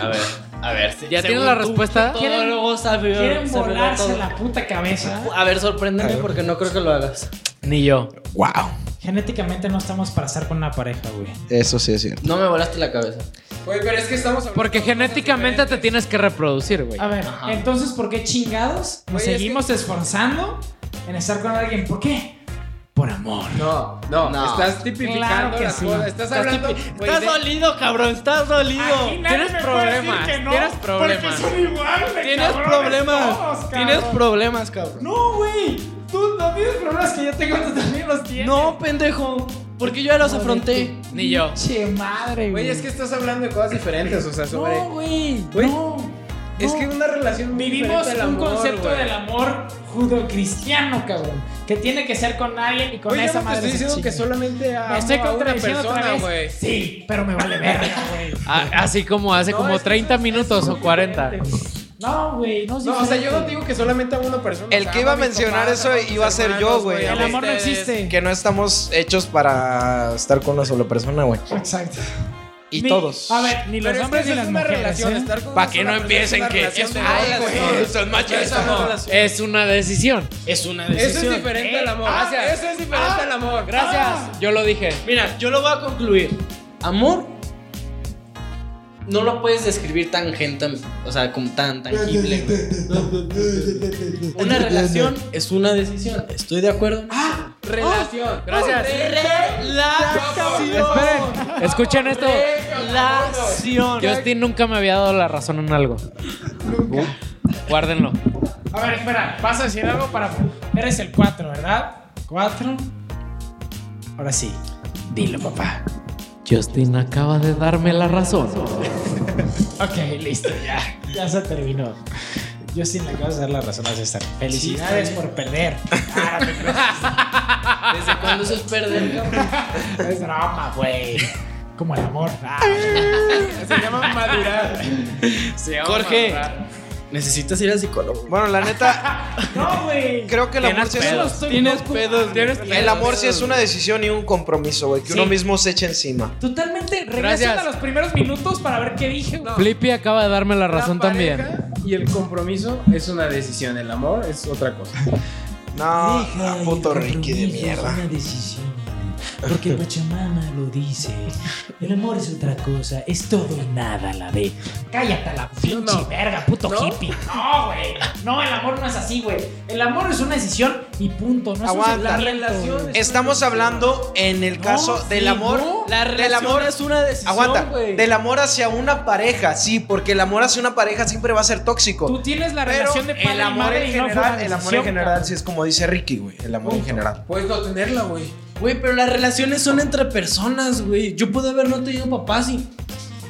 A: A ver. A ver, si-
C: ¿Ya
A: según
C: tienes la
A: tú,
C: respuesta?
A: todo
B: ¿Quieren-
A: luego sabe-
B: Quieren
A: saberá
B: volarse
A: todo.
B: la puta cabeza.
A: A ver, sorpréndeme porque no creo que lo hagas.
C: Ni yo.
D: Wow.
B: Genéticamente no estamos para estar con una pareja, güey.
D: Eso sí es cierto.
A: No me volaste la cabeza.
F: Güey, pero es que estamos hablando
C: Porque
F: de cosas
C: genéticamente te
F: diferentes.
C: tienes que reproducir, güey.
B: A ver,
A: Ajá.
B: entonces, ¿por qué chingados nos
F: Güey, es
B: seguimos esforzando en estar con alguien? ¿Por qué? Por amor.
F: No, no,
A: No.
F: estás tipificando
B: Claro que
F: las
B: sí.
F: cosas. Estás, hablando. güey, de-
A: dolido, cabrón. Estás
B: Aquí nadie
C: tienes
B: me puede decir
C: problemas,
B: que no,
C: tienes
B: porque
C: problemas.
B: son igual de
A: Tienes
B: cabrones
A: problemas.
B: todos,
A: tienes
B: cabrón.
A: problemas, cabrón.
B: No, güey. Tú no tienes problemas que yo tengo, tú también los tienes.
A: No, pendejo. Porque yo ya los afronté.
C: Ni yo.
B: Che madre,
F: Güey, es que estás hablando de cosas diferentes. O sea, sobre.
B: No, güey.
F: Güey,
B: No.
F: es
B: no.
F: que una relación. muy
B: Vivimos
F: diferente al
B: un
F: amor,
B: concepto
F: güey.
B: del amor judo-cristiano, cabrón. Que tiene que ser con alguien y con
F: Güey, yo
B: esa
F: no te
B: madre.
F: estoy
B: se
F: diciendo que
B: chinga.
F: solamente a,
B: Me estoy
F: a una
B: contradiciendo otra
F: persona,
B: vez.
F: güey.
B: Sí, pero me vale verga, güey.
C: A- así como hace
F: No,
C: como
F: es que
C: 30
F: eso es-
C: minutos
F: eso
C: o 40.
B: No, güey, no es
F: No, o sea, yo no
B: diferente.
F: digo que solamente a una persona.
D: El
F: o sea,
D: que iba a
F: mis
D: mencionar
F: papás,
D: eso
F: a mis
D: iba a ser
F: hermanos,
D: yo, güey.
F: a
B: El amor no
F: ustedes.
B: existe.
D: Que no estamos hechos para estar con una sola persona, güey.
B: Exacto.
D: Y
B: Ni-
D: todos.
B: A ver, ni
F: Pero
B: los
F: es que
B: hombres
F: eso
B: ni
F: es
B: las
F: una
B: mujeres.
F: relación,
B: ¿eh?
F: estar con
C: Pa'
F: una
C: que no
F: sola persona
C: empiecen
F: es una
C: que
F: relación
C: es-
F: de
C: ay, güey,
F: dos, güey.
C: son
F: Eso es una relación.
C: Es una decisión.
A: Es una
F: Eso
A: decisión.
F: es diferente
B: Eh,
F: al amor.
B: ah,
C: gracias.
F: Eso es diferente al amor.
C: Gracias. Yo lo dije.
A: Mira, yo lo voy a concluir. Amor no lo puedes describir tan gente, o sea, como tan tangible. güey. Una relación es una decisión. Estoy de acuerdo.
F: Relación.
C: Gracias.
A: Relación.
C: Escuchen esto.
A: Relación.
C: Justin nunca me había dado la razón en algo. Guárdenlo.
B: A ver, espera, vas a decir algo para. Eres el 4, ¿verdad? 4. Ahora sí. Dilo, papá.
C: Justin acaba de darme la razón.
B: Ok, listo, ya. Ya se terminó. Yo sin la acabas de dar la razón a César. Felicidades por perder. Ah, no te creas.
A: ¿Desde cuándo eso es perder, cabrón?
B: es drama, güey. Como el amor. Ah.
F: Se llama madurar. Se llama
A: Jorge.
F: madurar.
A: Necesitas ir al psicólogo.
D: Bueno, la neta,
B: No, güey.
D: creo que el amor, sí es,
A: Tienes pedos, tienes
D: el amor sí es una decisión y un compromiso, güey. Que uno mismo se echa encima.
B: Totalmente. Regresen
C: Gracias.
B: a los primeros minutos para ver qué dije. güey.
C: Flippy acaba de darme la
F: La
C: razón
F: pareja
C: también.
F: Y el compromiso es una decisión. El amor es otra cosa.
D: No,
B: Deja
D: ah,
B: el
D: puto Ricky de
B: compromiso, es
D: mierda.
B: una decisión. Porque Pachamama lo dice. El amor es otra cosa. Es todo y nada a la vez. Cállate a la pinche
F: no.
B: verga, puto
F: ¿No?
B: hippie. No, güey. No, el amor no es así, güey. El amor es una decisión y punto. No es un
D: Aguanta.
B: sentimiento,
F: La relación
B: güey.
D: Estamos hablando en el
B: No,
D: caso
B: sí,
D: del amor.
B: no.
A: La
D: del
A: relación
D: amor
A: es una decisión,
D: Aguanta,
A: güey.
D: del amor hacia una pareja, sí, porque el amor hacia una pareja siempre va a ser tóxico.
B: Tú tienes la
D: Pero
B: relación de padre
D: el
B: y
D: amor
B: madre
D: en
B: y no fue
D: general,
B: una
D: el amor en
B: decisión,
D: general sí es como dice Ricky, güey, el amor en general.
F: Puedes no tenerla, güey.
A: Güey, pero las relaciones son entre personas, güey. Yo pude haber no tenido papás y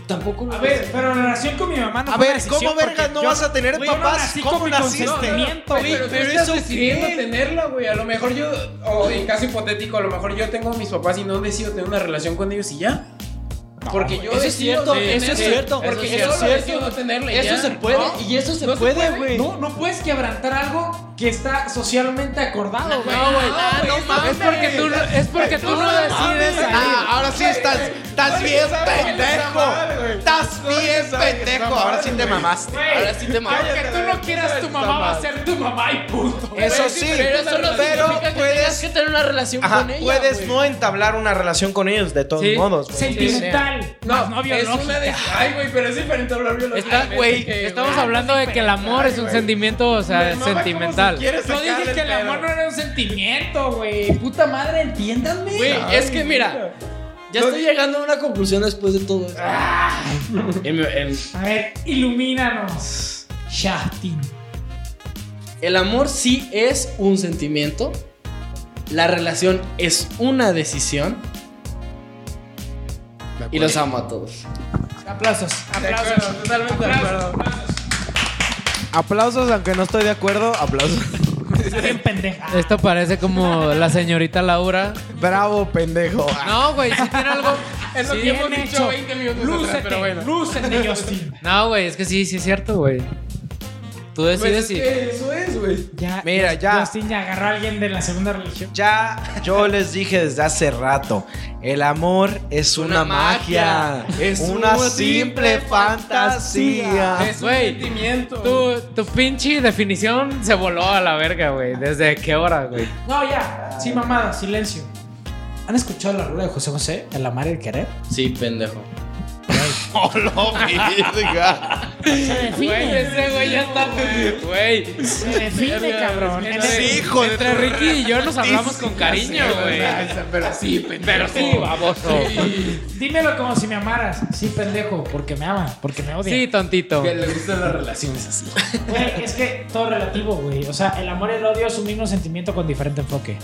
A: tampoco lo
B: A ver, pero la relación con mi mamá no
D: A
B: fue
D: ver,
B: una decisión
D: ¿cómo vergas
B: porque
D: no
B: yo
D: vas a tener
B: güey, yo no
D: papás?
B: nací
D: ¿Cómo
B: con mi
D: naciste?
B: consentimiento,
F: Güey,
B: güey.
F: pero,
A: pero
F: tú estás
A: eso qué?
F: decidiendo tenerla, güey. A lo mejor yo, o en caso hipotético, a lo mejor yo tengo a mis papás y no decido tener una relación con ellos y ya. porque
A: Eso
F: yo
A: es
F: decido
A: cierto,
F: tener-
A: eso es
F: sí,
A: cierto,
F: Porque
A: eso
F: yo
A: es
F: solo
A: cierto.
F: decido no tenerla y
A: Eso
F: ya.
A: se puede
F: ¿No?
A: y eso se
F: ¿No
A: puede, güey.
B: No, no puedes quebrantar algo que está socialmente acordado, güey.
C: No, güey.
F: Ah, no mames.
C: Es porque tú, no- es porque tú no decides
D: Ah,
C: salir.
D: ahora sí estás, estás bien pendejo. Estás bien pendejo. Ahora sí te mamaste.
B: Güey,
A: Ahora sí te mamas.
B: Aunque tú no quieras, tu mamá va a ser tu mamá y punto.
D: Eso sí,
A: Pero eso no
D: pero
A: significa que tengas
D: puedes,
A: que tener una relación
D: ajá,
A: con ella.
D: puedes
A: güey.
D: no entablar una relación con ellos de todos
C: Sí.
D: modos. güey.
B: Sentimental,
F: No,
B: más no
F: es
B: biológica.
F: una de... Ay, güey, pero es diferente hablar biológico.
C: Está-
F: güey,
C: Estamos hablando de que el amor es un sentimiento, o sea, sentimental.
B: Yo dije que el amor no era un sentimiento, güey. Puta madre, entiéndanme.
A: Güey, es que mira, ya estoy llegando a una conclusión después de todo esto. Ah. En mi- en-
B: A ver, ilumínanos. Shafting.
A: el amor sí es un sentimiento. La relación es una decisión. Y los amo a todos.
B: Aplausos,
F: De acuerdo,
B: aplausos.
F: totalmente de acuerdo.
D: Aplausos, aunque no estoy de acuerdo. Aplausos.
B: Está bien pendeja.
C: Esto parece como la señorita Laura.
D: Bravo, pendejo.
C: No, güey, si tiene algo.
F: Es lo
C: sí.
F: que hemos dicho 20 minutos atrás,
B: Lúcete,
F: pero bueno.
B: lúcete, Justin.
C: No, güey, es que sí, sí es cierto, güey. Tú decides
F: Pues,
C: si.
F: Eso es, güey.
B: Ya,
D: Mira, ya.
B: Justin ya agarró a alguien de la segunda religión.
D: Ya yo les dije desde hace rato, el amor es una,
A: Una
D: magia,
A: magia.
D: es una, simple fantasía.
A: Ah,
C: fantasía.
F: Es un
C: Güey,
F: sentimiento.
C: Tu, tu pinche definición se voló a la verga, güey. ¿Desde qué hora, güey?
B: No, ya. Sí, mamada, silencio. ¿Han escuchado la rola de José José? El amar y el querer.
A: Sí, pendejo.
C: Güey, ese güey ya está. Güey.
B: Se define, cabrón.
C: Es que
B: Él es-
C: entre-
D: hijo de
C: Entre
D: tu
C: Ricky y yo nos hablamos con
F: Sí,
C: cariño, güey.
F: Pero sí, pendejo.
C: Pero sí, baboso.
B: Dímelo como si me amaras. Sí, pendejo, porque me ama, porque me odia.
C: Sí, tontito.
F: Que le gustan las relaciones así.
B: Güey, es que todo relativo, güey. O sea, el amor y el odio es un mismo sentimiento con diferente enfoque.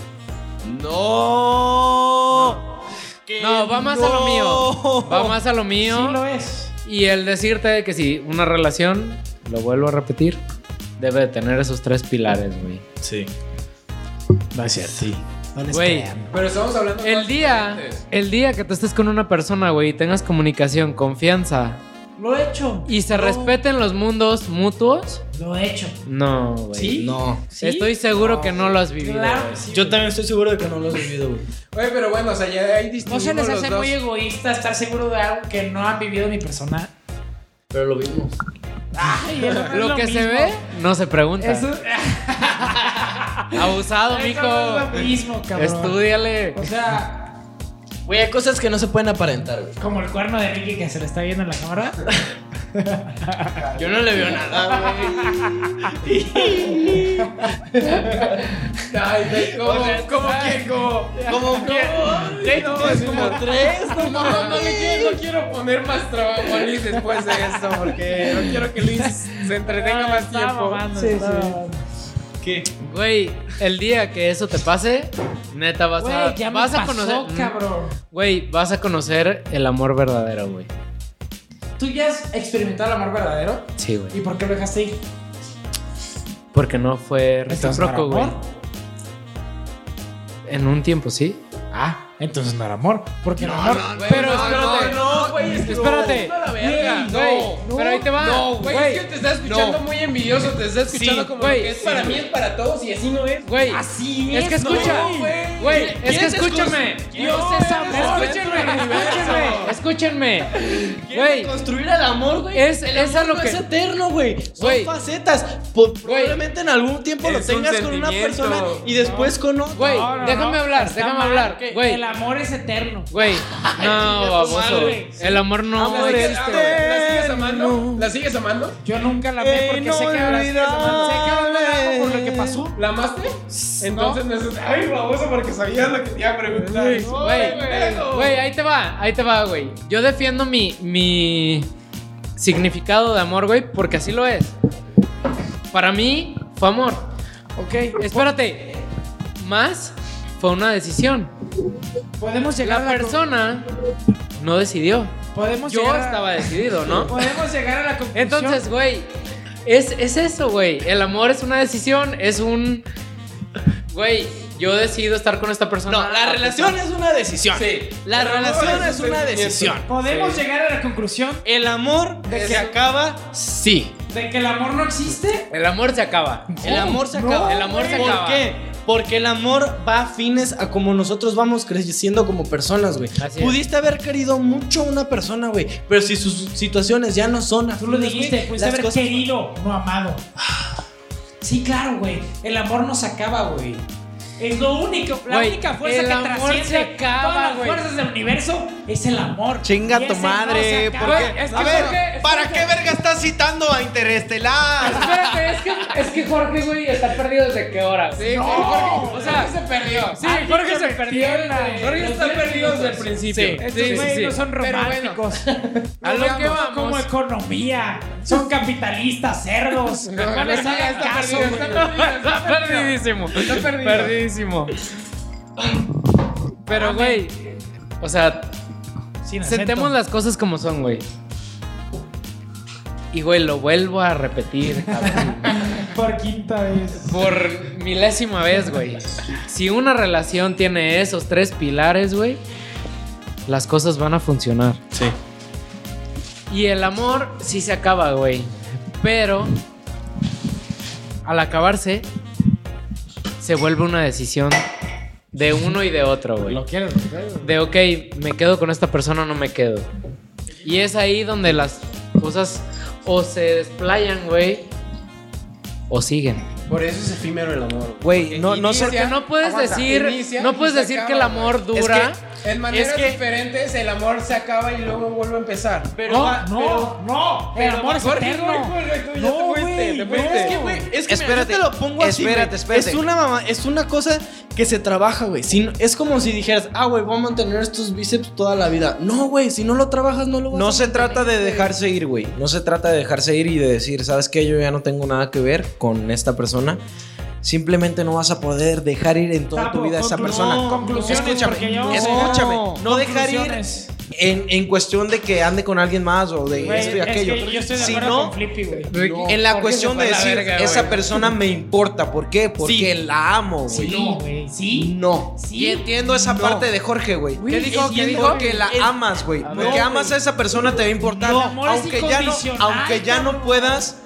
D: No.
C: No, va más a lo mío. Va más a lo
B: Sí
C: mío.
B: lo es.
C: Y el decirte que si una relación, lo vuelvo a repetir, debe de tener esos tres pilares, güey.
A: Sí.
B: No es cierto.
A: Sí.
B: No les
C: Güey.
B: crean.
F: Pero estamos hablando de
C: El
F: cosas
C: día,
F: diferentes.
C: el día que tú estés con una persona, güey, y tengas comunicación, confianza
B: Lo he hecho.
C: y se
B: No,
C: respeten los mundos mutuos,
B: Lo he hecho.
C: no, güey.
B: ¿Sí?
A: No.
B: ¿Sí?
C: Estoy seguro que no lo has vivido.
B: Claro
C: güey.
B: que sí,
A: Yo
B: güey.
A: también estoy seguro de que no lo has vivido, güey.
F: Oye, pero bueno, o sea, ya hay
B: ¿No
F: distintos.
B: se les hace muy egoísta estar seguro de algo que no han vivido mi persona?
A: Pero lo vimos.
B: Ay, eso no es
C: Lo, Ah, que se
B: mismo.
C: ve, no se pregunta.
B: Eso,
C: Abusado,
B: eso no es lo
C: mijo.
B: mismo, cabrón.
C: Estúdiale.
B: O sea,
A: Güey, hay cosas que no se pueden aparentar, güey.
B: como el cuerno de Ricky que se le está viendo en la cámara.
A: Yo no le veo nada,
F: Ay, güey, ¿cómo,
A: O sea,
F: cómo
A: ay.
F: quién? ¿Cómo?
A: Como que.
F: No, es como
A: tres,
F: No, no, no le quiero, no quiero poner más trabajo a Luis después de esto porque no quiero que Luis se entretenga más
B: Está
F: tiempo.
B: mamando,
F: Sí,
B: está
F: sí.
B: mamando.
C: Güey, el día que eso te pase, neta vas a
B: Güey, ya me
C: vas a
B: pasó,
F: Mm.
C: conocer,
B: cabrón.
C: güey, vas a conocer el amor verdadero, güey.
B: ¿Tú ya has experimentado el amor verdadero?
C: Sí,
B: ¿Y
C: güey.
B: por qué lo dejaste ir?
C: Porque no fue
B: ¿Estás
C: recíproco,
B: para
C: güey.
B: amor?
C: En un tiempo, sí.
B: Ah, entonces no era amor. Porque el amor.
C: Pero espérate.
F: No, güey, es que
C: Espérate.
F: no, la verga,
C: Güey,
F: no.
C: güey, pero ahí te va.
F: No, güey,
C: Güey,
F: es que te estás escuchando
C: no.
F: muy envidioso, te estás escuchando como
C: güey,
F: lo que es
C: sí.
F: para mí es para todos y así no es.
C: Güey,
F: así
C: es que escucha,
F: no,
C: güey, es
F: ¿Quién
C: que
F: te
C: escúchame.
F: escucha?
C: Dios
F: No,
C: es
F: eres
C: amor.
F: dentro del
C: Escúchenme,
F: universo.
C: escúchenme, escúchenme. Güey,
A: Construir el amor, güey.
C: Es-
A: el
C: es a
A: amor
C: lo
A: no
C: que-
A: es eterno, güey. Son
C: Güey.
A: facetas. Po-
C: Güey.
A: probablemente en algún tiempo lo
F: Es un
A: tengas con una
F: sentimiento.
A: persona y después con otra.
C: Güey,
B: No, no,
C: déjame
B: no,
C: hablar,
B: está
C: déjame
B: mal,
C: hablar,
B: que
C: güey.
B: El amor es eterno.
C: güey, no, baboso.
B: madre.
C: El amor no
F: ¿La sigues-
C: existe, güey.
A: este
F: ¿La sigues amando? ¿La sigues amando?
B: Yo nunca la amé porque sé que ahora sé que la amo por lo que pasó.
F: ¿La amaste? Entonces no es. Ay, baboso, porque sabías lo que te iba a preguntar. No,
C: Güey, eh,
F: pendejo.
C: güey, ahí te va, ahí te va, güey. Yo defiendo mi, mi significado de amor, güey, porque así lo es. Para mí fue amor.
B: Ok,
C: Espérate, más fue una decisión.
B: podemos llegar
C: La
B: a la con-
C: persona no decidió.
B: podemos
C: Yo
B: llegar a-
C: estaba decidido, ¿no?
B: Podemos llegar a la conclusión.
C: Entonces, güey, es, es eso, güey. El amor es una decisión, es un... Güey, yo decido estar con esta persona.
A: No, la relación es una decisión.
F: Ah, Sí.
A: La
F: Pero no
A: relación es
F: es un
A: una
F: sentimiento.
A: decisión.
B: podemos
C: Sí.
B: llegar a la conclusión
A: El amor
B: Es-
A: se acaba, sí.
B: de que el amor no existe.
C: El amor se acaba.
A: El amor se
B: no,
A: acaba.
C: el amor se
A: Oh, ¿Por
C: acaba.
A: qué? Porque el amor va a fines a como nosotros vamos creciendo como personas, güey.
C: Así es.
A: Pudiste haber querido mucho a una persona, güey. Pero si sus situaciones ya no son
B: Tú lo
A: afines,
B: dijiste,
A: güey,
B: pues
A: las
B: haber
A: cosas-
B: querido, no amado. Sí, claro, güey. El amor no se acaba, güey. Es lo único, la
C: Güey,
B: única fuerza
C: el
B: que
C: amor
B: trasciende
C: se acaba,
B: todas las
C: güey.
B: fuerzas del universo es el amor.
D: Chinga
B: Y
D: tu
B: ese
D: madre,
B: no se
D: ¿por
B: acaba.
D: qué?
C: Güey, es que
D: a ver,
C: Jorge-
D: ¿para qué verga estás citando a Interestelar?
C: Espérate, es que, es que Jorge, güey, está perdido desde qué hora.
F: Sí,
B: No.
F: sí, Jorge,
B: O
F: o
B: sea,
F: sea, se perdió.
B: sí,
C: Ay,
B: Jorge
C: que
B: se
C: me
B: perdió
C: pierda.
B: la-
F: Jorge está
B: los diez
F: perdido desde el
B: minutos.
F: principio.
C: Sí.
B: Estos güeyes no son
F: Pero bueno.
B: románticos.
C: A lo que
F: Veamos
C: vamos.
B: Como economía. Son capitalistas, cerdos.
F: No,
B: No les
F: está-
B: hagas
F: está
B: caso,
F: perdido,
B: güey.
F: está perdido,
C: Está perdidísimo. Está
F: perdido.
C: Perdidísimo. Pero, güey, o sea,
B: Sin acento.
C: sentemos las cosas como son, güey. Y, güey, lo vuelvo a repetir, cabrón.
B: Por quinta vez.
C: Por milésima vez, güey. Si una relación tiene esos tres pilares, güey, las cosas van a funcionar.
A: Sí.
C: Y el amor sí se acaba, güey. Pero al acabarse, se vuelve una decisión de uno y de otro, güey.
B: Lo quieres, lo quieres.
C: de ok, me quedo con esta persona o no me quedo. Y es ahí donde las cosas o se desplayan, güey, o siguen.
F: Por eso es efímero el amor.
D: Güey,
F: Porque
D: no- no sé-
F: inicia-
C: Porque no puedes
F: aguanta,
C: decir-
F: inicia
C: no
F: y
C: puedes
F: se
C: decir
F: acaba,
C: que el amor
F: güey.
C: dura.
F: Es que en maneras
C: que-
F: diferentes el amor se acaba y luego vuelve a empezar. Pero,
B: No, no, no. El
F: pero-
B: amor es
F: Jorge,
B: eterno.
F: güey, güey, tú ya
B: No,
F: te fuiste,
B: güey,
F: te
B: no.
F: fuiste.
B: Es que, güey,
A: Es que mira,
D: Espérate,
A: yo te lo pongo así.
D: espérate,
A: güey.
D: espérate.
A: Es una mamá, es una cosa que se trabaja, güey. Si no- es como si dijeras, ah, güey, voy a mantener estos bíceps toda la vida. No, güey, si no lo trabajas, no lo vas a
D: No se trata de dejarse ir, güey. No se trata de dejarse ir y de decir, ¿sabes qué? Yo ya no tengo nada que ver con esta persona. Simplemente no vas a poder dejar ir en toda tu vida a esa persona.
B: Conclusiones,
D: Escúchame,
B: porque yo-
D: escúchame. No dejar ir
B: Conclusiones.
D: en, en cuestión de que ande con alguien más o de
B: Güey,
D: esto y
B: es que
D: aquello.
B: yo estoy de
D: Si
B: acuerdo
D: no,
B: con Flippy, güey.
D: en la
F: Jorge
D: cuestión
F: se
D: de
F: fue a la
D: decir,
F: verga, güey.
D: esa persona me importa. ¿Por qué? Porque la amo, güey.
B: Sí, güey. Sí.
D: No.
B: Sí.
D: Y entiendo esa
B: No.
D: parte de Jorge, güey.
B: Güey, entiendo
D: Porque la amas, güey.
B: ver,
D: Porque
B: no,
D: amas a esa persona te va a importar.
B: El amor es
D: aunque, ya no,
B: incondicional,
D: aunque ya no
B: cabrón.
D: puedas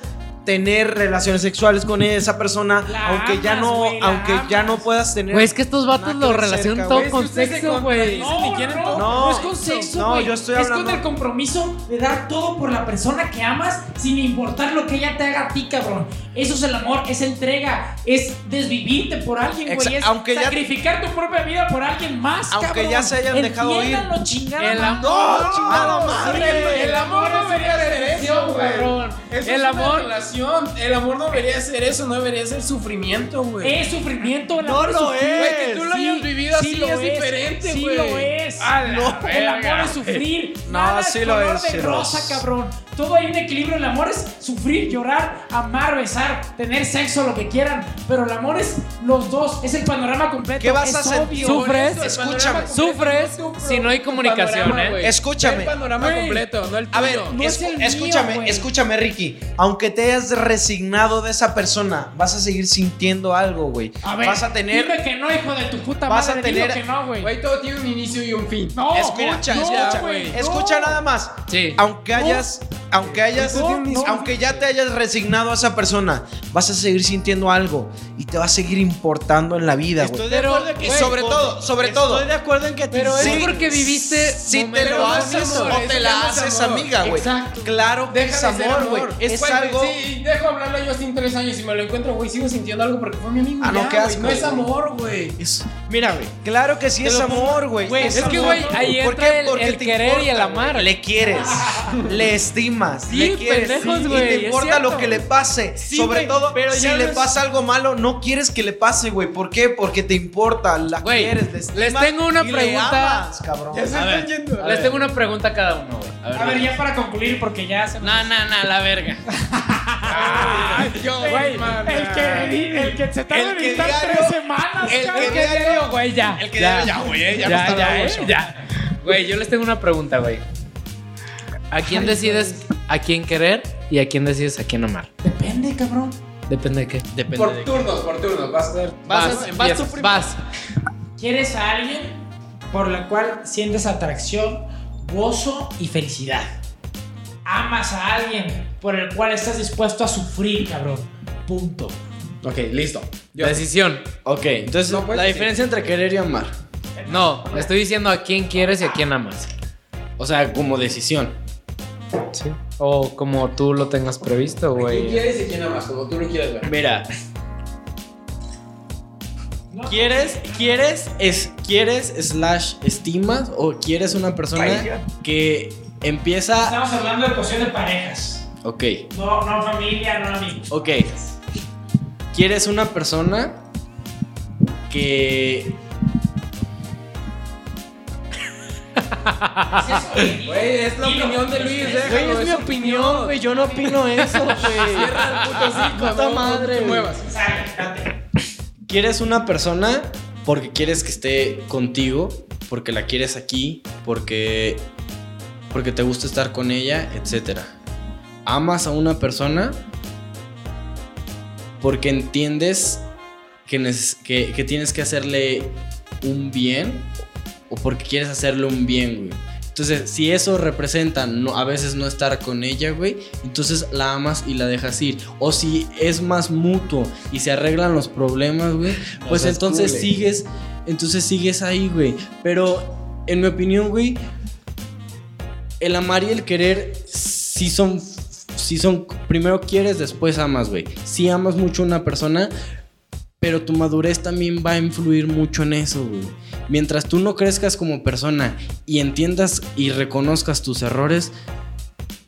D: tener relaciones sexuales con esa persona,
B: La
D: aunque ya
B: amas,
D: no,
B: güey, la
D: aunque ya no
B: amas.
D: puedas tener
C: Güey, es que estos vatos
D: Nada que
C: lo
D: ver
C: relacionan
D: cerca,
C: todo
D: güey.
C: con sexo, güey.
F: contradicen. ni quieren
B: no,
F: todo.
D: No.
B: no es con sexo,
D: No,
B: güey.
D: yo estoy
B: Es
D: hablando-
B: con el compromiso de dar todo por la persona que amas sin importar lo que ella te haga a ti, cabrón. Eso es el amor, es entrega, es desvivirte por alguien, güey.
D: Exa-
B: Es
D: aunque ya-
B: sacrificar tu propia vida por alguien más,
D: Aunque
B: cabrón.
D: ya se hayan dejado ir.
B: Entiéndanlo, chingada
C: El
B: madre.
D: amor, chingada madre.
B: güey,
F: El amor no debería ser eso, güey.
B: cabrón.
C: El
F: Eso es una
C: amor-
F: relación. El amor no debería ser eso, no debería ser sufrimiento, güey.
B: Es sufrimiento, el
D: No
B: amor es
D: lo
B: sufrir.
D: es.
F: Güey, que tú lo hayas vivido así es diferente,
B: sí
F: güey.
B: lo es.
F: A la
B: No, el amor
F: verga.
B: es sufrir.
D: No,
B: Nada
D: sí
B: es
D: lo
B: color
D: es,
B: de
D: sí lo
B: rosa,
D: es.
B: cabrón. Todo hay un equilibrio. El amor es sufrir, llorar, amar, besar, tener sexo, lo que quieran. Pero el amor es los dos. Es el panorama completo.
D: ¿Qué vas
B: es
D: a sentir?
B: obvio.
C: Sufre. Sufres,
F: Por eso, el
D: escúchame.
F: panorama completo,
C: Sufres
F: no tu pro-
C: si no hay
F: tu
C: comunicación,
F: panorama,
C: ¿eh?
F: güey.
D: Escúchame.
F: El panorama
B: Güey.
F: completo, no el tuyo.
D: A ver,
B: No es
D: escu-
B: el mío,
D: escúchame,
B: güey.
D: escúchame, Ricky. Aunque te hayas resignado de esa persona, vas a seguir sintiendo algo, güey.
B: A ver,
D: vas a tener.
B: Dime que no, hijo de tu puta
D: vas a
B: madre. dilo
D: tener-
B: que no, güey.
F: Güey, todo tiene un inicio y un fin.
B: No,
D: escucha,
B: no,
D: escucha,
B: güey, no.
D: escucha nada más.
C: Sí.
D: Aunque hayas, aunque hayas,
B: No, no.
D: aunque ya te hayas resignado a esa persona, vas a seguir sintiendo algo y te va a seguir importando en la vida, güey.
C: de acuerdo
D: Y sobre todo, sobre todo,
A: acuerdo en que te
C: Pero es
D: Sí.
C: porque viviste
D: si te
C: momentos-
D: lo
F: no es
D: haces
F: amor,
D: o
F: eso
D: te
F: ya
D: la
F: no es
D: haces
F: amor.
D: amiga, güey.
B: Exacto.
D: Claro que es
F: Deja de ser
D: amor, güey. Es
F: Güey,
D: algo.
F: Sí, dejo hablarlo yo sin tres años y me lo encuentro, güey. Sigo sintiendo algo porque fue mi amigo.
D: Ah, no,
F: ya,
D: qué
F: güey,
D: asco,
F: No es
D: güey.
F: amor, güey.
D: es-
A: Mira, güey.
D: claro que sí es
A: lo
D: amor, güey.
A: Güey,
D: Es
C: Es que,
D: amor.
C: güey, ahí
D: ¿Por
C: entra
D: qué?
C: el,
D: Porque
C: el
D: te
C: querer y el
D: importa, güey.
C: amar.
D: Le quieres, le estimas,
C: Sí,
D: le quieres.
C: pendejos,
D: y
C: güey,
D: te
C: es
D: importa
C: cierto.
D: lo que le pase.
A: Sí,
D: Sobre
A: güey,
D: todo,
A: pero
D: si
A: ya
D: le
A: no es-
D: pasa algo malo, no quieres que le pase, güey. ¿Por qué? Porque te importa, la
C: Güey,
D: quieres, le
C: les
D: estimas
C: tengo una
D: y le
C: pregunta.
D: amas, cabrón.
F: Ya se
C: A
F: están
C: ver,
F: yendo.
C: Ah, Les tengo una pregunta a cada uno, güey.
B: A ver, ya para concluir, porque ya se nos-
C: No, no, no, la verga.
F: Ay, yo,
B: Güey,
F: mamá.
B: el que, el que se tarda
D: El
B: en
D: que
B: editar
D: diario-
B: tres semanas,
D: el
B: cabrón.
D: que diario-
C: güey, ya.
D: El que ya, ya, güey, eh, ya,
C: ya,
D: nos
C: ya,
D: tardamos.
C: eh, ya. Güey, yo les tengo una pregunta, güey. ¿A quién decides a quién querer y a quién decides a quién amar?
B: Depende, cabrón.
C: Depende de qué.
A: Depende
F: Por
A: de
F: turnos, por turnos. Vas a ser.
C: Vas, vas,
F: empiezas.
C: tú primero. vas.
B: ¿Quieres a alguien por la cual sientes atracción, gozo y felicidad? Amas a alguien por el cual estás dispuesto a sufrir, cabrón. Punto.
F: Ok, listo. Yo.
C: Decisión.
A: Ok, entonces
F: No, pues,
A: la
F: sí.
A: diferencia entre querer y amar.
C: No, le estoy diciendo a quién quieres y a quién amas.
A: O sea, como decisión.
C: Sí. O como tú lo tengas previsto,
F: ¿Quién
C: güey.
F: quieres y quién amas? Como tú lo quieres ver.
A: Mira. ¿Quieres, quieres, es, quieres, slash, estimas o quieres una persona que empieza...
B: Estamos hablando de cuestión de parejas.
A: Ok,
B: No, no familia, no amigos.
A: ok. ¿Quieres una persona que...
F: Güey, es la
B: Dilo.
F: opinión de Luis,
B: eh.
F: déjalo. su
A: yo no opino eso, güey.
F: Cierra el puto hocico,
A: Puta
F: no,
A: madre,
F: No te
A: güey.
F: muevas.
B: Sale, date.
A: ¿Quieres una persona porque quieres que esté contigo, porque la quieres aquí, porque porque te gusta estar con ella, etcétera? Amas a una persona porque entiendes que, neces- que- que tienes que hacerle un bien o porque quieres hacerle un bien, güey. Entonces, si eso representa no, a veces no estar con ella, güey, entonces la amas y la dejas ir. O si es más mutuo y se arreglan los problemas, güey, pues
F: seas
A: entonces
F: cool, eh.
A: sigues, entonces sigues ahí, güey. Pero, en mi opinión, güey, el amar y el querer sí son, sí son, primero quieres, después amas, güey. Si amas mucho a una persona, pero tu madurez también va a influir mucho en eso, güey. Mientras tú no crezcas como persona y entiendas y reconozcas tus errores,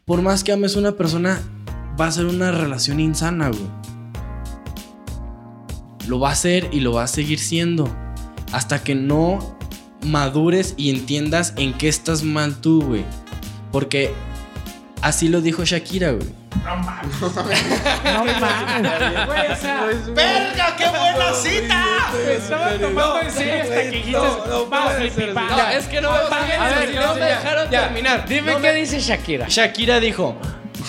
A: por más que ames a una persona, va a ser una relación insana, güey. Lo va a ser y lo va a seguir siendo. Hasta que no madures y entiendas en qué estás mal tú, güey. Porque así lo dijo Shakira, güey.
B: No mames. No mames. Güey, o sea,
D: ¡Verga, qué buena cita!
B: me estaba tomando en serio hasta que dijiste. Vamos, mi pipa. Ya.
A: que no,
B: a ver, no me
A: dejaron terminar.
C: Dime qué dice Shakira.
A: Shakira dijo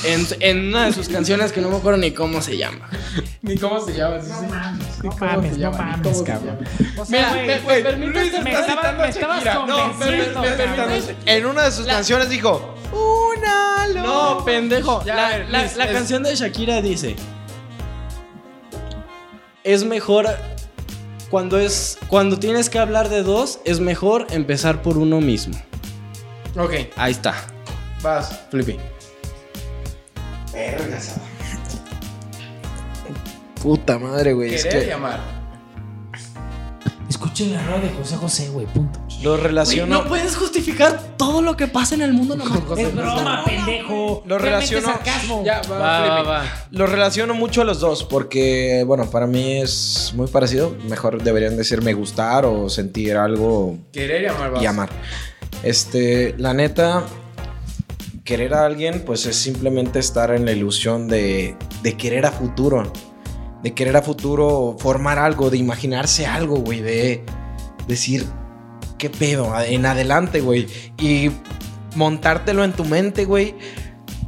A: en, en una de sus canciones que no me acuerdo ni cómo se llama.
F: Ni cómo se llama. sí, sí. Ni
B: No
F: cómo
B: mames,
F: se
B: no
F: llama, ni cómo
B: mames,
F: se
B: cabrón.
F: llama.
B: O sea,
A: Mira,
B: güey,
A: me- me permites-
B: me estabas, me estabas convenciendo. cabrón.
D: En una de sus canciones dijo: Una luz.
A: No, pendejo.
F: Ya,
A: la
F: a ver,
A: la-
F: Luis,
A: la
F: es-
A: canción de Shakira dice: Es mejor. Cuando, es, cuando tienes que hablar de dos, es mejor empezar por uno mismo.
F: Ok,
A: Ahí está.
F: vas, Flippy.
D: Puta madre, güey. Es
F: Querer
D: que
F: llamar.
B: Escuchen la rola de José José, güey, punto.
D: lo
A: Güey,
D: relaciono.
A: no puedes justificar todo lo que pasa en el mundo nomás.
F: este
B: Es broma, pendejo.
D: Lo
B: Realmente
D: relaciono-
B: sarcasmo.
F: Ya,
C: Va,
F: va,
C: va,
F: Flippy.
C: va.
D: Lo relaciono mucho a los dos porque, bueno, para mí es muy parecido. Mejor deberían decir me gustar o sentir algo
F: Querer llamar, vas.
D: y amar. Este, la neta, querer a alguien, pues es simplemente estar en la ilusión de, de querer a futuro. De querer a futuro formar algo, de imaginarse algo, güey. De decir, ¿qué pedo? A- En adelante, güey. Y montártelo en tu mente, güey.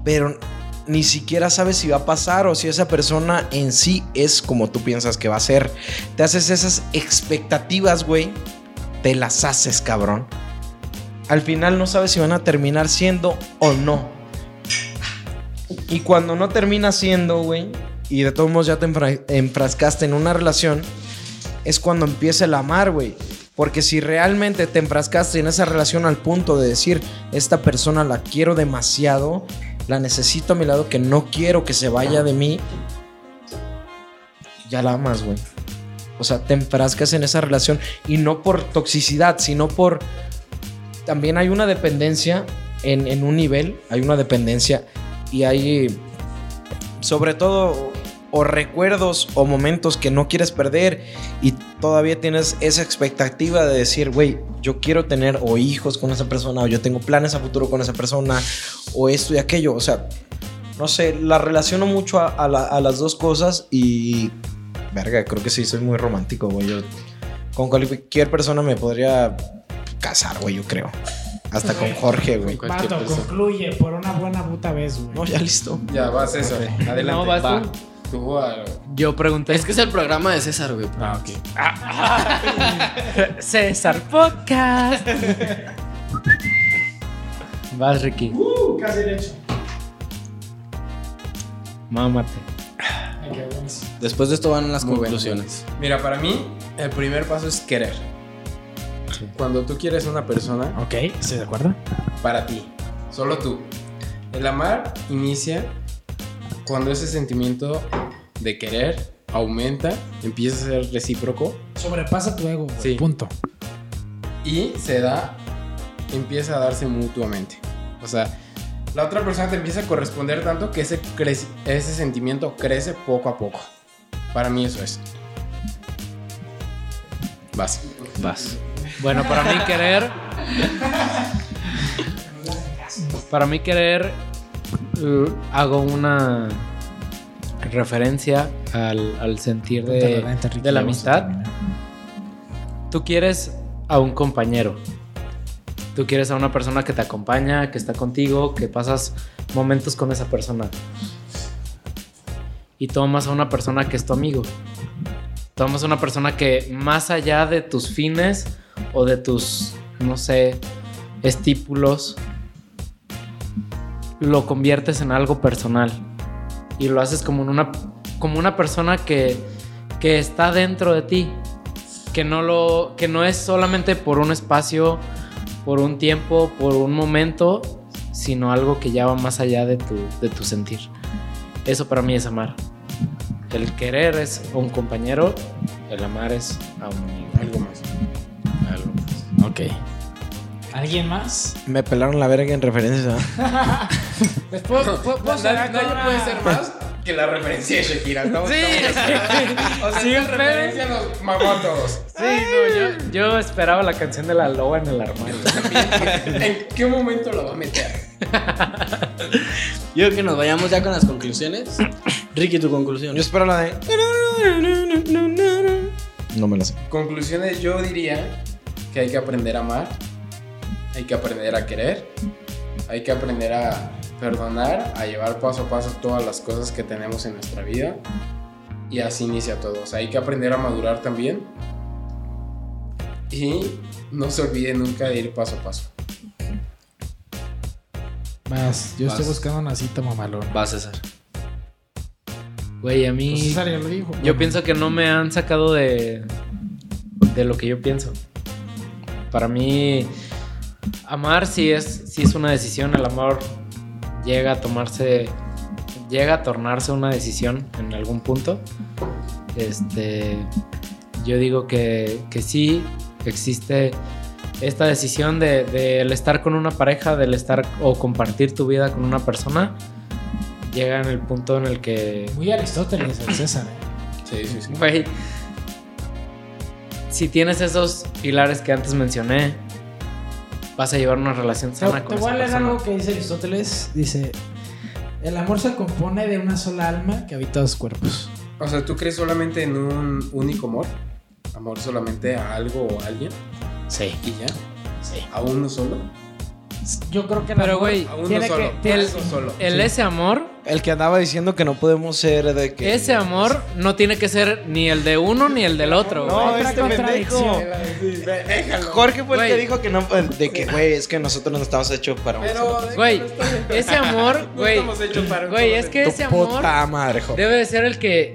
D: Pero ni siquiera sabes si va a pasar o si esa persona en sí es como tú piensas que va a ser. Te haces esas expectativas, güey. Te las haces, cabrón. Al final no sabes si van a terminar siendo o no. Y cuando no termina siendo, güey, y de todos modos ya te enfra- enfrascaste en una relación, es cuando empieza el amar, güey. Porque si realmente te enfrascaste en esa relación al punto de decir, esta persona la quiero demasiado, la necesito a mi lado, que no quiero que se vaya de mí, ya la amas, güey. O sea, te enfrascas en esa relación y no por toxicidad, sino por... También hay una dependencia en, en un nivel, hay una dependencia y hay sobre todo o recuerdos o momentos que no quieres perder y todavía tienes esa expectativa de decir, güey, yo quiero tener o hijos con esa persona o yo tengo planes a futuro con esa persona o esto y aquello. O sea, no sé, la relaciono mucho a, a la- a las dos cosas y... Verga, creo que sí, soy muy romántico, güey. Yo con cualquier persona me podría casar, güey, yo creo. Hasta con Jorge, güey.
F: Cualquier
B: Pato,
F: persona.
B: concluye por una buena puta vez, güey.
D: No, ya listo.
F: Ya, vas eso. Adelante.
C: No, vas
F: Va.
C: tú.
F: Tú a-
C: Yo pregunté.
A: Es que es el programa de César, güey.
F: Ah, ok.
C: César Podcast. Vas, Ricky.
B: Uh, casi derecho.
C: Mámate.
B: Ay, qué buenísimo.
A: Después de esto van las
F: Muy
A: conclusiones.
F: Mira, para mí, el primer paso es querer. Cuando tú quieres a una persona,
B: Ok, ¿estoy de acuerdo?
F: para ti, solo tú. El amar inicia cuando ese sentimiento de querer aumenta, empieza a ser recíproco
B: Sobrepasa tu ego, güey.
F: Sí.
B: Punto.
F: y se da, empieza a darse mutuamente. O sea, la otra persona te empieza a corresponder tanto que ese, crece- ese sentimiento crece poco a poco. Para mí eso es. Vas.
A: Vas.
C: Bueno, para mí querer. Para mí querer. eh, Hago una referencia al, al sentir
B: Ponte
C: de,
B: relajante, Ricky,
C: de la
B: ya vamos a
C: amistad.
B: terminar.
C: Tú quieres a un compañero. Tú quieres a una persona que te acompaña, que está contigo, que pasas momentos con esa persona. Y tomas a una persona que es tu amigo. Tomas a una persona que más allá de tus fines o de tus, no sé, estípulos, lo conviertes en algo personal y lo haces como en una, como una persona que, que está dentro de ti, que no, lo, que no es solamente por un espacio, por un tiempo, por un momento, sino algo que ya va más allá de tu, de tu sentir. Eso para mí es amar. El querer es a un compañero, el amar es a un amigo.
F: Algo más.
A: Algo más.
D: Ok.
B: ¿Alguien más?
D: Me pelaron la verga en referencia.
B: Después, ¿puedo, puedo
F: Nadie,
B: cerrar
F: nadie
B: con una-
F: puede ser más que la referencia de Shakira. ¿no?
C: Sí.
F: O sea,
C: Sí,
F: esta
C: pero-
F: referencia nos mamó a todos.
C: Sí, no, yo, yo esperaba la canción de la loba en el armario.
F: ¿En qué momento lo va a meter?
A: Yo creo que nos vayamos ya con las conclusiones. Ricky, tu conclusión.
D: Yo espero la de. No me la sé.
F: Conclusiones, yo diría que hay que aprender a amar, hay que aprender a querer, hay que aprender a perdonar, a llevar paso a paso todas las cosas que tenemos en nuestra vida y así inicia todo. O sea, hay que aprender a madurar también y no se olvide nunca de ir paso a paso.
B: Más, yo estoy
A: Vas.
B: buscando una cita mamalona.
A: Va, César.
C: Güey, a
B: Pues
C: mí.
B: César ya lo dijo.
C: Yo
B: Bueno,
C: pienso que no me han sacado de, de lo que yo pienso. Para mí, amar sí es, sí es una decisión. El amor llega a tomarse, llega a tornarse una decisión en algún punto. Este, yo digo que, que sí existe esta decisión de, del estar con una pareja, del estar o compartir tu vida con una persona. Llega en el punto en el que
B: Muy Aristóteles, el César. ¿eh?
F: Sí, sí, sí.
C: Güey, si tienes esos pilares que antes mencioné, vas a llevar una relación
B: Te,
C: sana
B: te voy
C: con esa
B: a leer
C: persona.
B: algo que dice Aristóteles. Dice, el amor se compone de una sola alma que habita dos cuerpos.
F: O sea, ¿tú crees solamente en un único amor? ¿Amor solamente a algo o a alguien?
C: Sí.
F: ¿Y ya? ¿A uno solo?
B: Yo creo que el
C: Pero,
B: amor
C: güey,
F: A uno
B: tiene
F: solo.
B: que...
F: a
B: tiene-
C: el-
F: eso solo.
C: El ese amor,
D: El que andaba diciendo que no podemos ser de que.
C: ese amor no tiene que ser ni el de uno ni el del otro.
D: No,
C: güey.
B: Otra
D: este pendejo.
B: contradicción.
D: Jorge fue el que
C: Güey.
D: dijo que no. De que, güey, es que nosotros no estamos hechos para un solo-
F: Pero,
C: Güey, ese amor, güey,
F: hechos para un
C: güey,
F: solo
C: es que
D: Tu
C: ese amor
D: Puta madre, Jorge.
C: debe de ser el que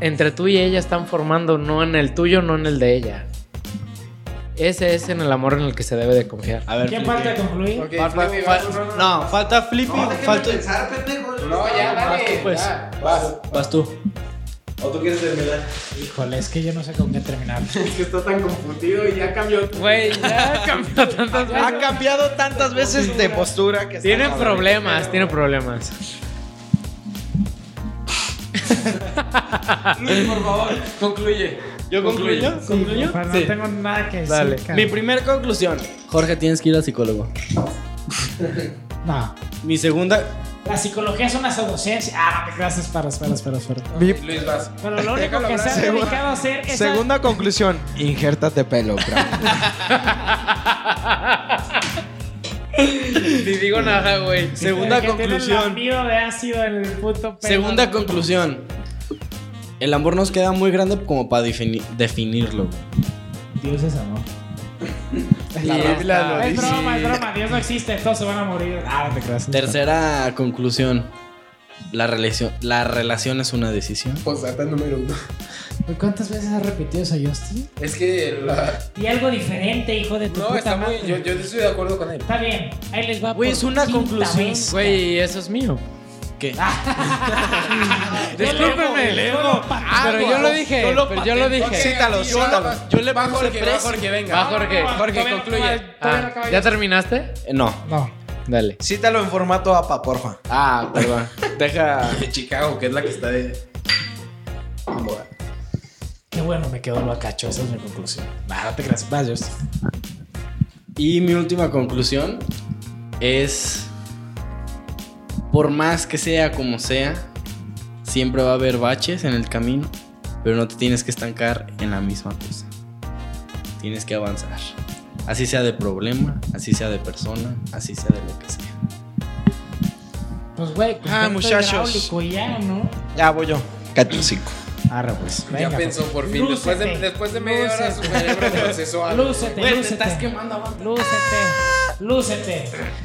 C: entre tú y ella están formando, no en el tuyo, no en el de ella. Ese es en el amor en el que se debe de confiar.
A: A ver,
B: ¿Quién
A: Flippy.
B: falta concluir?
F: Ok,
A: Fal- fal-
F: Flippy,
A: fal-
F: vas, vas,
A: no, falta Flippy. falta...
F: No, ya, dale.
A: pues.
F: ya, vas.
A: Vas tú.
D: ¿O tú quieres terminar?
B: Híjole, es que yo no sé con qué terminar.
F: Es que está tan confundido y ya cambió.
C: Güey, ya cambió tantas veces.
D: Ha cambiado tantas veces de postura que
C: Tiene
D: está-
C: problemas, tiene problemas.
F: Luis, por favor, concluye.
A: ¿Yo concluyo?
B: Sí, compa, no tengo nada que decir.
C: Dale.
B: cabrón.
A: Mi primer conclusión. Jorge, tienes que ir al psicólogo.
B: No.
A: Mi segunda...
B: La psicología es una pseudociencia. Ah, no te creas, espera, espera, espera, espera.
F: Luis, vas.
B: Pero lo único que se ha
D: Segunda-
B: dedicado a hacer es a-
D: Segunda conclusión: Injértate pelo, Brown.
C: Ni digo nada, güey.
A: Segunda
B: que tiene el
A: conclusión.
B: lambido de ácido en el puto pelo.
A: Segunda conclusión. El amor nos queda muy grande como para defini- definirlo. güey.
B: Dios es amor.
D: La
C: Ya
D: Biblia
C: está.
A: Ah,
D: lo
B: Es
D: dice.
B: broma, es broma. Dios no existe, todos se van a morir. Ah, no te creas.
A: Tercera conclusión. La relación, la relación es una decisión.
F: Posata Pues, número uno.
B: Güey, ¿Cuántas veces has repetido eso, Justin?
F: Es que la...
B: Y algo diferente, hijo de tu
F: No,
B: puta
F: está muy...
B: madre.
F: Yo, yo estoy de acuerdo con él.
B: Está bien, ahí les va
A: Güey,
B: por
A: es una
B: quinta
A: conclusión.
B: vez.
C: Güey, eso es mío.
A: ¿Qué?
C: Discúlpeme. Pero yo lo dije, pero yo lo dije.
D: Cítalo, cítalo.
A: Yo le
F: bajo
A: puse
F: el que
A: tres.
F: bajo el que venga.
C: Va, Jorge,
B: no, no,
C: Jorge,
B: todavía no
C: concluye.
B: acaba, todavía no
C: Ah,
B: acaba
C: ¿Ya
B: yo.
C: terminaste?
A: Eh, No.
B: No,
C: Dale.
D: Cítalo en formato APA, porfa.
A: Ah, perdón. Deja.
F: De Chicago, que es la que está de...
B: qué bueno, me quedó lo acacho. Esa es mi conclusión. Nah, no te creas. Vas, Justin.
A: Y mi última conclusión es, por más que sea como sea, siempre va a haber baches en el camino, pero no te tienes que estancar en la misma cosa. Tienes que avanzar. Así sea de problema, así sea de persona, así sea de lo que sea.
B: Pues, güey,
D: Ah,
B: contacto
D: muchachos.
B: hidráulico y ya, ¿no?
D: Ya voy yo. Catucico.
B: Arra, pues.
F: Ya
B: venga,
F: pensó
B: pues.
F: por fin. Después de,
B: Lúcete,
F: después de media hora su
B: lúcete.
F: cerebro procesó algo.
B: Lúcete, lúcete.
A: quemando,
B: Lúcete. Lúcete.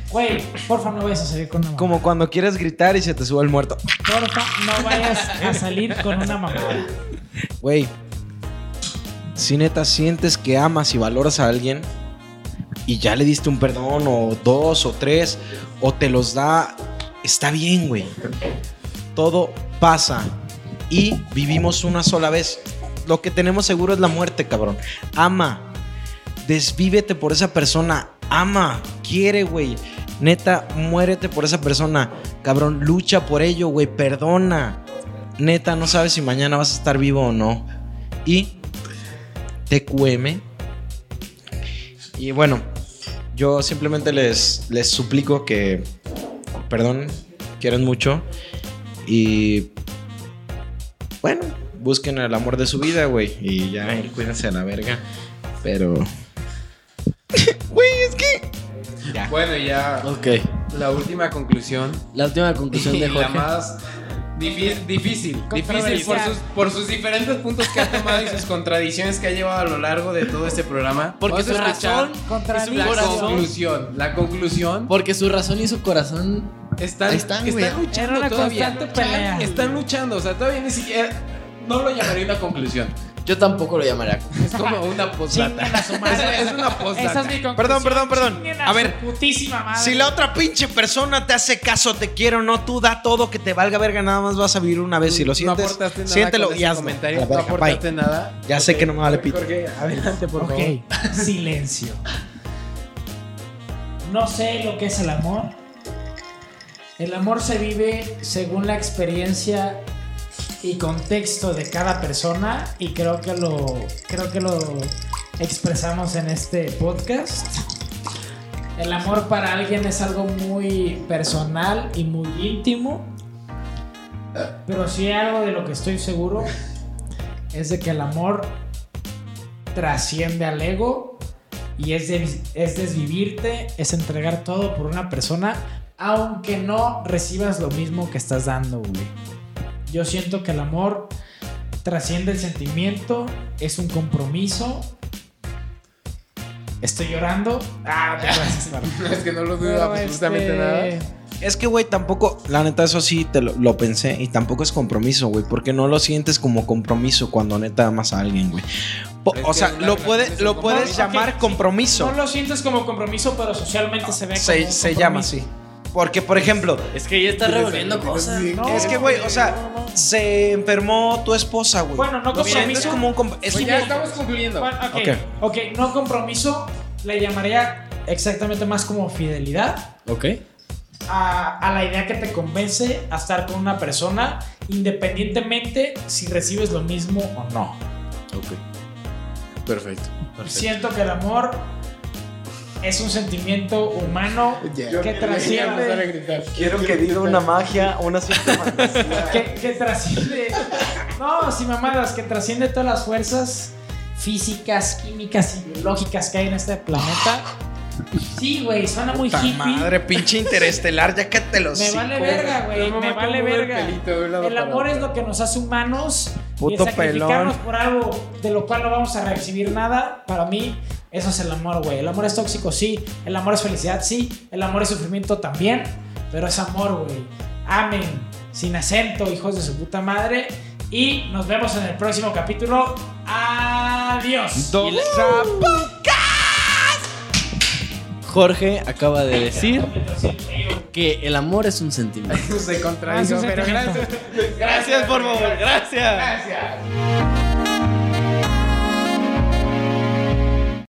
B: Güey, porfa, no vayas a salir con una mamada.
D: Como cuando quieres gritar y se te sube el muerto.
B: Porfa, no vayas a salir con una mamada.
D: Güey, si neta sientes que amas y valoras a alguien y ya le diste un perdón o dos o tres o te los da, está bien, güey. Todo pasa y vivimos una sola vez. Lo que tenemos seguro es la muerte, cabrón. Ama, desvívete por esa persona. Ama, quiere, güey. Neta, muérete por esa persona. Cabrón, lucha por ello, güey. Perdona. Neta, no sabes si mañana vas a estar vivo o no. Y TQM. Y bueno, yo simplemente les, les suplico que, perdón, quieran mucho. Y bueno, busquen el amor de su vida, güey. Y ya, y cuídense a la verga. Pero... Güey, es que...
F: Bueno, y ya
A: Ok.
F: la última conclusión.
A: La última conclusión
F: Y
A: de
F: la
A: Jorge.
F: más difícil, difícil, difícil por
B: Controversial.
F: sus, por sus diferentes puntos que ha tomado y sus contradicciones que ha llevado a lo largo de todo este programa.
A: Porque
F: Vamos
A: su
F: a escuchar
A: razón,
B: Contra
A: Es un
B: mí.
F: la
A: corazón.
F: conclusión, la conclusión
A: porque su razón y su corazón
F: están,
A: Ahí están, güey.
F: están luchando
B: Era una
F: todavía.
B: constante pelea.
F: Están luchando, o sea, todavía ni siquiera no lo llamaría una conclusión.
A: yo tampoco lo llamaría.
F: Es como una
B: Chinguen
F: postdata.
B: a su madre.
F: Es una postdata.
B: Esa es mi conclusión.
D: Perdón, perdón, perdón.
B: Chinguen
D: A
B: su
D: ver,
B: Putísima madre.
D: Si la otra pinche persona te hace caso, te quiero, no, tú da todo que te valga verga, nada más vas a vivir una vez. Si lo
F: no
D: sientes,
F: aportaste nada
D: siéntelo
F: con
D: y
F: ese
D: hazlo.
F: comentario,
D: A la verga,
F: no aportaste
D: bye.
F: nada.
D: Ya sé que no me vale Ah, pito.
F: Jorge, adelante, por favor.
B: Ok, silencio. No sé lo que es el amor. El amor se vive según la experiencia y contexto de cada persona y creo que lo creo que lo expresamos en este podcast. El amor para alguien es algo muy personal y muy íntimo. Pero sí algo de lo que estoy seguro es de que el amor trasciende al ego y es, de- es desvivirte, es entregar todo por una persona, aunque no recibas lo mismo que estás dando, güey. Yo siento que el amor trasciende el sentimiento, es un compromiso. Estoy llorando. Ah, te creas, Oscar.
F: Es que no lo
D: pues,
F: dudo
B: Pero,
F: absolutamente
B: este,
F: nada.
D: Es que, güey, tampoco, la neta, eso sí te lo, lo pensé y tampoco es compromiso, güey, porque no lo sientes como compromiso cuando neta amas a alguien, güey. Po-
F: Pero es
D: O
F: que
D: sea,
F: las
D: lo,
F: relaciones
D: puede-
F: son
D: lo puedes
B: compromiso.
D: llamar
B: Ok.
D: compromiso.
B: No lo sientes como compromiso, pero socialmente se ve como
D: se,
B: un
D: se llama
B: compromiso.
D: así. Porque, por ejemplo,
A: Es que ya está revolviendo cosas.
B: No,
D: es que, güey, o sea,
B: no, no.
D: se enfermó tu esposa, güey.
B: Bueno, no
D: Lo sientes
B: compromiso.
D: como un compro- es
F: Pues
D: un
F: ya estamos concluyendo.
B: Bueno, ok, ok, no compromiso, le llamaría exactamente más como fidelidad
A: Ok.
B: a, a la idea que te convence a estar con una persona, independientemente si recibes lo mismo o no.
F: Perfecto.
B: Siento que el amor es un sentimiento humano que trasciende,
D: Quiero que diga una magia, una cierta
B: que, que trasciende, no, si mamadas, que trasciende todas las fuerzas físicas, químicas y biológicas que hay en este planeta. Sí, güey, suena muy hippie.
D: madre, pinche interestelar, ya que te lo
B: Me vale verga, güey.
F: No,
B: Me
F: mamá,
B: vale
F: ¿cómo mueve
B: verga.
F: el pelito de un lado
B: El
F: para
B: amor
F: otro?
B: es lo que nos hace humanos. y
D: Puto
B: el sacrificarnos
D: pelón.
B: por algo de lo cual no vamos a recibir nada, para mí, eso es el amor, güey. El amor es tóxico, sí. El amor es felicidad, sí. El amor es sufrimiento también. Pero es amor, güey. Amén. Sin acento, hijos de su puta madre. Y nos vemos en el próximo capítulo. Adiós.
A: Jorge acaba de decir que el amor es un sentimiento.
F: Se
B: Ah, es
F: contradijo,
B: un
F: pero
B: sentimiento.
F: gracias. Gracias, por favor. Gracias. Gracias.